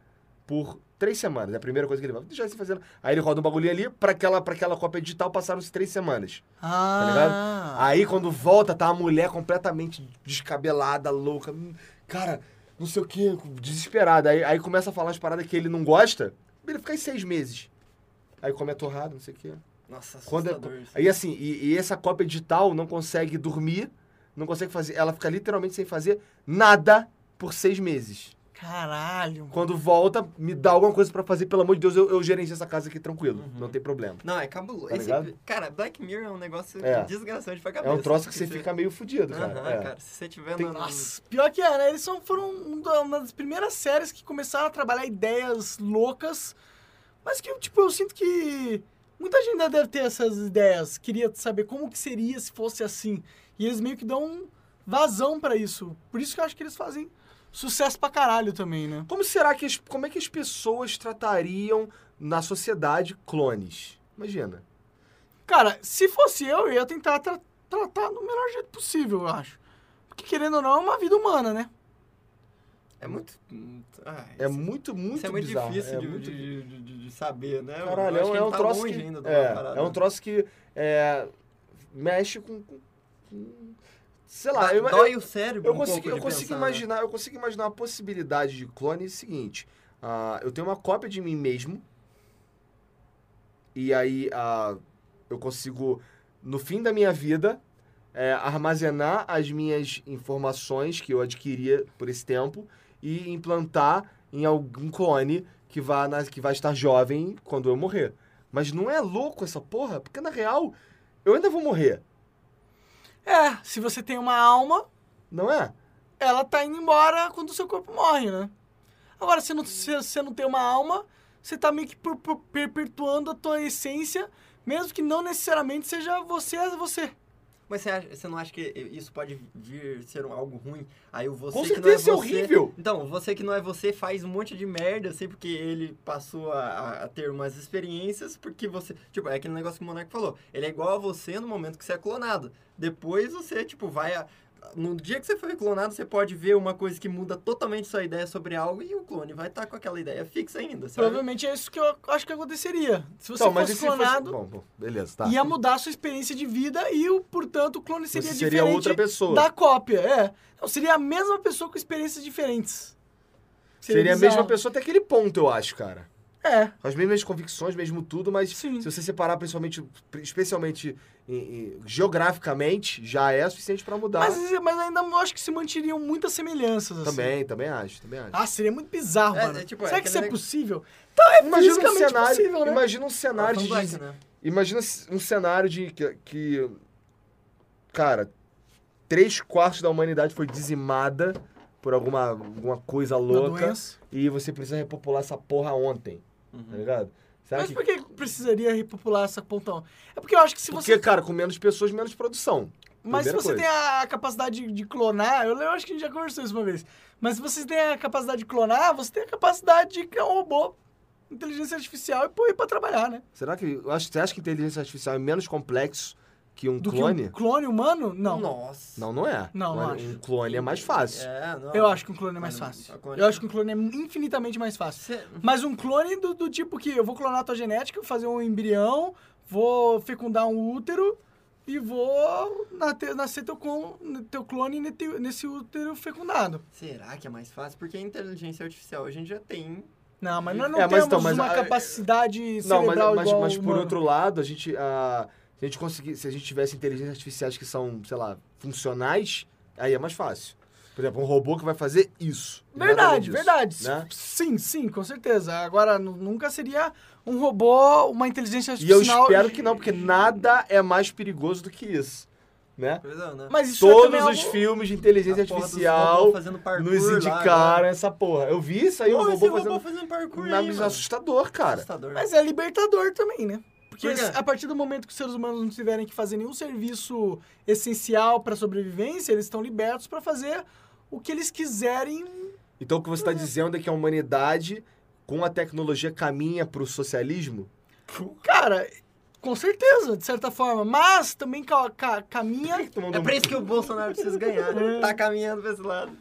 por três semanas. É a primeira coisa que ele vai, vou deixar sem fazer nada. Aí ele roda um bagulhinho ali, pra aquela, pra aquela cópia digital passaram-se três semanas. Ah, Tá ligado? Aí quando volta, tá a mulher completamente descabelada, louca. hum, Cara, não sei o que, desesperada. Aí, aí começa a falar as paradas que ele não gosta. Ele fica aí seis meses. Aí come a torrada, não sei o quê. Nossa, Quando é- assustador. isso. aí assim, e, e essa cópia digital não consegue dormir, não consegue fazer. Ela fica literalmente sem fazer nada por seis meses. Caralho. Quando volta, me dá alguma coisa pra fazer, pelo amor de Deus, eu, eu gerencio essa casa aqui tranquilo. Uhum. Não tem problema. Não, é cabuloso. Tá Esse- ligado? cara, Black Mirror é um negócio É. desgraçante pra É cabeça. né? um troço que você fica meio fudido, Aham, cara. cara. É. Se você tiver Tem- na- Nossa, pior que é, né? Eles são, foram um da- uma das primeiras séries que começaram a trabalhar ideias loucas, mas que, tipo, eu sinto que muita gente ainda deve ter essas ideias. Queria saber como que seria se fosse assim. E eles meio que dão um vazão pra isso. Por isso que eu acho que eles fazem sucesso pra caralho também, né? Como será que as, como é que as pessoas tratariam na sociedade clones? Imagina. Cara, se fosse eu, eu ia tentar tra- tratar do melhor jeito possível, eu acho. Porque, querendo ou não, é uma vida humana, né? É muito. Ah, É isso- muito, muito Isso é muito bizarro. difícil é de, muito... de- de- de- de saber, né? Eu Caralho, é acho um, que é ele um tá troço longe que, ainda da é, parada. é um troço que é, mexe com, com- com- sei lá, eu, eu, Dói o cérebro eu um consigo, pouco eu de consigo pensar, né? imaginar, eu consigo imaginar uma possibilidade de clone é seguinte. ah, eu tenho uma cópia de mim mesmo e aí ah, eu consigo no fim da minha vida é, armazenar as minhas informações que eu adquiria por esse tempo e implantar em algum clone que vá, nas- que vai estar jovem quando eu morrer. Mas não é louco essa porra? Porque na real, eu ainda vou morrer, É, se você tem uma alma, não é? ela tá indo embora quando o seu corpo morre, né? Agora, se não, se você não tem uma alma, você tá meio que per- per- perpetuando a tua essência, mesmo que não necessariamente seja você é você. Mas você, acha- você não acha que isso pode vir ser um- algo ruim? Aí o você Com que não é certeza você... isso é horrível. Então, você que não é você faz um monte de merda, assim, porque ele passou a- a, a ter umas experiências, porque você... Tipo, é aquele negócio que o Monark falou. Ele é igual a você no momento que você é clonado. Depois você, tipo, vai... A, no dia que você foi clonado, você pode ver uma coisa que muda totalmente sua ideia sobre algo e o clone vai estar com aquela ideia fixa ainda, sabe? Provavelmente é isso que eu acho que aconteceria. Se você Então, mas fosse e se fosse- clonado, Bom, bom, beleza, tá. ia mudar a sua experiência de vida e, o- portanto, o clone Você seria, seria diferente outra pessoa. da cópia. É. Não, seria a mesma pessoa com experiências diferentes. Seria a bizarro. mesma pessoa até aquele ponto, eu acho, cara. É. Com As mesmas convicções, mesmo tudo, mas Sim. se você separar principalmente, especialmente em- em- geograficamente, já é suficiente pra mudar. Mas, mas ainda eu acho que se manteriam muitas semelhanças. assim. também, também acho, também acho. Ah, seria muito bizarro, É, mano. é tipo, é Será que isso é aquele neg- possível? Então é imagina um fisicamente cenário, possível, né? imagina um cenário de, Complexa, né? imagina um cenário de que, que cara, três quartos da humanidade foi dizimada por alguma, alguma coisa Uma louca doença. e você precisa repopular essa porra ontem, tá ligado? Será Uhum. Mas que- por que precisaria repopular essa pontão? É porque eu acho que se Porque, você... cara, com menos pessoas, menos produção. Mas se primeira você coisa. tem a capacidade de- de clonar, eu, eu acho que a gente já conversou isso uma vez. Mas se você tem a capacidade de clonar, você tem a capacidade de criar um robô, inteligência artificial e pôr ele pra trabalhar, né? Será que. eu acho- Você acha que inteligência artificial é menos complexo que um Do clone? que um clone humano? Não. Nossa. Não, não é. Não, não um, acho. um clone é mais fácil. É, não. Eu acho que um clone é mais Clone- fácil. clone- Eu acho que um clone é infinitamente mais fácil. Você- Mas um clone do, do tipo que eu vou clonar tua genética, vou fazer um embrião, vou fecundar um útero e vou nate- nascer teu, con- teu clone ne- teu- nesse útero fecundado. Será que é mais fácil? Porque a inteligência artificial a gente já tem. Não, mas nós não É, mas temos então, mas uma a- capacidade Não, mas, cerebral mas, igual mas ao por humano. outro lado, a gente. ah, se a gente conseguir. Se a gente tivesse inteligências artificiais que são, sei lá, funcionais, aí é mais fácil. Por exemplo, um robô que vai fazer isso. e nada além Verdade, verdade. disso, né? Sim, sim, com certeza. Agora, nu- nunca seria um robô, uma inteligência E eu artificial... espero que não, porque nada é mais perigoso do que isso. né? Coisa, né? Mas isso é também Todos os algo- filmes de inteligência A porra dos artificial robôs fazendo parkour nos lá, indicaram né? essa porra. Eu vi isso aí, Pô, o esse robô fazendo... parkour Na- aí, mano. assustador, cara. Assustador. Mas é libertador também, né? Porque Por quê? a partir do momento que os seres humanos não tiverem que fazer nenhum serviço essencial pra sobrevivência, eles estão libertos pra fazer o que eles quiserem. Então o que você está dizendo é que a humanidade, com a tecnologia, caminha pro socialismo? Cara, com certeza, de certa forma. Mas também ca- ca- caminha Por que que tu mandou É um- por isso que o Bolsonaro precisa ganhar. tá caminhando pra esse lado.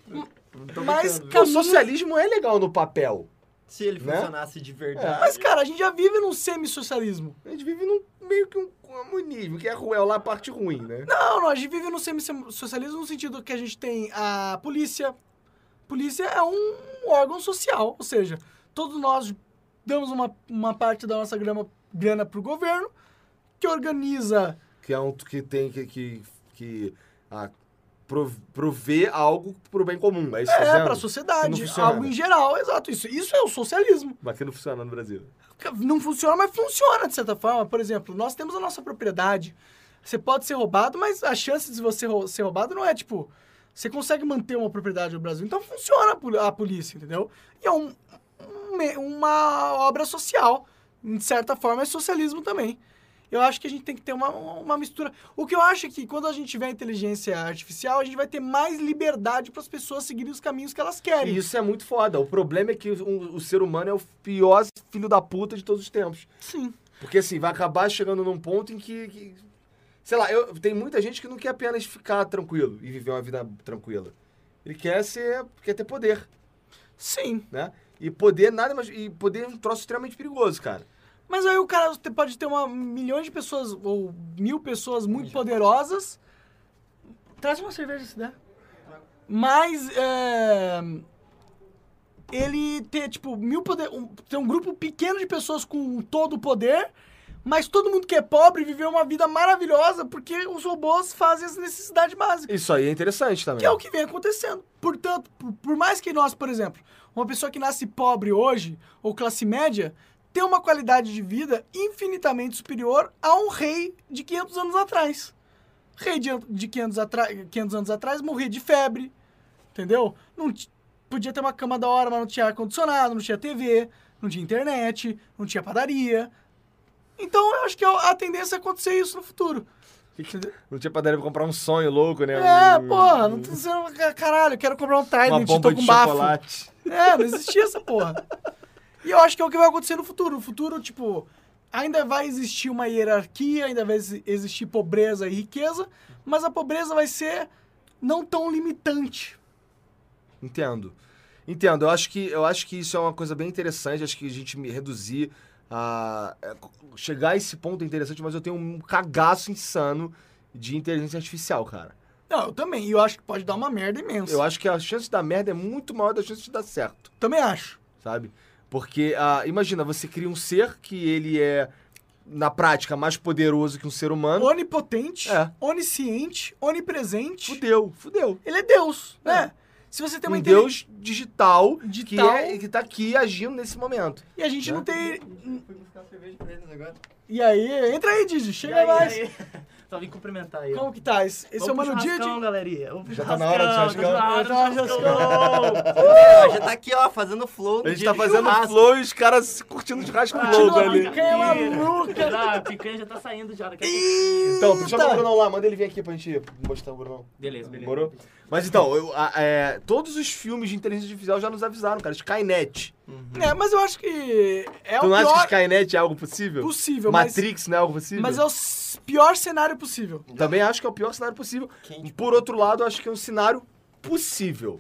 Tô Mas, brincando, viu? ca- O socialismo é legal no papel. Se ele né? funcionasse de verdade. Mas, cara, a gente já vive num semi-socialismo. A gente vive num meio que um comunismo, que é, ru- é lá a parte ruim, né? Não, não, a gente vive num semi-socialismo no sentido que a gente tem a polícia. Polícia é um órgão social, ou seja, todos nós damos uma, uma parte da nossa grama, grana pro governo, que organiza. Que é um que tem que. que, que ah, prov- prover algo pro bem comum. É isso que É, tá dizendo? pra Não sociedade, funciona. algo em geral, exato. Isso, isso é o socialismo. Mas que não funciona no Brasil. Não funciona, mas funciona de certa forma. Por exemplo, nós temos a nossa propriedade. Você pode ser roubado, mas a chance de você rou- ser roubado não é tipo. Você consegue manter uma propriedade no Brasil. Então funciona a pol- a polícia, entendeu? E é um- um me- uma obra social. De certa forma, é socialismo também. Eu acho que a gente tem que ter uma, uma mistura. O que eu acho é que quando a gente tiver inteligência artificial, a gente vai ter mais liberdade para as pessoas seguirem os caminhos que elas querem. E isso é muito foda. O problema é que o, o ser humano é o pior filho da puta de todos os tempos. Sim. Porque assim, vai acabar chegando num ponto em que. que- sei lá, eu, tem muita gente que não quer apenas ficar tranquilo e viver uma vida tranquila. Ele quer ser. quer ter poder, Sim. né? E poder nada mais. E poder é um troço extremamente perigoso, cara. Mas aí o cara te- pode ter uma milhões de pessoas ou mil pessoas muito poderosas. Traz uma cerveja se der. Mas é, ele ter, tipo, mil poder, um, ter um grupo pequeno de pessoas com todo o poder, mas todo mundo que é pobre viver uma vida maravilhosa porque os robôs fazem as necessidades básicas. Isso aí é interessante também. Que é o que vem acontecendo. Portanto, por, por mais que nós, por exemplo, uma pessoa que nasce pobre hoje, ou classe média, tem uma qualidade de vida infinitamente superior a um rei de 500 anos atrás. Rei de, de 500, atra- 500 anos atrás morria de febre, entendeu? Não ti- podia ter uma cama da hora, mas não tinha ar-condicionado, não tinha TV, não tinha internet, não tinha padaria. Então, eu acho que a a tendência é acontecer isso no futuro. Não tinha padaria pra comprar um sonho louco, né? É, Um- porra, não tô dizendo, caralho, eu quero comprar um Trident, Uma eu tô bomba com de bafo. chocolate. É, não existia essa porra. E eu acho que é o que vai acontecer no futuro. No futuro, tipo, ainda vai existir uma hierarquia, ainda vai exi- existir pobreza e riqueza, mas a pobreza vai ser não tão limitante. Entendo. Entendo. Eu acho que, eu acho que isso é uma coisa bem interessante. Acho que a gente me reduzir a. é, co- Chegar a esse ponto é interessante, mas eu tenho um cagaço insano de inteligência artificial, cara. Não, eu também. E eu acho que pode dar uma merda imensa. Eu acho que a chance da merda é muito maior da chance de dar certo, Também acho. sabe? Porque, ah, imagina, você cria um ser que ele é, na prática, mais poderoso que um ser humano. Onipotente, É. onisciente, onipresente. Fudeu, fudeu. Ele é Deus, né? Se você tem uma Um intelig- Deus digital, Que, Digital. é, que tá aqui agindo nesse momento. E a gente né? não tem. Fui buscar cerveja pra eles agora. E aí, entra aí, Didi, E chega aí, mais. e aí? Só vim cumprimentar aí. ó. Como que tá? Esse esse é o Vamos Mano pro Didi? churrascão, galeria. Já tá na hora do Já tá na hora do churrascão. Ó, já tá aqui, ó, fazendo flow. do A gente dia tá de fazendo churrasco. flow e os caras curtindo churrasco louco Continua, ali. picanha maluca. Ah, a picanha já tá saindo já. Daqui a Então, deixa Eita! o Brunão lá, manda ele vir aqui pra gente mostrar o Brunão. pouco. Beleza, beleza. Demorou? Mas então, eu- a- é, todos os filmes de inteligência artificial já nos avisaram, cara. Skynet. né? É, mas eu acho que é tu o não acha que pior Skynet é algo possível? possível, mas, Matrix não é algo possível? mas é o s- pior cenário possível. Também acho que é o pior cenário possível. Por outro lado, eu acho que é um cenário possível.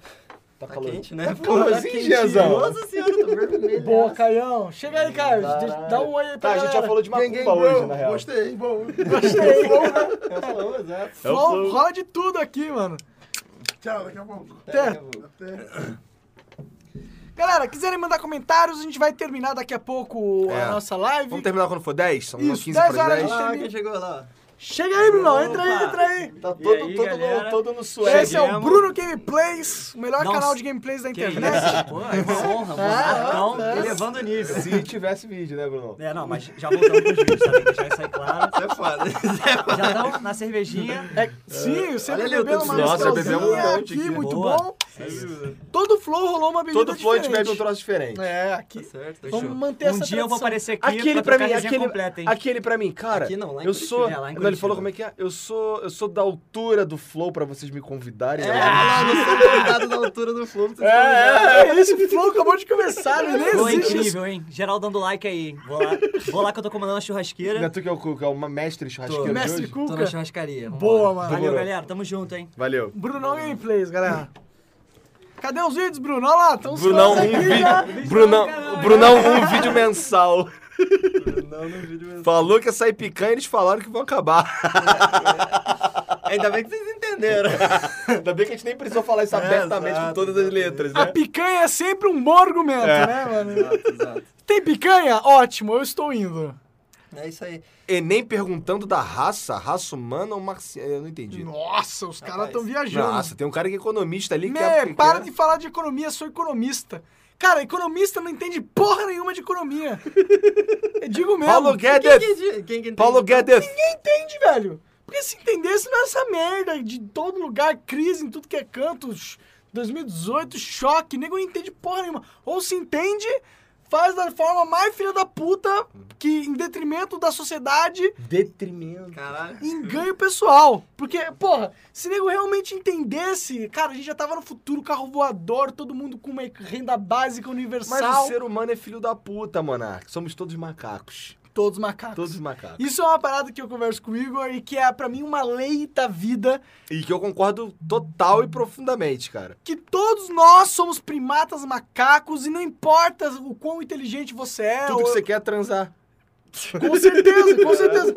Tá, Tá calor. quente, né? Como Tá assim, quente. Gianzão? Nossa senhora, tô vermelho. Boa, Caião. Chega aí, Caio. Deixa- Dá um oi aí pra Tá, a gente já galera. falou de Ninguém macumba hoje, bom. na real. Gostei, bom. Gostei. É o flow, exato. É o Flow, flow. rola de tudo aqui, mano. Tchau, daqui a pouco. Até. Galera, quiserem mandar comentários, a gente vai terminar daqui a pouco É. a nossa live. Vamos terminar quando for 10? São Isso, 15 para 10 horas 10. de- Ah, quem chegou lá? Chega aí, Bruno. Entra aí, Opa. entra aí. Tá E todo, aí, todo, galera? no, todo no sué. Esse é o Chegamos. Bruno Gameplays, o melhor Nossa, canal de gameplays da Que internet. isso, pô, é uma honra, monarcão, elevando o nível. Se tivesse vídeo, né, Bruno? É, não, mas já voltamos pros vídeos, tá? Tem que deixar isso aí claro. Isso é foda. Já estamos na cervejinha. É, sim, sempre ali, eu tô bebeu uma dizendo. Nossa, mistela bebemos um monte aqui, aqui. É muito Boa. bom. Todo flow rolou uma bebida Todo flow a gente diferente. pede um troço diferente. É, aqui. certo, Vamos manter Tá Um essa dia eu tradição. vou aparecer aqui Aquele pra pra trocar mim, a resenha aquele, completa, hein? aquele pra mim, cara, Aqui não, lá em eu Curitiba. sou, É, lá em não, ele Curitiba. falou como é que é, eu sou, eu sou da altura do flow pra vocês me convidarem. É, né? lá no seu convidado da altura do Flow, vocês estão É, esse flow acabou de começar, né? Pô, nem existe. isso. incrível, hein? Geral dando like aí. hein? Vou lá, vou lá que eu tô comandando Não a é churrasqueira. tu que é o, cu- que é o mestre churrasqueiro de Mestre hoje? Tô na Cuca. churrascaria. vambora. Boa, mano. Valeu, galera. Tamo junto, hein? Valeu. Brunão Gameplays, galera. Cadê os vídeos, Bruno? Olha lá, estão Brunão, um vídeo. Brunão, Brunão, um vídeo mensal. Falou que ia sair picanha e eles falaram que vão acabar. Ainda bem que vocês entenderam. Ainda bem que a gente nem precisou falar isso abertamente com todas as letras, A né? É. picanha é sempre um bom argumento, né, mano? Tem picanha? Ótimo, eu estou indo. É isso aí. E nem perguntando da raça, raça humana ou marciana. Eu não entendi. Nossa, os caras estão viajando. Raça, tem um cara que é economista ali que é. Me, para de falar de economia, sou economista. Cara, economista não entende porra nenhuma de economia. Eu digo mesmo. Paulo Quem Guedes! que, quem que entende? Paulo Guedes! Ninguém entende, velho. Porque se entendesse não é essa merda de todo lugar, crise em tudo que é canto, ch- 2018, choque, nego não entende porra nenhuma. Ou se entende, faz da forma mais filha da puta, Uhum. que em detrimento da sociedade Detrimento. Caralho. em ganho pessoal. Porque, porra, se nego realmente entendesse, cara, a gente já tava no futuro, carro voador, todo mundo com uma renda básica Mas universal. o ser humano é filho da puta, monarca. Somos todos macacos. Todos macacos. Todos macacos. Isso é uma parada que eu converso com o Igor e que é, pra mim, uma lei da vida E que eu concordo total e profundamente, cara. que todos nós somos primatas macacos e não importa o quão inteligente você é. Tudo que ou- você quer é transar. Com certeza, com certeza.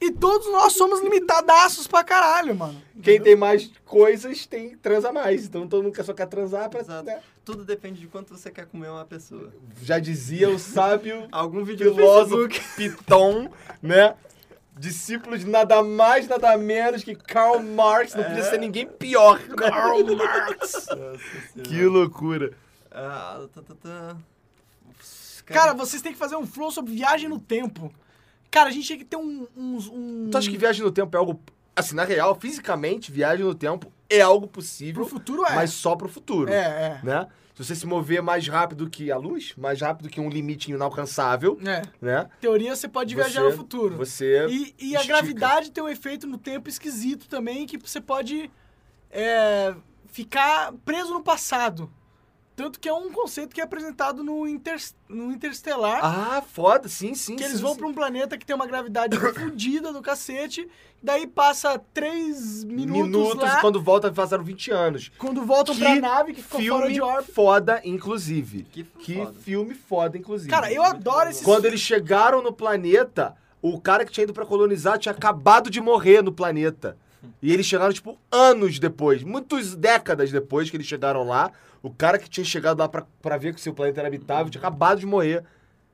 E todos nós somos limitadaços pra caralho, mano. Quem tem mais coisas tem transa mais. Então todo mundo que só quer transar pra. Exato. né? Tudo depende de quanto você quer comer uma pessoa. Já dizia o sábio Algum vídeo do filósofo Facebook. Piton, né? Discípulo de nada mais, nada menos que Karl Marx. Não É. podia ser ninguém pior. né? Karl Marx! que loucura. Ah, tá, tá, tá. Cara, vocês têm que fazer um flow sobre viagem no tempo. Cara, a gente tinha que ter um. uns- um- Tu acha que viagem no tempo é algo. Assim, na real, fisicamente, viagem no tempo é algo possível, Pro futuro é. mas só pro futuro. É, é. Né? Se você se mover mais rápido que a luz, mais rápido que um limite inalcançável, É. né? Teoria, você pode viajar Você- no futuro. Você. E, e a estica. gravidade tem um efeito no tempo esquisito também, que você pode é, ficar preso no passado. Tanto que é um conceito que é apresentado no, inter, no Interstellar, Ah, foda, sim, sim. que sim, eles vão sim. pra um planeta que tem uma gravidade fodida do cacete, daí passa três minutos, lá, quando, quando volta, passaram 20 anos. voltam Que pra nave, que ficou fora Filme de órbita. foda, inclusive. Que Que, foda. filme foda, inclusive. Cara, eu adoro esses Quando eles chegaram no planeta, o cara que tinha ido pra colonizar tinha acabado de morrer no planeta. E eles chegaram, tipo, anos depois, muitas décadas depois que eles chegaram lá. O cara que tinha chegado lá pra, pra ver que o seu planeta era habitável tinha acabado de morrer.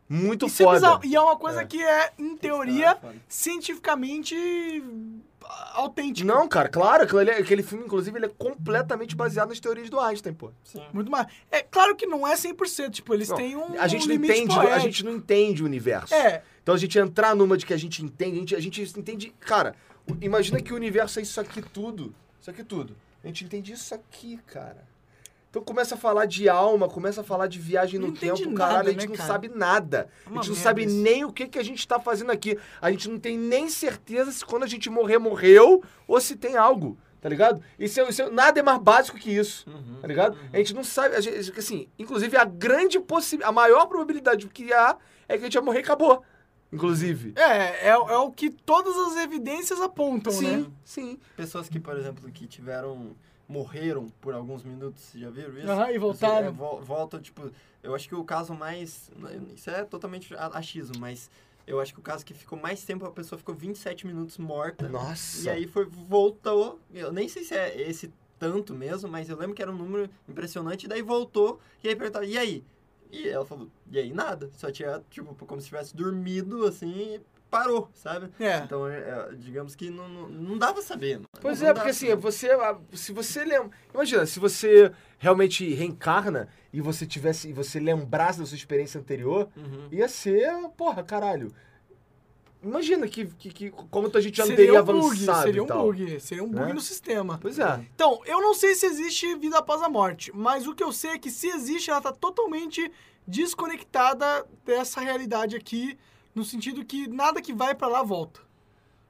Muito Isso é foda. bizarro. E é uma coisa que é, em teoria, foda. cientificamente ah, autêntica. Não, cara, claro, aquilo ali- aquele filme, inclusive, ele é completamente baseado nas teorias do Einstein, pô. Muito mais. É claro que não é 100%, tipo, eles Não, têm um a gente um não limite entende, a poético. gente não entende o universo. É, Então a gente entrar numa de que a gente entende, a gente, a gente entende, cara, o- imagina que o universo é isso aqui tudo, isso aqui tudo. A gente entende isso aqui, cara. Então começa a falar de alma, começa a falar de viagem Não no entende tempo, nada, caralho, a gente né, não cara? É sabe nada. Uma a gente não merda sabe isso. nem o que, que a gente tá fazendo aqui. A gente não tem nem certeza se quando a gente morrer, morreu ou se tem algo, tá ligado? Isso, é- isso é- nada é mais básico que isso. Uhum. Tá ligado? A gente não sabe, a gente- assim, inclusive a grande possibilidade, a maior probabilidade que há é que a gente vai morrer e acabou. Inclusive. é, é, é o que todas as evidências apontam, sim, né? sim. Pessoas que, por exemplo, que tiveram. morreram por alguns minutos, já viram isso? Aham, e voltaram. É, vo- volta, tipo. Eu acho que o caso mais. Isso é totalmente a- achismo, mas eu acho que o caso que ficou mais tempo, a pessoa ficou 27 minutos morta. Nossa. E aí foi, voltou. Eu nem sei se é esse tanto mesmo, mas eu lembro que era um número impressionante, e daí voltou, e aí perguntaram, e aí? E ela falou, e aí nada. Só tinha, tipo, como se tivesse dormido assim. e parou, sabe? É. Então, é, é, digamos que não, não, não dá pra saber. mano. Pois Não é, dá porque pra assim, saber. você. ah, Se você lembra. Imagina, se você realmente reencarna e você tivesse. E você lembrasse da sua experiência anterior, Uhum. ia ser. Porra, caralho. Imagina que, que, que como a gente já não teria Seria um bug, avançado. seria e um tal. bug, seria um bug Né? no sistema. Pois é. Então, eu não sei se existe vida após a morte, mas o que eu sei é que se existe, ela tá totalmente desconectada dessa realidade aqui, no sentido que nada que vai pra lá volta.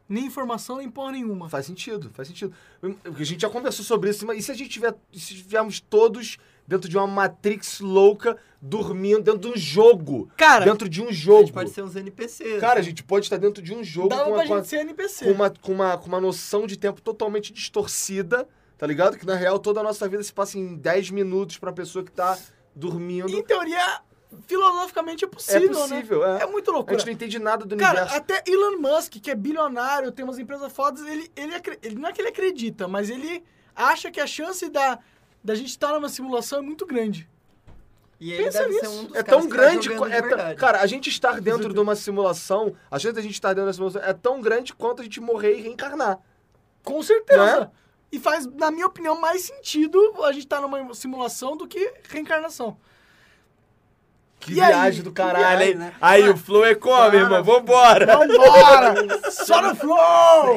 Nem informação, nem porra nenhuma. Faz sentido, faz sentido. Porque a gente já conversou sobre isso, mas e se a gente tiver. Se tivermos todos dentro de uma Matrix louca, dormindo, dentro de um jogo. Cara, dentro de um A jogo. gente pode ser uns NPCs. Cara, a gente pode estar dentro de um jogo dava com, pra a, com, a- gente ser NPC. com uma, com, uma, com uma noção de tempo totalmente distorcida, tá ligado? Que na real toda a nossa vida se passa em 10 minutos pra pessoa que tá dormindo. Em teoria, filosoficamente é é possível, possível, né? é. É muito A loucura. gente não entende nada do Cara, universo. até Elon Musk, que é bilionário, tem umas empresas fodas, ele, ele, acre- ele- não é que ele acredita, mas ele acha que a chance da, da gente estar numa simulação é muito grande. E ele pensa deve ser nisso. um dos É caras tão que tá grande. jogando qu- de é tão- verdade. cara, a gente estar dentro de uma simulação, a chance da gente estar dentro da simulação é tão grande quanto a gente morrer e reencarnar. Com certeza. Né? E faz, na minha opinião, mais sentido a gente estar numa simulação do que reencarnação. Que E viagem aí? do caralho, E aí, hein? né? Aí o Flow é come, irmão. Vambora! Vambora! Só no flow!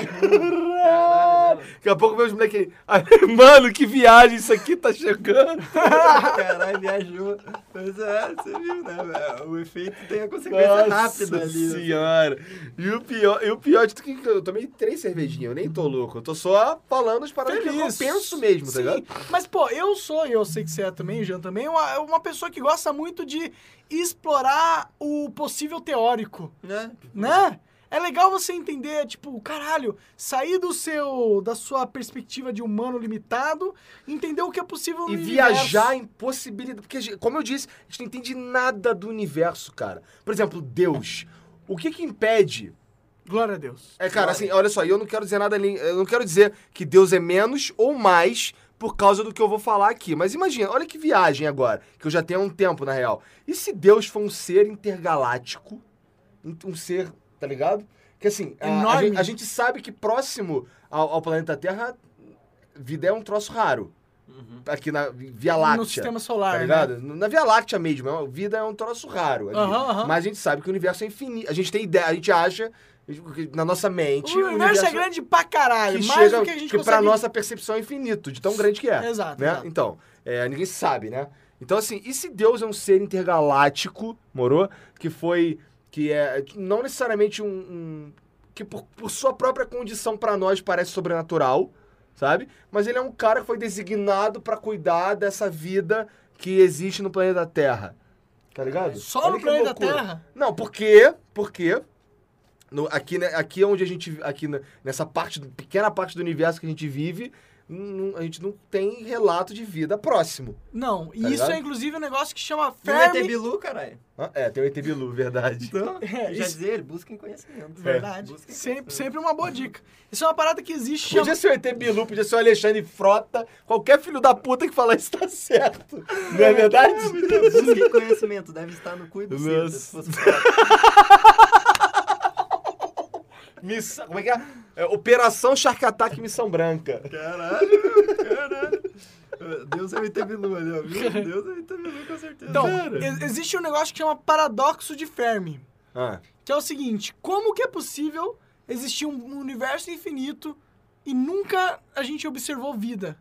Daqui a pouco vem os moleques aí. "Ai, Mano, que viagem isso aqui tá chegando. né, Caralho, viajou. Mas é, você viu, né? velho? O efeito tem a consequência é rápida ali. né? senhora. E o pior, e o pior de tudo é que eu tomei três cervejinhas, eu nem tô louco. Eu tô só falando as paradas que eu Feliz. penso mesmo, tá Sim, ligado? Mas, pô, eu sou, e eu sei que você é também, Jean também, uma, uma pessoa que gosta muito de explorar o possível teórico. Né? né? É legal você entender, tipo, caralho, sair do seu, da sua perspectiva de humano limitado, entender o que é possível no E universo. viajar em possibilidade. Porque, a gente- como eu disse, a gente não entende nada do universo, cara. Por exemplo, Deus. O que que impede Glória a Deus. É, cara, assim, olha só, eu não quero dizer nada ali. Eu não quero dizer que Deus é menos ou mais por causa do que eu vou falar aqui. Mas imagina, olha que viagem agora, que eu já tenho há um tempo, na real. E se Deus for um ser intergaláctico? Um um ser, tá ligado? Que assim, a- a, Enorme. gente, a gente sabe que próximo ao, ao planeta Terra, vida é um troço raro. Aqui na Via Láctea. Uhum. no sistema solar, Tá né? ligado? Na Via Láctea mesmo, é uma- vida é um troço raro. ali. Aham, aham. Mas a gente sabe que o universo é infinito. A gente tem ideia, a gente acha, na nossa O mente, universo, é grande pra caralho, um que mais chega, do que a gente pra consegue... nossa percepção é infinito, de tão grande que é. Exato, né? exato. Então, é, ninguém sabe, né? Então, assim, e se Deus é um ser intergaláctico, morou? Que foi, que é, não necessariamente um... um- que por, por sua própria condição pra nós parece sobrenatural, sabe? Mas ele é um cara que foi designado pra cuidar dessa vida que existe no planeta Terra. Tá ligado? Só Olha no que planeta loucura. Terra? Não, porque, porque no, aqui, né, aqui onde a gente, aqui na- nessa parte, do- pequena parte do universo que a gente vive, não- a gente não tem relato de vida próximo. Não, e Tá isso ligado? é inclusive um negócio que chama E o ET Fermi... Bilu, caralho. Ah, É, tem o ET Bilu, verdade. Então, É, já isso- dizer, ele, busquem É, conhecimento. Verdade. Busquem Sempre, conhecimento. sempre uma boa dica. Isso é uma parada que existe, chama... Podia ser o ET Bilu, podia ser o Alexandre Frota, qualquer filho da puta que falar isso tá certo. Não é verdade? Ah, Busquem conhecimento, deve estar no cu e buceta, Nossa. se fosse falar. Missão, como é que é? É, Operação Shark Attack Missão Branca. Caralho, meu, caralho. Deus é o ET Bilu ali, ó, viu? Deus é o ET Bilu, com certeza. Então, e- existe um negócio que chama paradoxo de Fermi. Ah, Que é o seguinte: como que é possível existir um universo infinito e nunca a gente observou vida?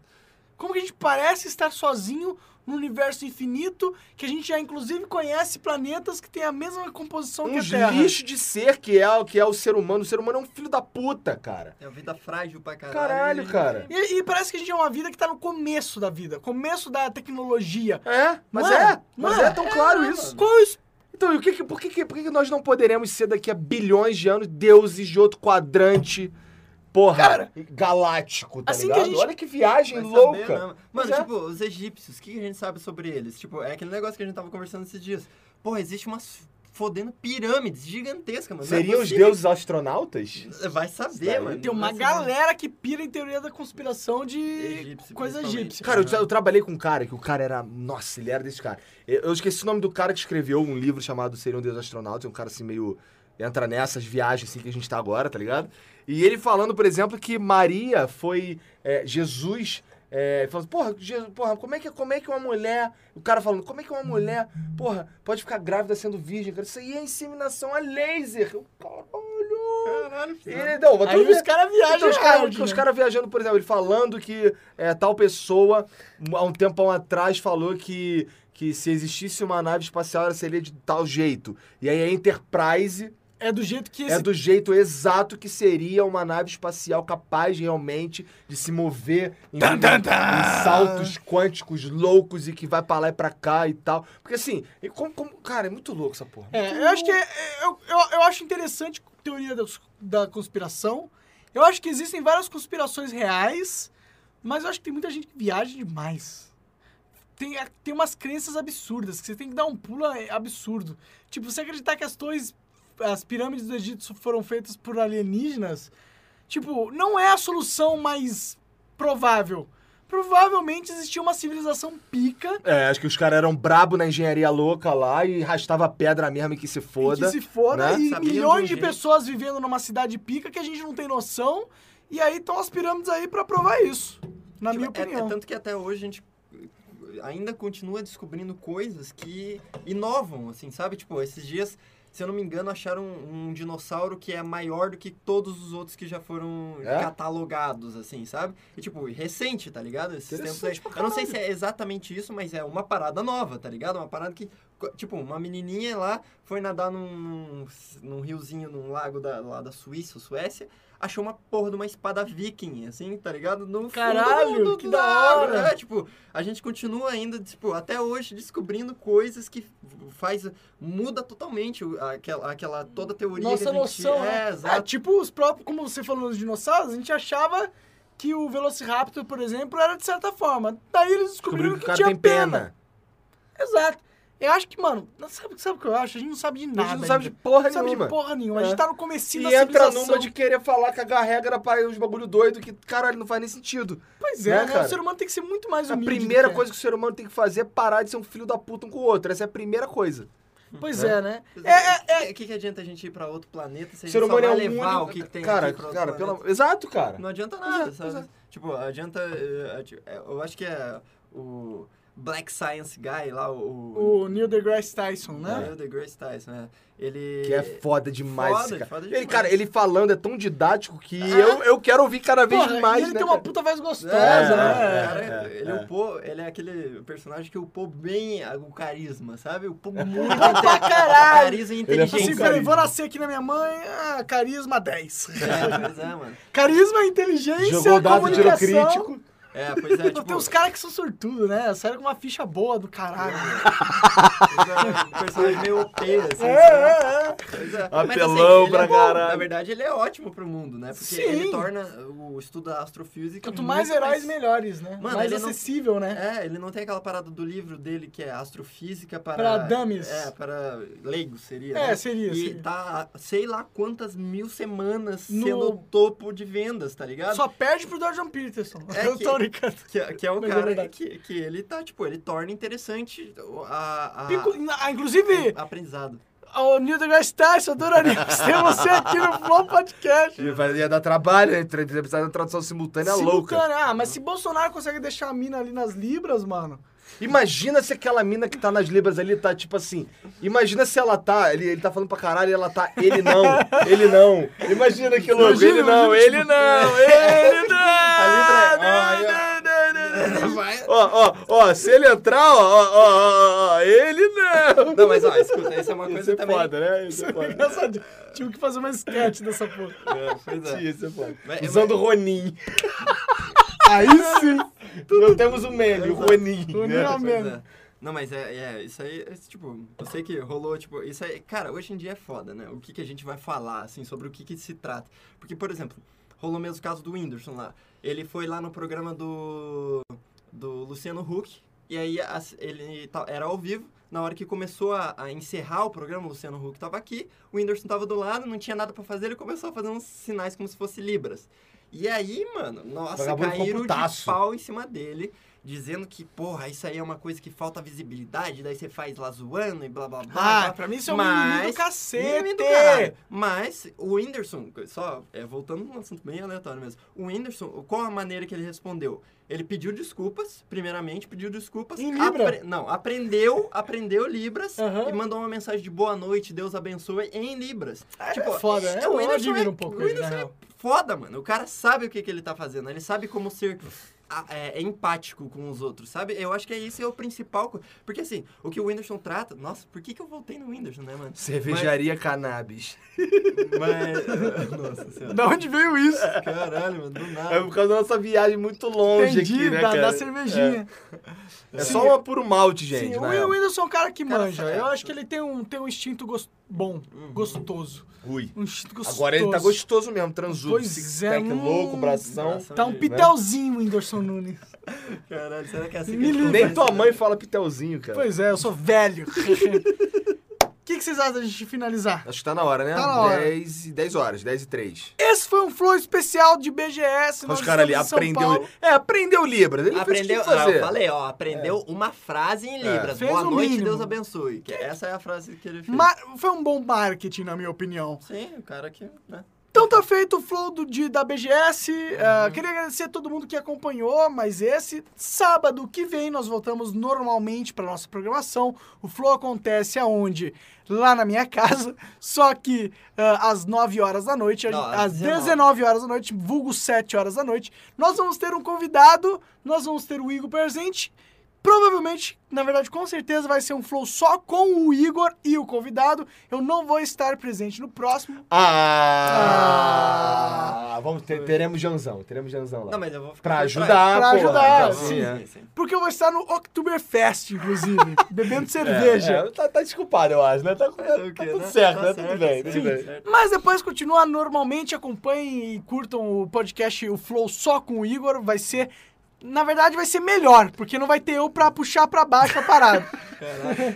Como que a gente parece estar sozinho num universo infinito que a gente já inclusive conhece planetas que têm a mesma composição que a uns Terra? Um lixo de ser que é, o- que é o ser humano. O ser humano é um filho da puta, cara. É uma vida frágil pra caralho. Caralho, e- cara. E, e parece que a gente é uma vida que tá no começo da vida, começo da tecnologia. É, mas Mano, é, mas mano, é tão claro é, isso. Qual é o es- Então, e o que, que- por, que, que- por que que nós não poderemos ser daqui a bilhões de anos deuses de outro quadrante, porra, Cara, galáctico, tá assim que a ligado? gente- Olha que viagem Vai saber, louca. né? Pois Mano, é. tipo, os egípcios, o que que a gente sabe sobre eles? Tipo, é aquele negócio que a gente tava conversando esses dias. Porra, existe umas fodendo pirâmides gigantescas, mano. Não é Seriam os possível. deuses astronautas? Vai saber, mano. Tem uma Vai saber. galera que pira em teoria da conspiração de Egípcio, coisa principalmente. egípcia. Cara, eu, tra- eu trabalhei com um cara que o cara era. Nossa, ele era desse cara. Eu, eu esqueci o nome do cara que escreveu um livro chamado Seriam Deus Astronautas. É um cara assim meio. entra nessas viagens assim que a gente tá agora, tá ligado? E ele falando, por exemplo, que Maria foi é, Jesus. É, falando, porra, Jesus, porra, como é, que, como é que uma mulher. O cara falando, como é que uma mulher, porra, pode ficar grávida sendo virgem, cara? Isso aí é inseminação a laser. Eu, caralho! Caralho, filho. Ele, não, mas Aí tudo os bem. caras viajam Então, os caras hard, os né? cara viajando, por exemplo, ele falando que é, tal pessoa, há um tempão atrás, falou que, que se existisse uma nave espacial, ela seria de tal jeito. E aí a Enterprise É do jeito que esse é do jeito exato que seria uma nave espacial capaz realmente de se mover em, em saltos quânticos loucos e que vai pra lá e pra cá e tal. Porque assim, e como- como- cara, é muito louco essa porra. É, eu acho que é- é- eu, eu, eu acho interessante a teoria da, da conspiração. Eu acho que existem várias conspirações reais, mas eu acho que tem muita gente que viaja demais. Tem, a- tem umas crenças absurdas, que você tem que dar um pulo é absurdo. Tipo, você acreditar que as torres, as pirâmides do Egito foram feitas por alienígenas, tipo, não é a solução mais provável. Provavelmente existia uma civilização pica É, acho que os caras eram brabo na engenharia louca lá e rastava pedra mesmo e que se foda. Que se foda né? e Sabiam milhões de de, um jeito. pessoas vivendo numa cidade pica que a gente não tem noção. E aí estão as pirâmides aí pra provar isso. Na minha Tipo, é- opinião. É, tanto que até hoje a gente eh, ainda continua descobrindo coisas que inovam, assim, sabe? Tipo, esses dias, se eu não me engano, acharam um, um dinossauro que é maior do que todos os outros que já foram É? catalogados, assim, sabe? E, tipo, recente, tá ligado? Esses tempos aí. Interessante pra Eu não sei se é exatamente isso, mas é uma parada nova, tá ligado? Uma parada que, co- tipo, uma menininha lá foi nadar num, num, num riozinho, num lago da, lá da Suíça, ou Suécia, achou uma porra de uma espada viking, assim, tá ligado? No Caralho, fundo do- do- que do da lago, hora! né? tipo, a gente continua ainda, tipo, até hoje descobrindo coisas que faz muda totalmente o- aquela, aquela toda a teoria que Nossa a gente noção, é, né? É, exato. tipo os próprios, como você falou dos dinossauros, a gente achava que o Velociraptor, por exemplo, era de certa forma. Daí eles descobriram Descobriram que, tinha pena. Exato. Eu acho que, mano, sabe, sabe o que eu acho? A gente não sabe de nada. A gente não sabe de ainda. porra Sabe nenhuma. porra nenhuma. A É. gente tá no comecinho E da entra civilização. numa de querer falar cagar regra pra uns bagulho doido que, caralho, não faz nem sentido. Pois é, né, né? cara? O ser humano tem que ser muito mais a humilde. do primeira que é. coisa que o ser humano tem que fazer é parar de ser um filho da puta um com o outro. Essa é a primeira coisa. Pois é, né? O É, é, que, que adianta a gente ir pra outro planeta se O a ser gente só humano vai é um levar único... o que, que tem cara, aqui pra outro cara, planeta? pelo... Exato, cara. Não adianta nada, Pois é, sabe? Tipo, adianta. eh, adi- eh, Eu acho que é o Black Science Guy lá, o. o Neil deGrasse Tyson, né? É. Neil deGrasse Tyson, né? Ele. Que é foda demais, Foda, cara. foda Ele, demais. Ah, cara, ele falando é tão didático que eu, eu quero ouvir cada vez Porra, mais, e ele né, tem uma cara? puta voz gostosa, É, né? cara, é, é, ele é. upou, ele é aquele personagem que upou bem a- o carisma, sabe? Upou É. muito é Pra inte- caralho! carisma Ele e é Tipo assim, inteligência. peraí, vou nascer aqui na minha mãe, ah, carisma 10. é, pois é, mano. Carisma, inteligência, Jogou dado, tirou comunicação. crítico. É, pois é, tipo, Tem uns caras que são sortudos, né? Sério, com uma ficha boa do caralho. um personagem meio OP, assim. É, é, Pois é. Mas, Apelão ele pra é bom. caralho. Na verdade, ele é ótimo pro mundo, né? Porque Sim. ele torna o estudo da astrofísica Quanto mais muito heróis, melhores, né? Mano, mais ele não- acessível, né? É, ele não tem aquela parada do livro dele que é astrofísica para... Para dummies. É, para leigos seria, É, né? seria, E seria. tá sei lá quantas mil semanas No- sendo o topo de vendas, tá ligado? Só perde pro Jordan Peterson. É Eu que- tô brincando. Que, é- que é o Mas é cara verdade. que, que ele tá, tipo, ele torna interessante a... a... Inclu- ah, Inclusive, o Aprendizado. o Neil deGrasse Tyson, adoraria ter você aqui no Flow Podcast. Ele vai- Ia dar trabalho, né? Tre- precisava de uma tradução simultânea, louca. Simultânea. Ah, mas se Bolsonaro consegue deixar a mina ali nas libras, mano. Imagina se aquela mina que tá nas libras ali tá tipo assim. Imagina se ela tá. Ele, ele tá falando pra caralho e ela tá. Ele não, ele não. Imagina que louco. Imagina, ele não, imagina, ele não, ele A é, libra é- não. Ó, ó, ó, se ele entrar, ó, ó, ó, ó, ó, ele não. Não, mas ó, escuta, isso é uma Isso coisa é também... foda, né? Isso é foda. Engraçado. Tive que fazer uma sketch dessa porra. É, pois é. Isso é foda. Mas- Usando o Ronin. Aí sim. Não temos o meme, o Ronin. Ronin né? é uma Pois merda. é. Não, mas é, é, isso aí, é, tipo, eu sei que rolou, tipo, isso aí, cara, hoje em dia é foda, né? O que, que a gente vai falar, assim, sobre o que, que se trata. Porque, por exemplo, rolou mesmo o caso do Whindersson lá. Ele foi lá no programa do, do Luciano Huck, e aí as- ele ta- era ao vivo. Na hora que começou a, a encerrar o programa, o Luciano Huck tava aqui, o Whindersson tava do lado, não tinha nada pra fazer, ele começou a fazer uns sinais como se fosse libras. E aí, mano, nossa, Vagabundo ficou caíram de putaço. pau em cima dele. dizendo que, porra, isso aí é uma coisa que falta visibilidade, daí você faz lá zoando e blá blá blá. Ah, blá. pra mim isso é um Mas- mimimi do cacete. Mimimi do caralho. Mas o Whindersson, só é, voltando num assunto bem aleatório mesmo, o Whindersson, qual a maneira que ele respondeu? Ele pediu desculpas, primeiramente, pediu desculpas. Em Libra? não, aprendeu, aprendeu Libras Aham. e mandou uma mensagem de boa noite, Deus abençoe, em Libras. Tipo, É, é foda, né? o Eu Whindersson admiro é- um pouco o ele, Whindersson na é real. foda, mano. O cara sabe o que, que ele tá fazendo, ele sabe como ser a- é, é empático com os outros, sabe? Eu acho que é isso é o principal. co- Porque assim, o que o Whindersson trata. Nossa, por que, que eu voltei no Whindersson, né, mano? Cervejaria Cannabis. Mas. Nossa senhora. Da onde veio isso? Caralho, mano, do É nada. por causa da nossa viagem muito longe Entendi, aqui, né, da, cara? da cervejinha. É, é só uma puro malte, Sim, gente, o na Will real. Whindersson é um cara que Cara, manja. saca. Eu acho que ele tem um, tem um instinto gos- bom, gostoso. Ui. Um instinto gostoso. Uhum. Agora ele tá gostoso mesmo, transudo. Pois Six é, pack hum. louco, bração. Bração. Tá um pitelzinho, Whindersson Nunes. Caralho, será que é assim que Me ele liga. Nem conversa? tua mãe fala pitelzinho, cara. Pois é, eu sou velho. O que, que vocês acham da gente finalizar? Acho que tá na hora, né? Tá na hora. 10, e 10 horas, 10 e 3. Esse foi um flow especial de BGS. Os nós caras ali estamos em São aprendeu. Paulo. É, aprendeu Libras. Ele Aprendeu, fez o que tinha ah, que eu fazer. falei, ó, aprendeu uma frase em Libras. Fez Boa o noite, mínimo. Deus abençoe. Que essa é a frase que ele fez. Mar- Foi um bom marketing, na minha opinião. Sim, o cara que. Né? Então tá feito o flow do dia da BGS. Ah, queria agradecer a todo mundo que acompanhou, mas esse sábado que vem nós voltamos normalmente para nossa programação. O flow acontece aonde? Lá na minha casa, só que ah, às 9 horas da noite, a Não, gente- às às 19. 19 horas da noite, vulgo 7 horas da noite, nós vamos ter um convidado, nós vamos ter o Igor presente. Provavelmente, na verdade, com certeza vai ser um flow só com o Igor e o convidado. Eu não vou estar presente no próximo. Ah! Vamos ter, teremos Janzão, teremos Janzão lá. Não, mas eu vou ficar. Pra por trás. ajudar, Pra pô. ajudar, Janzão, sim. é. sim, sim. Porque eu vou estar no Oktoberfest, inclusive, bebendo É, cerveja. é, tá, tá desculpado, eu acho, né? Tá, tá- Fazer o tá quê, tudo né? certo, Tá né? Tudo bem, tá tudo bem. certo. Mas depois continua normalmente, acompanhem e curtam o podcast O Flow só com o Igor, vai ser... Na verdade vai ser melhor, porque não vai ter eu pra puxar pra baixo a parada.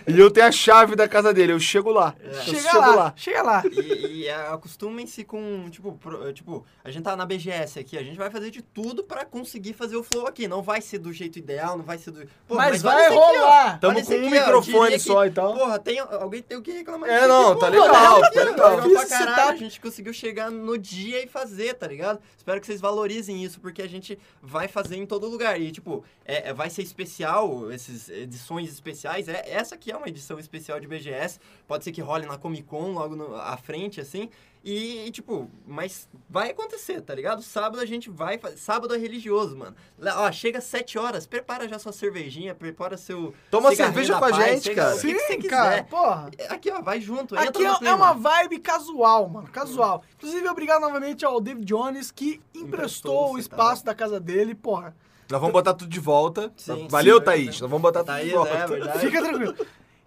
E eu tenho a chave da casa dele, eu chego lá. Tá. Eu chega chego lá, lá. chega lá. E, e acostumem-se com, tipo, pro- tipo, a gente tá na BGS aqui, a gente vai fazer de tudo pra conseguir fazer o flow aqui. Não vai ser do jeito ideal, não vai ser do. Pô, Mas olha vai isso aqui, ó. rolar. Tamo Olha isso com um aqui, ó, eu microfone diria que, só e tal. Porra, tem, alguém tem o que reclamar Então, É, não, disso aqui, tá pô, um legal, mano. tá legal. Legal pra Esse caralho, setup. a gente conseguiu chegar no dia e fazer, tá ligado? Espero que vocês valorizem isso, porque a gente vai fazer em todo lugar. E, tipo, é, é- vai ser especial, essas edições especiais. É, essa aqui é uma edição especial de BGS. Pode ser que role na Comic Con logo no- à frente, assim. E, e, tipo, mas vai acontecer, tá ligado? Sábado a gente vai fazer. Sábado é religioso, mano. Lá, ó, chega às 7 horas, prepara já sua cervejinha, prepara seu. Toma cigarrinho cerveja na com a paz, gente, sei cara. lá, o que que você Sim, quiser. cara, porra. Aqui, ó, vai junto. entra Aqui no é, clima. é uma vibe casual, mano, casual. Inclusive, obrigado novamente ao David Jones, que emprestou Emprestou, o você tá espaço da casa dele, porra. Nós vamos botar tudo de volta. Sim, Valeu, sim. Thaís. Nós vamos botar tudo Thaís, de volta. é verdade. né? Fica tranquilo.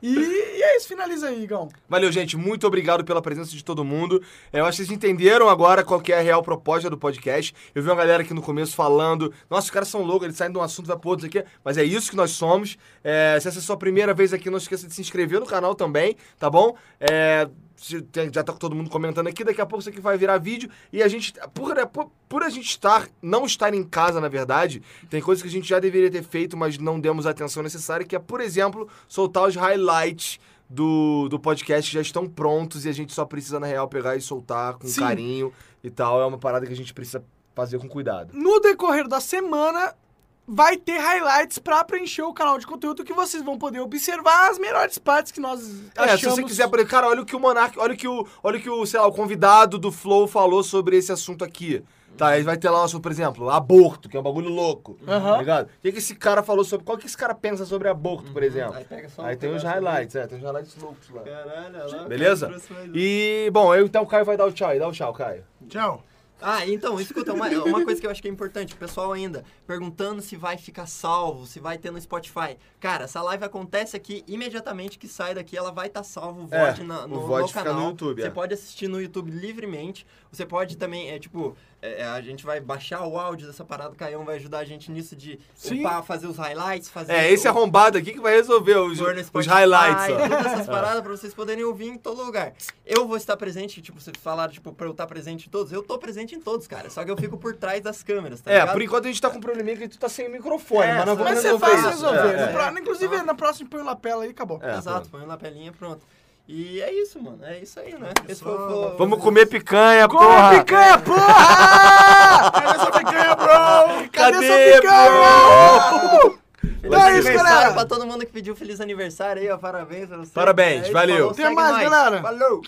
E, e é isso, finaliza aí, Igão. Valeu, gente. Muito obrigado pela presença de todo mundo. É, Eu acho que vocês entenderam agora qual que é a real proposta do podcast. Eu vi uma galera aqui no começo falando: nossa, os caras são loucos, eles saem de um assunto, vai pro outro, isso aqui. Mas é isso que nós somos. É, se essa é a sua primeira vez aqui, não esqueça de se inscrever no canal também, tá bom? É, se- tem- já tá todo mundo comentando aqui, daqui a pouco isso aqui vai virar vídeo. E a gente, por, né, por, por a gente estar, não estar em casa, na verdade, tem coisas que a gente já deveria ter feito, mas não demos a atenção necessária, que é, por exemplo, soltar os highlights do, do podcast que já estão prontos e a gente só precisa, na real, pegar e soltar com Sim. carinho e tal. É uma parada que a gente precisa fazer com cuidado. No decorrer da semana, vai ter highlights pra preencher o canal de conteúdo que vocês vão poder observar as melhores partes que nós É, achamos. se você quiser, por exemplo, cara, olha o que o Monark, olha o que o, olha o que o, sei lá, o convidado do Flow falou sobre esse assunto aqui. Tá, aí vai ter lá, por exemplo, aborto, que é um bagulho louco. Tá Aham. ligado? O que, que esse cara falou sobre. Qual que esse cara pensa sobre aborto, por exemplo? Aí pega só um Aí tem os pedaço ali. highlights, é, tem os highlights loucos lá. Caralho, olha lá. Beleza? cara, trouxe mais um. E, bom, eu, então o Caio vai dar o tchau aí, dá o tchau, Caio. Tchau. Ah, então, escuta, uma, uma coisa que eu acho que é importante, o pessoal ainda perguntando se vai ficar salvo, se vai ter no Spotify. Cara, essa live acontece aqui, imediatamente que sai daqui, ela vai estar salvo o É, VOD na- o no, VOD no fica canal. no YouTube, Você é. pode assistir no YouTube livremente, você pode também, é tipo, é, a gente vai baixar o áudio dessa parada, o Caião vai ajudar a gente nisso de Sim. upar, fazer os highlights, fazer... É, esse o- arrombado aqui que vai resolver os, Pôr no os Spotify, highlights. ó. É. Todas essas paradas pra vocês poderem ouvir em todo lugar. Eu vou estar presente, tipo, vocês falaram, tipo, pra eu estar presente em todos. Eu tô presente praticamente em todos, cara. Só que eu fico por trás das câmeras, tá É, ligado? por enquanto a gente tá com um probleminha que tu tá sem o microfone, É, mas não mas vamos Mas você resolver faz isso. resolver. É, No é. pro- Inclusive, na próxima põe o lapela aí e acabou. É. Exato, põe na pelinha, pronto. E é isso, mano. É isso aí, né? Esse foi, foi- Vamos comer picanha, Come porra! picanha, porra! Cadê essa picanha, bro? Cadê, Cadê, essa picanha? Feliz É isso, aniversário galera. Pra todo mundo que pediu feliz aniversário aí, ó. Parabéns pra vocês. Parabéns, É isso, valeu. falou, Até segue mais, nós. galera. Falou.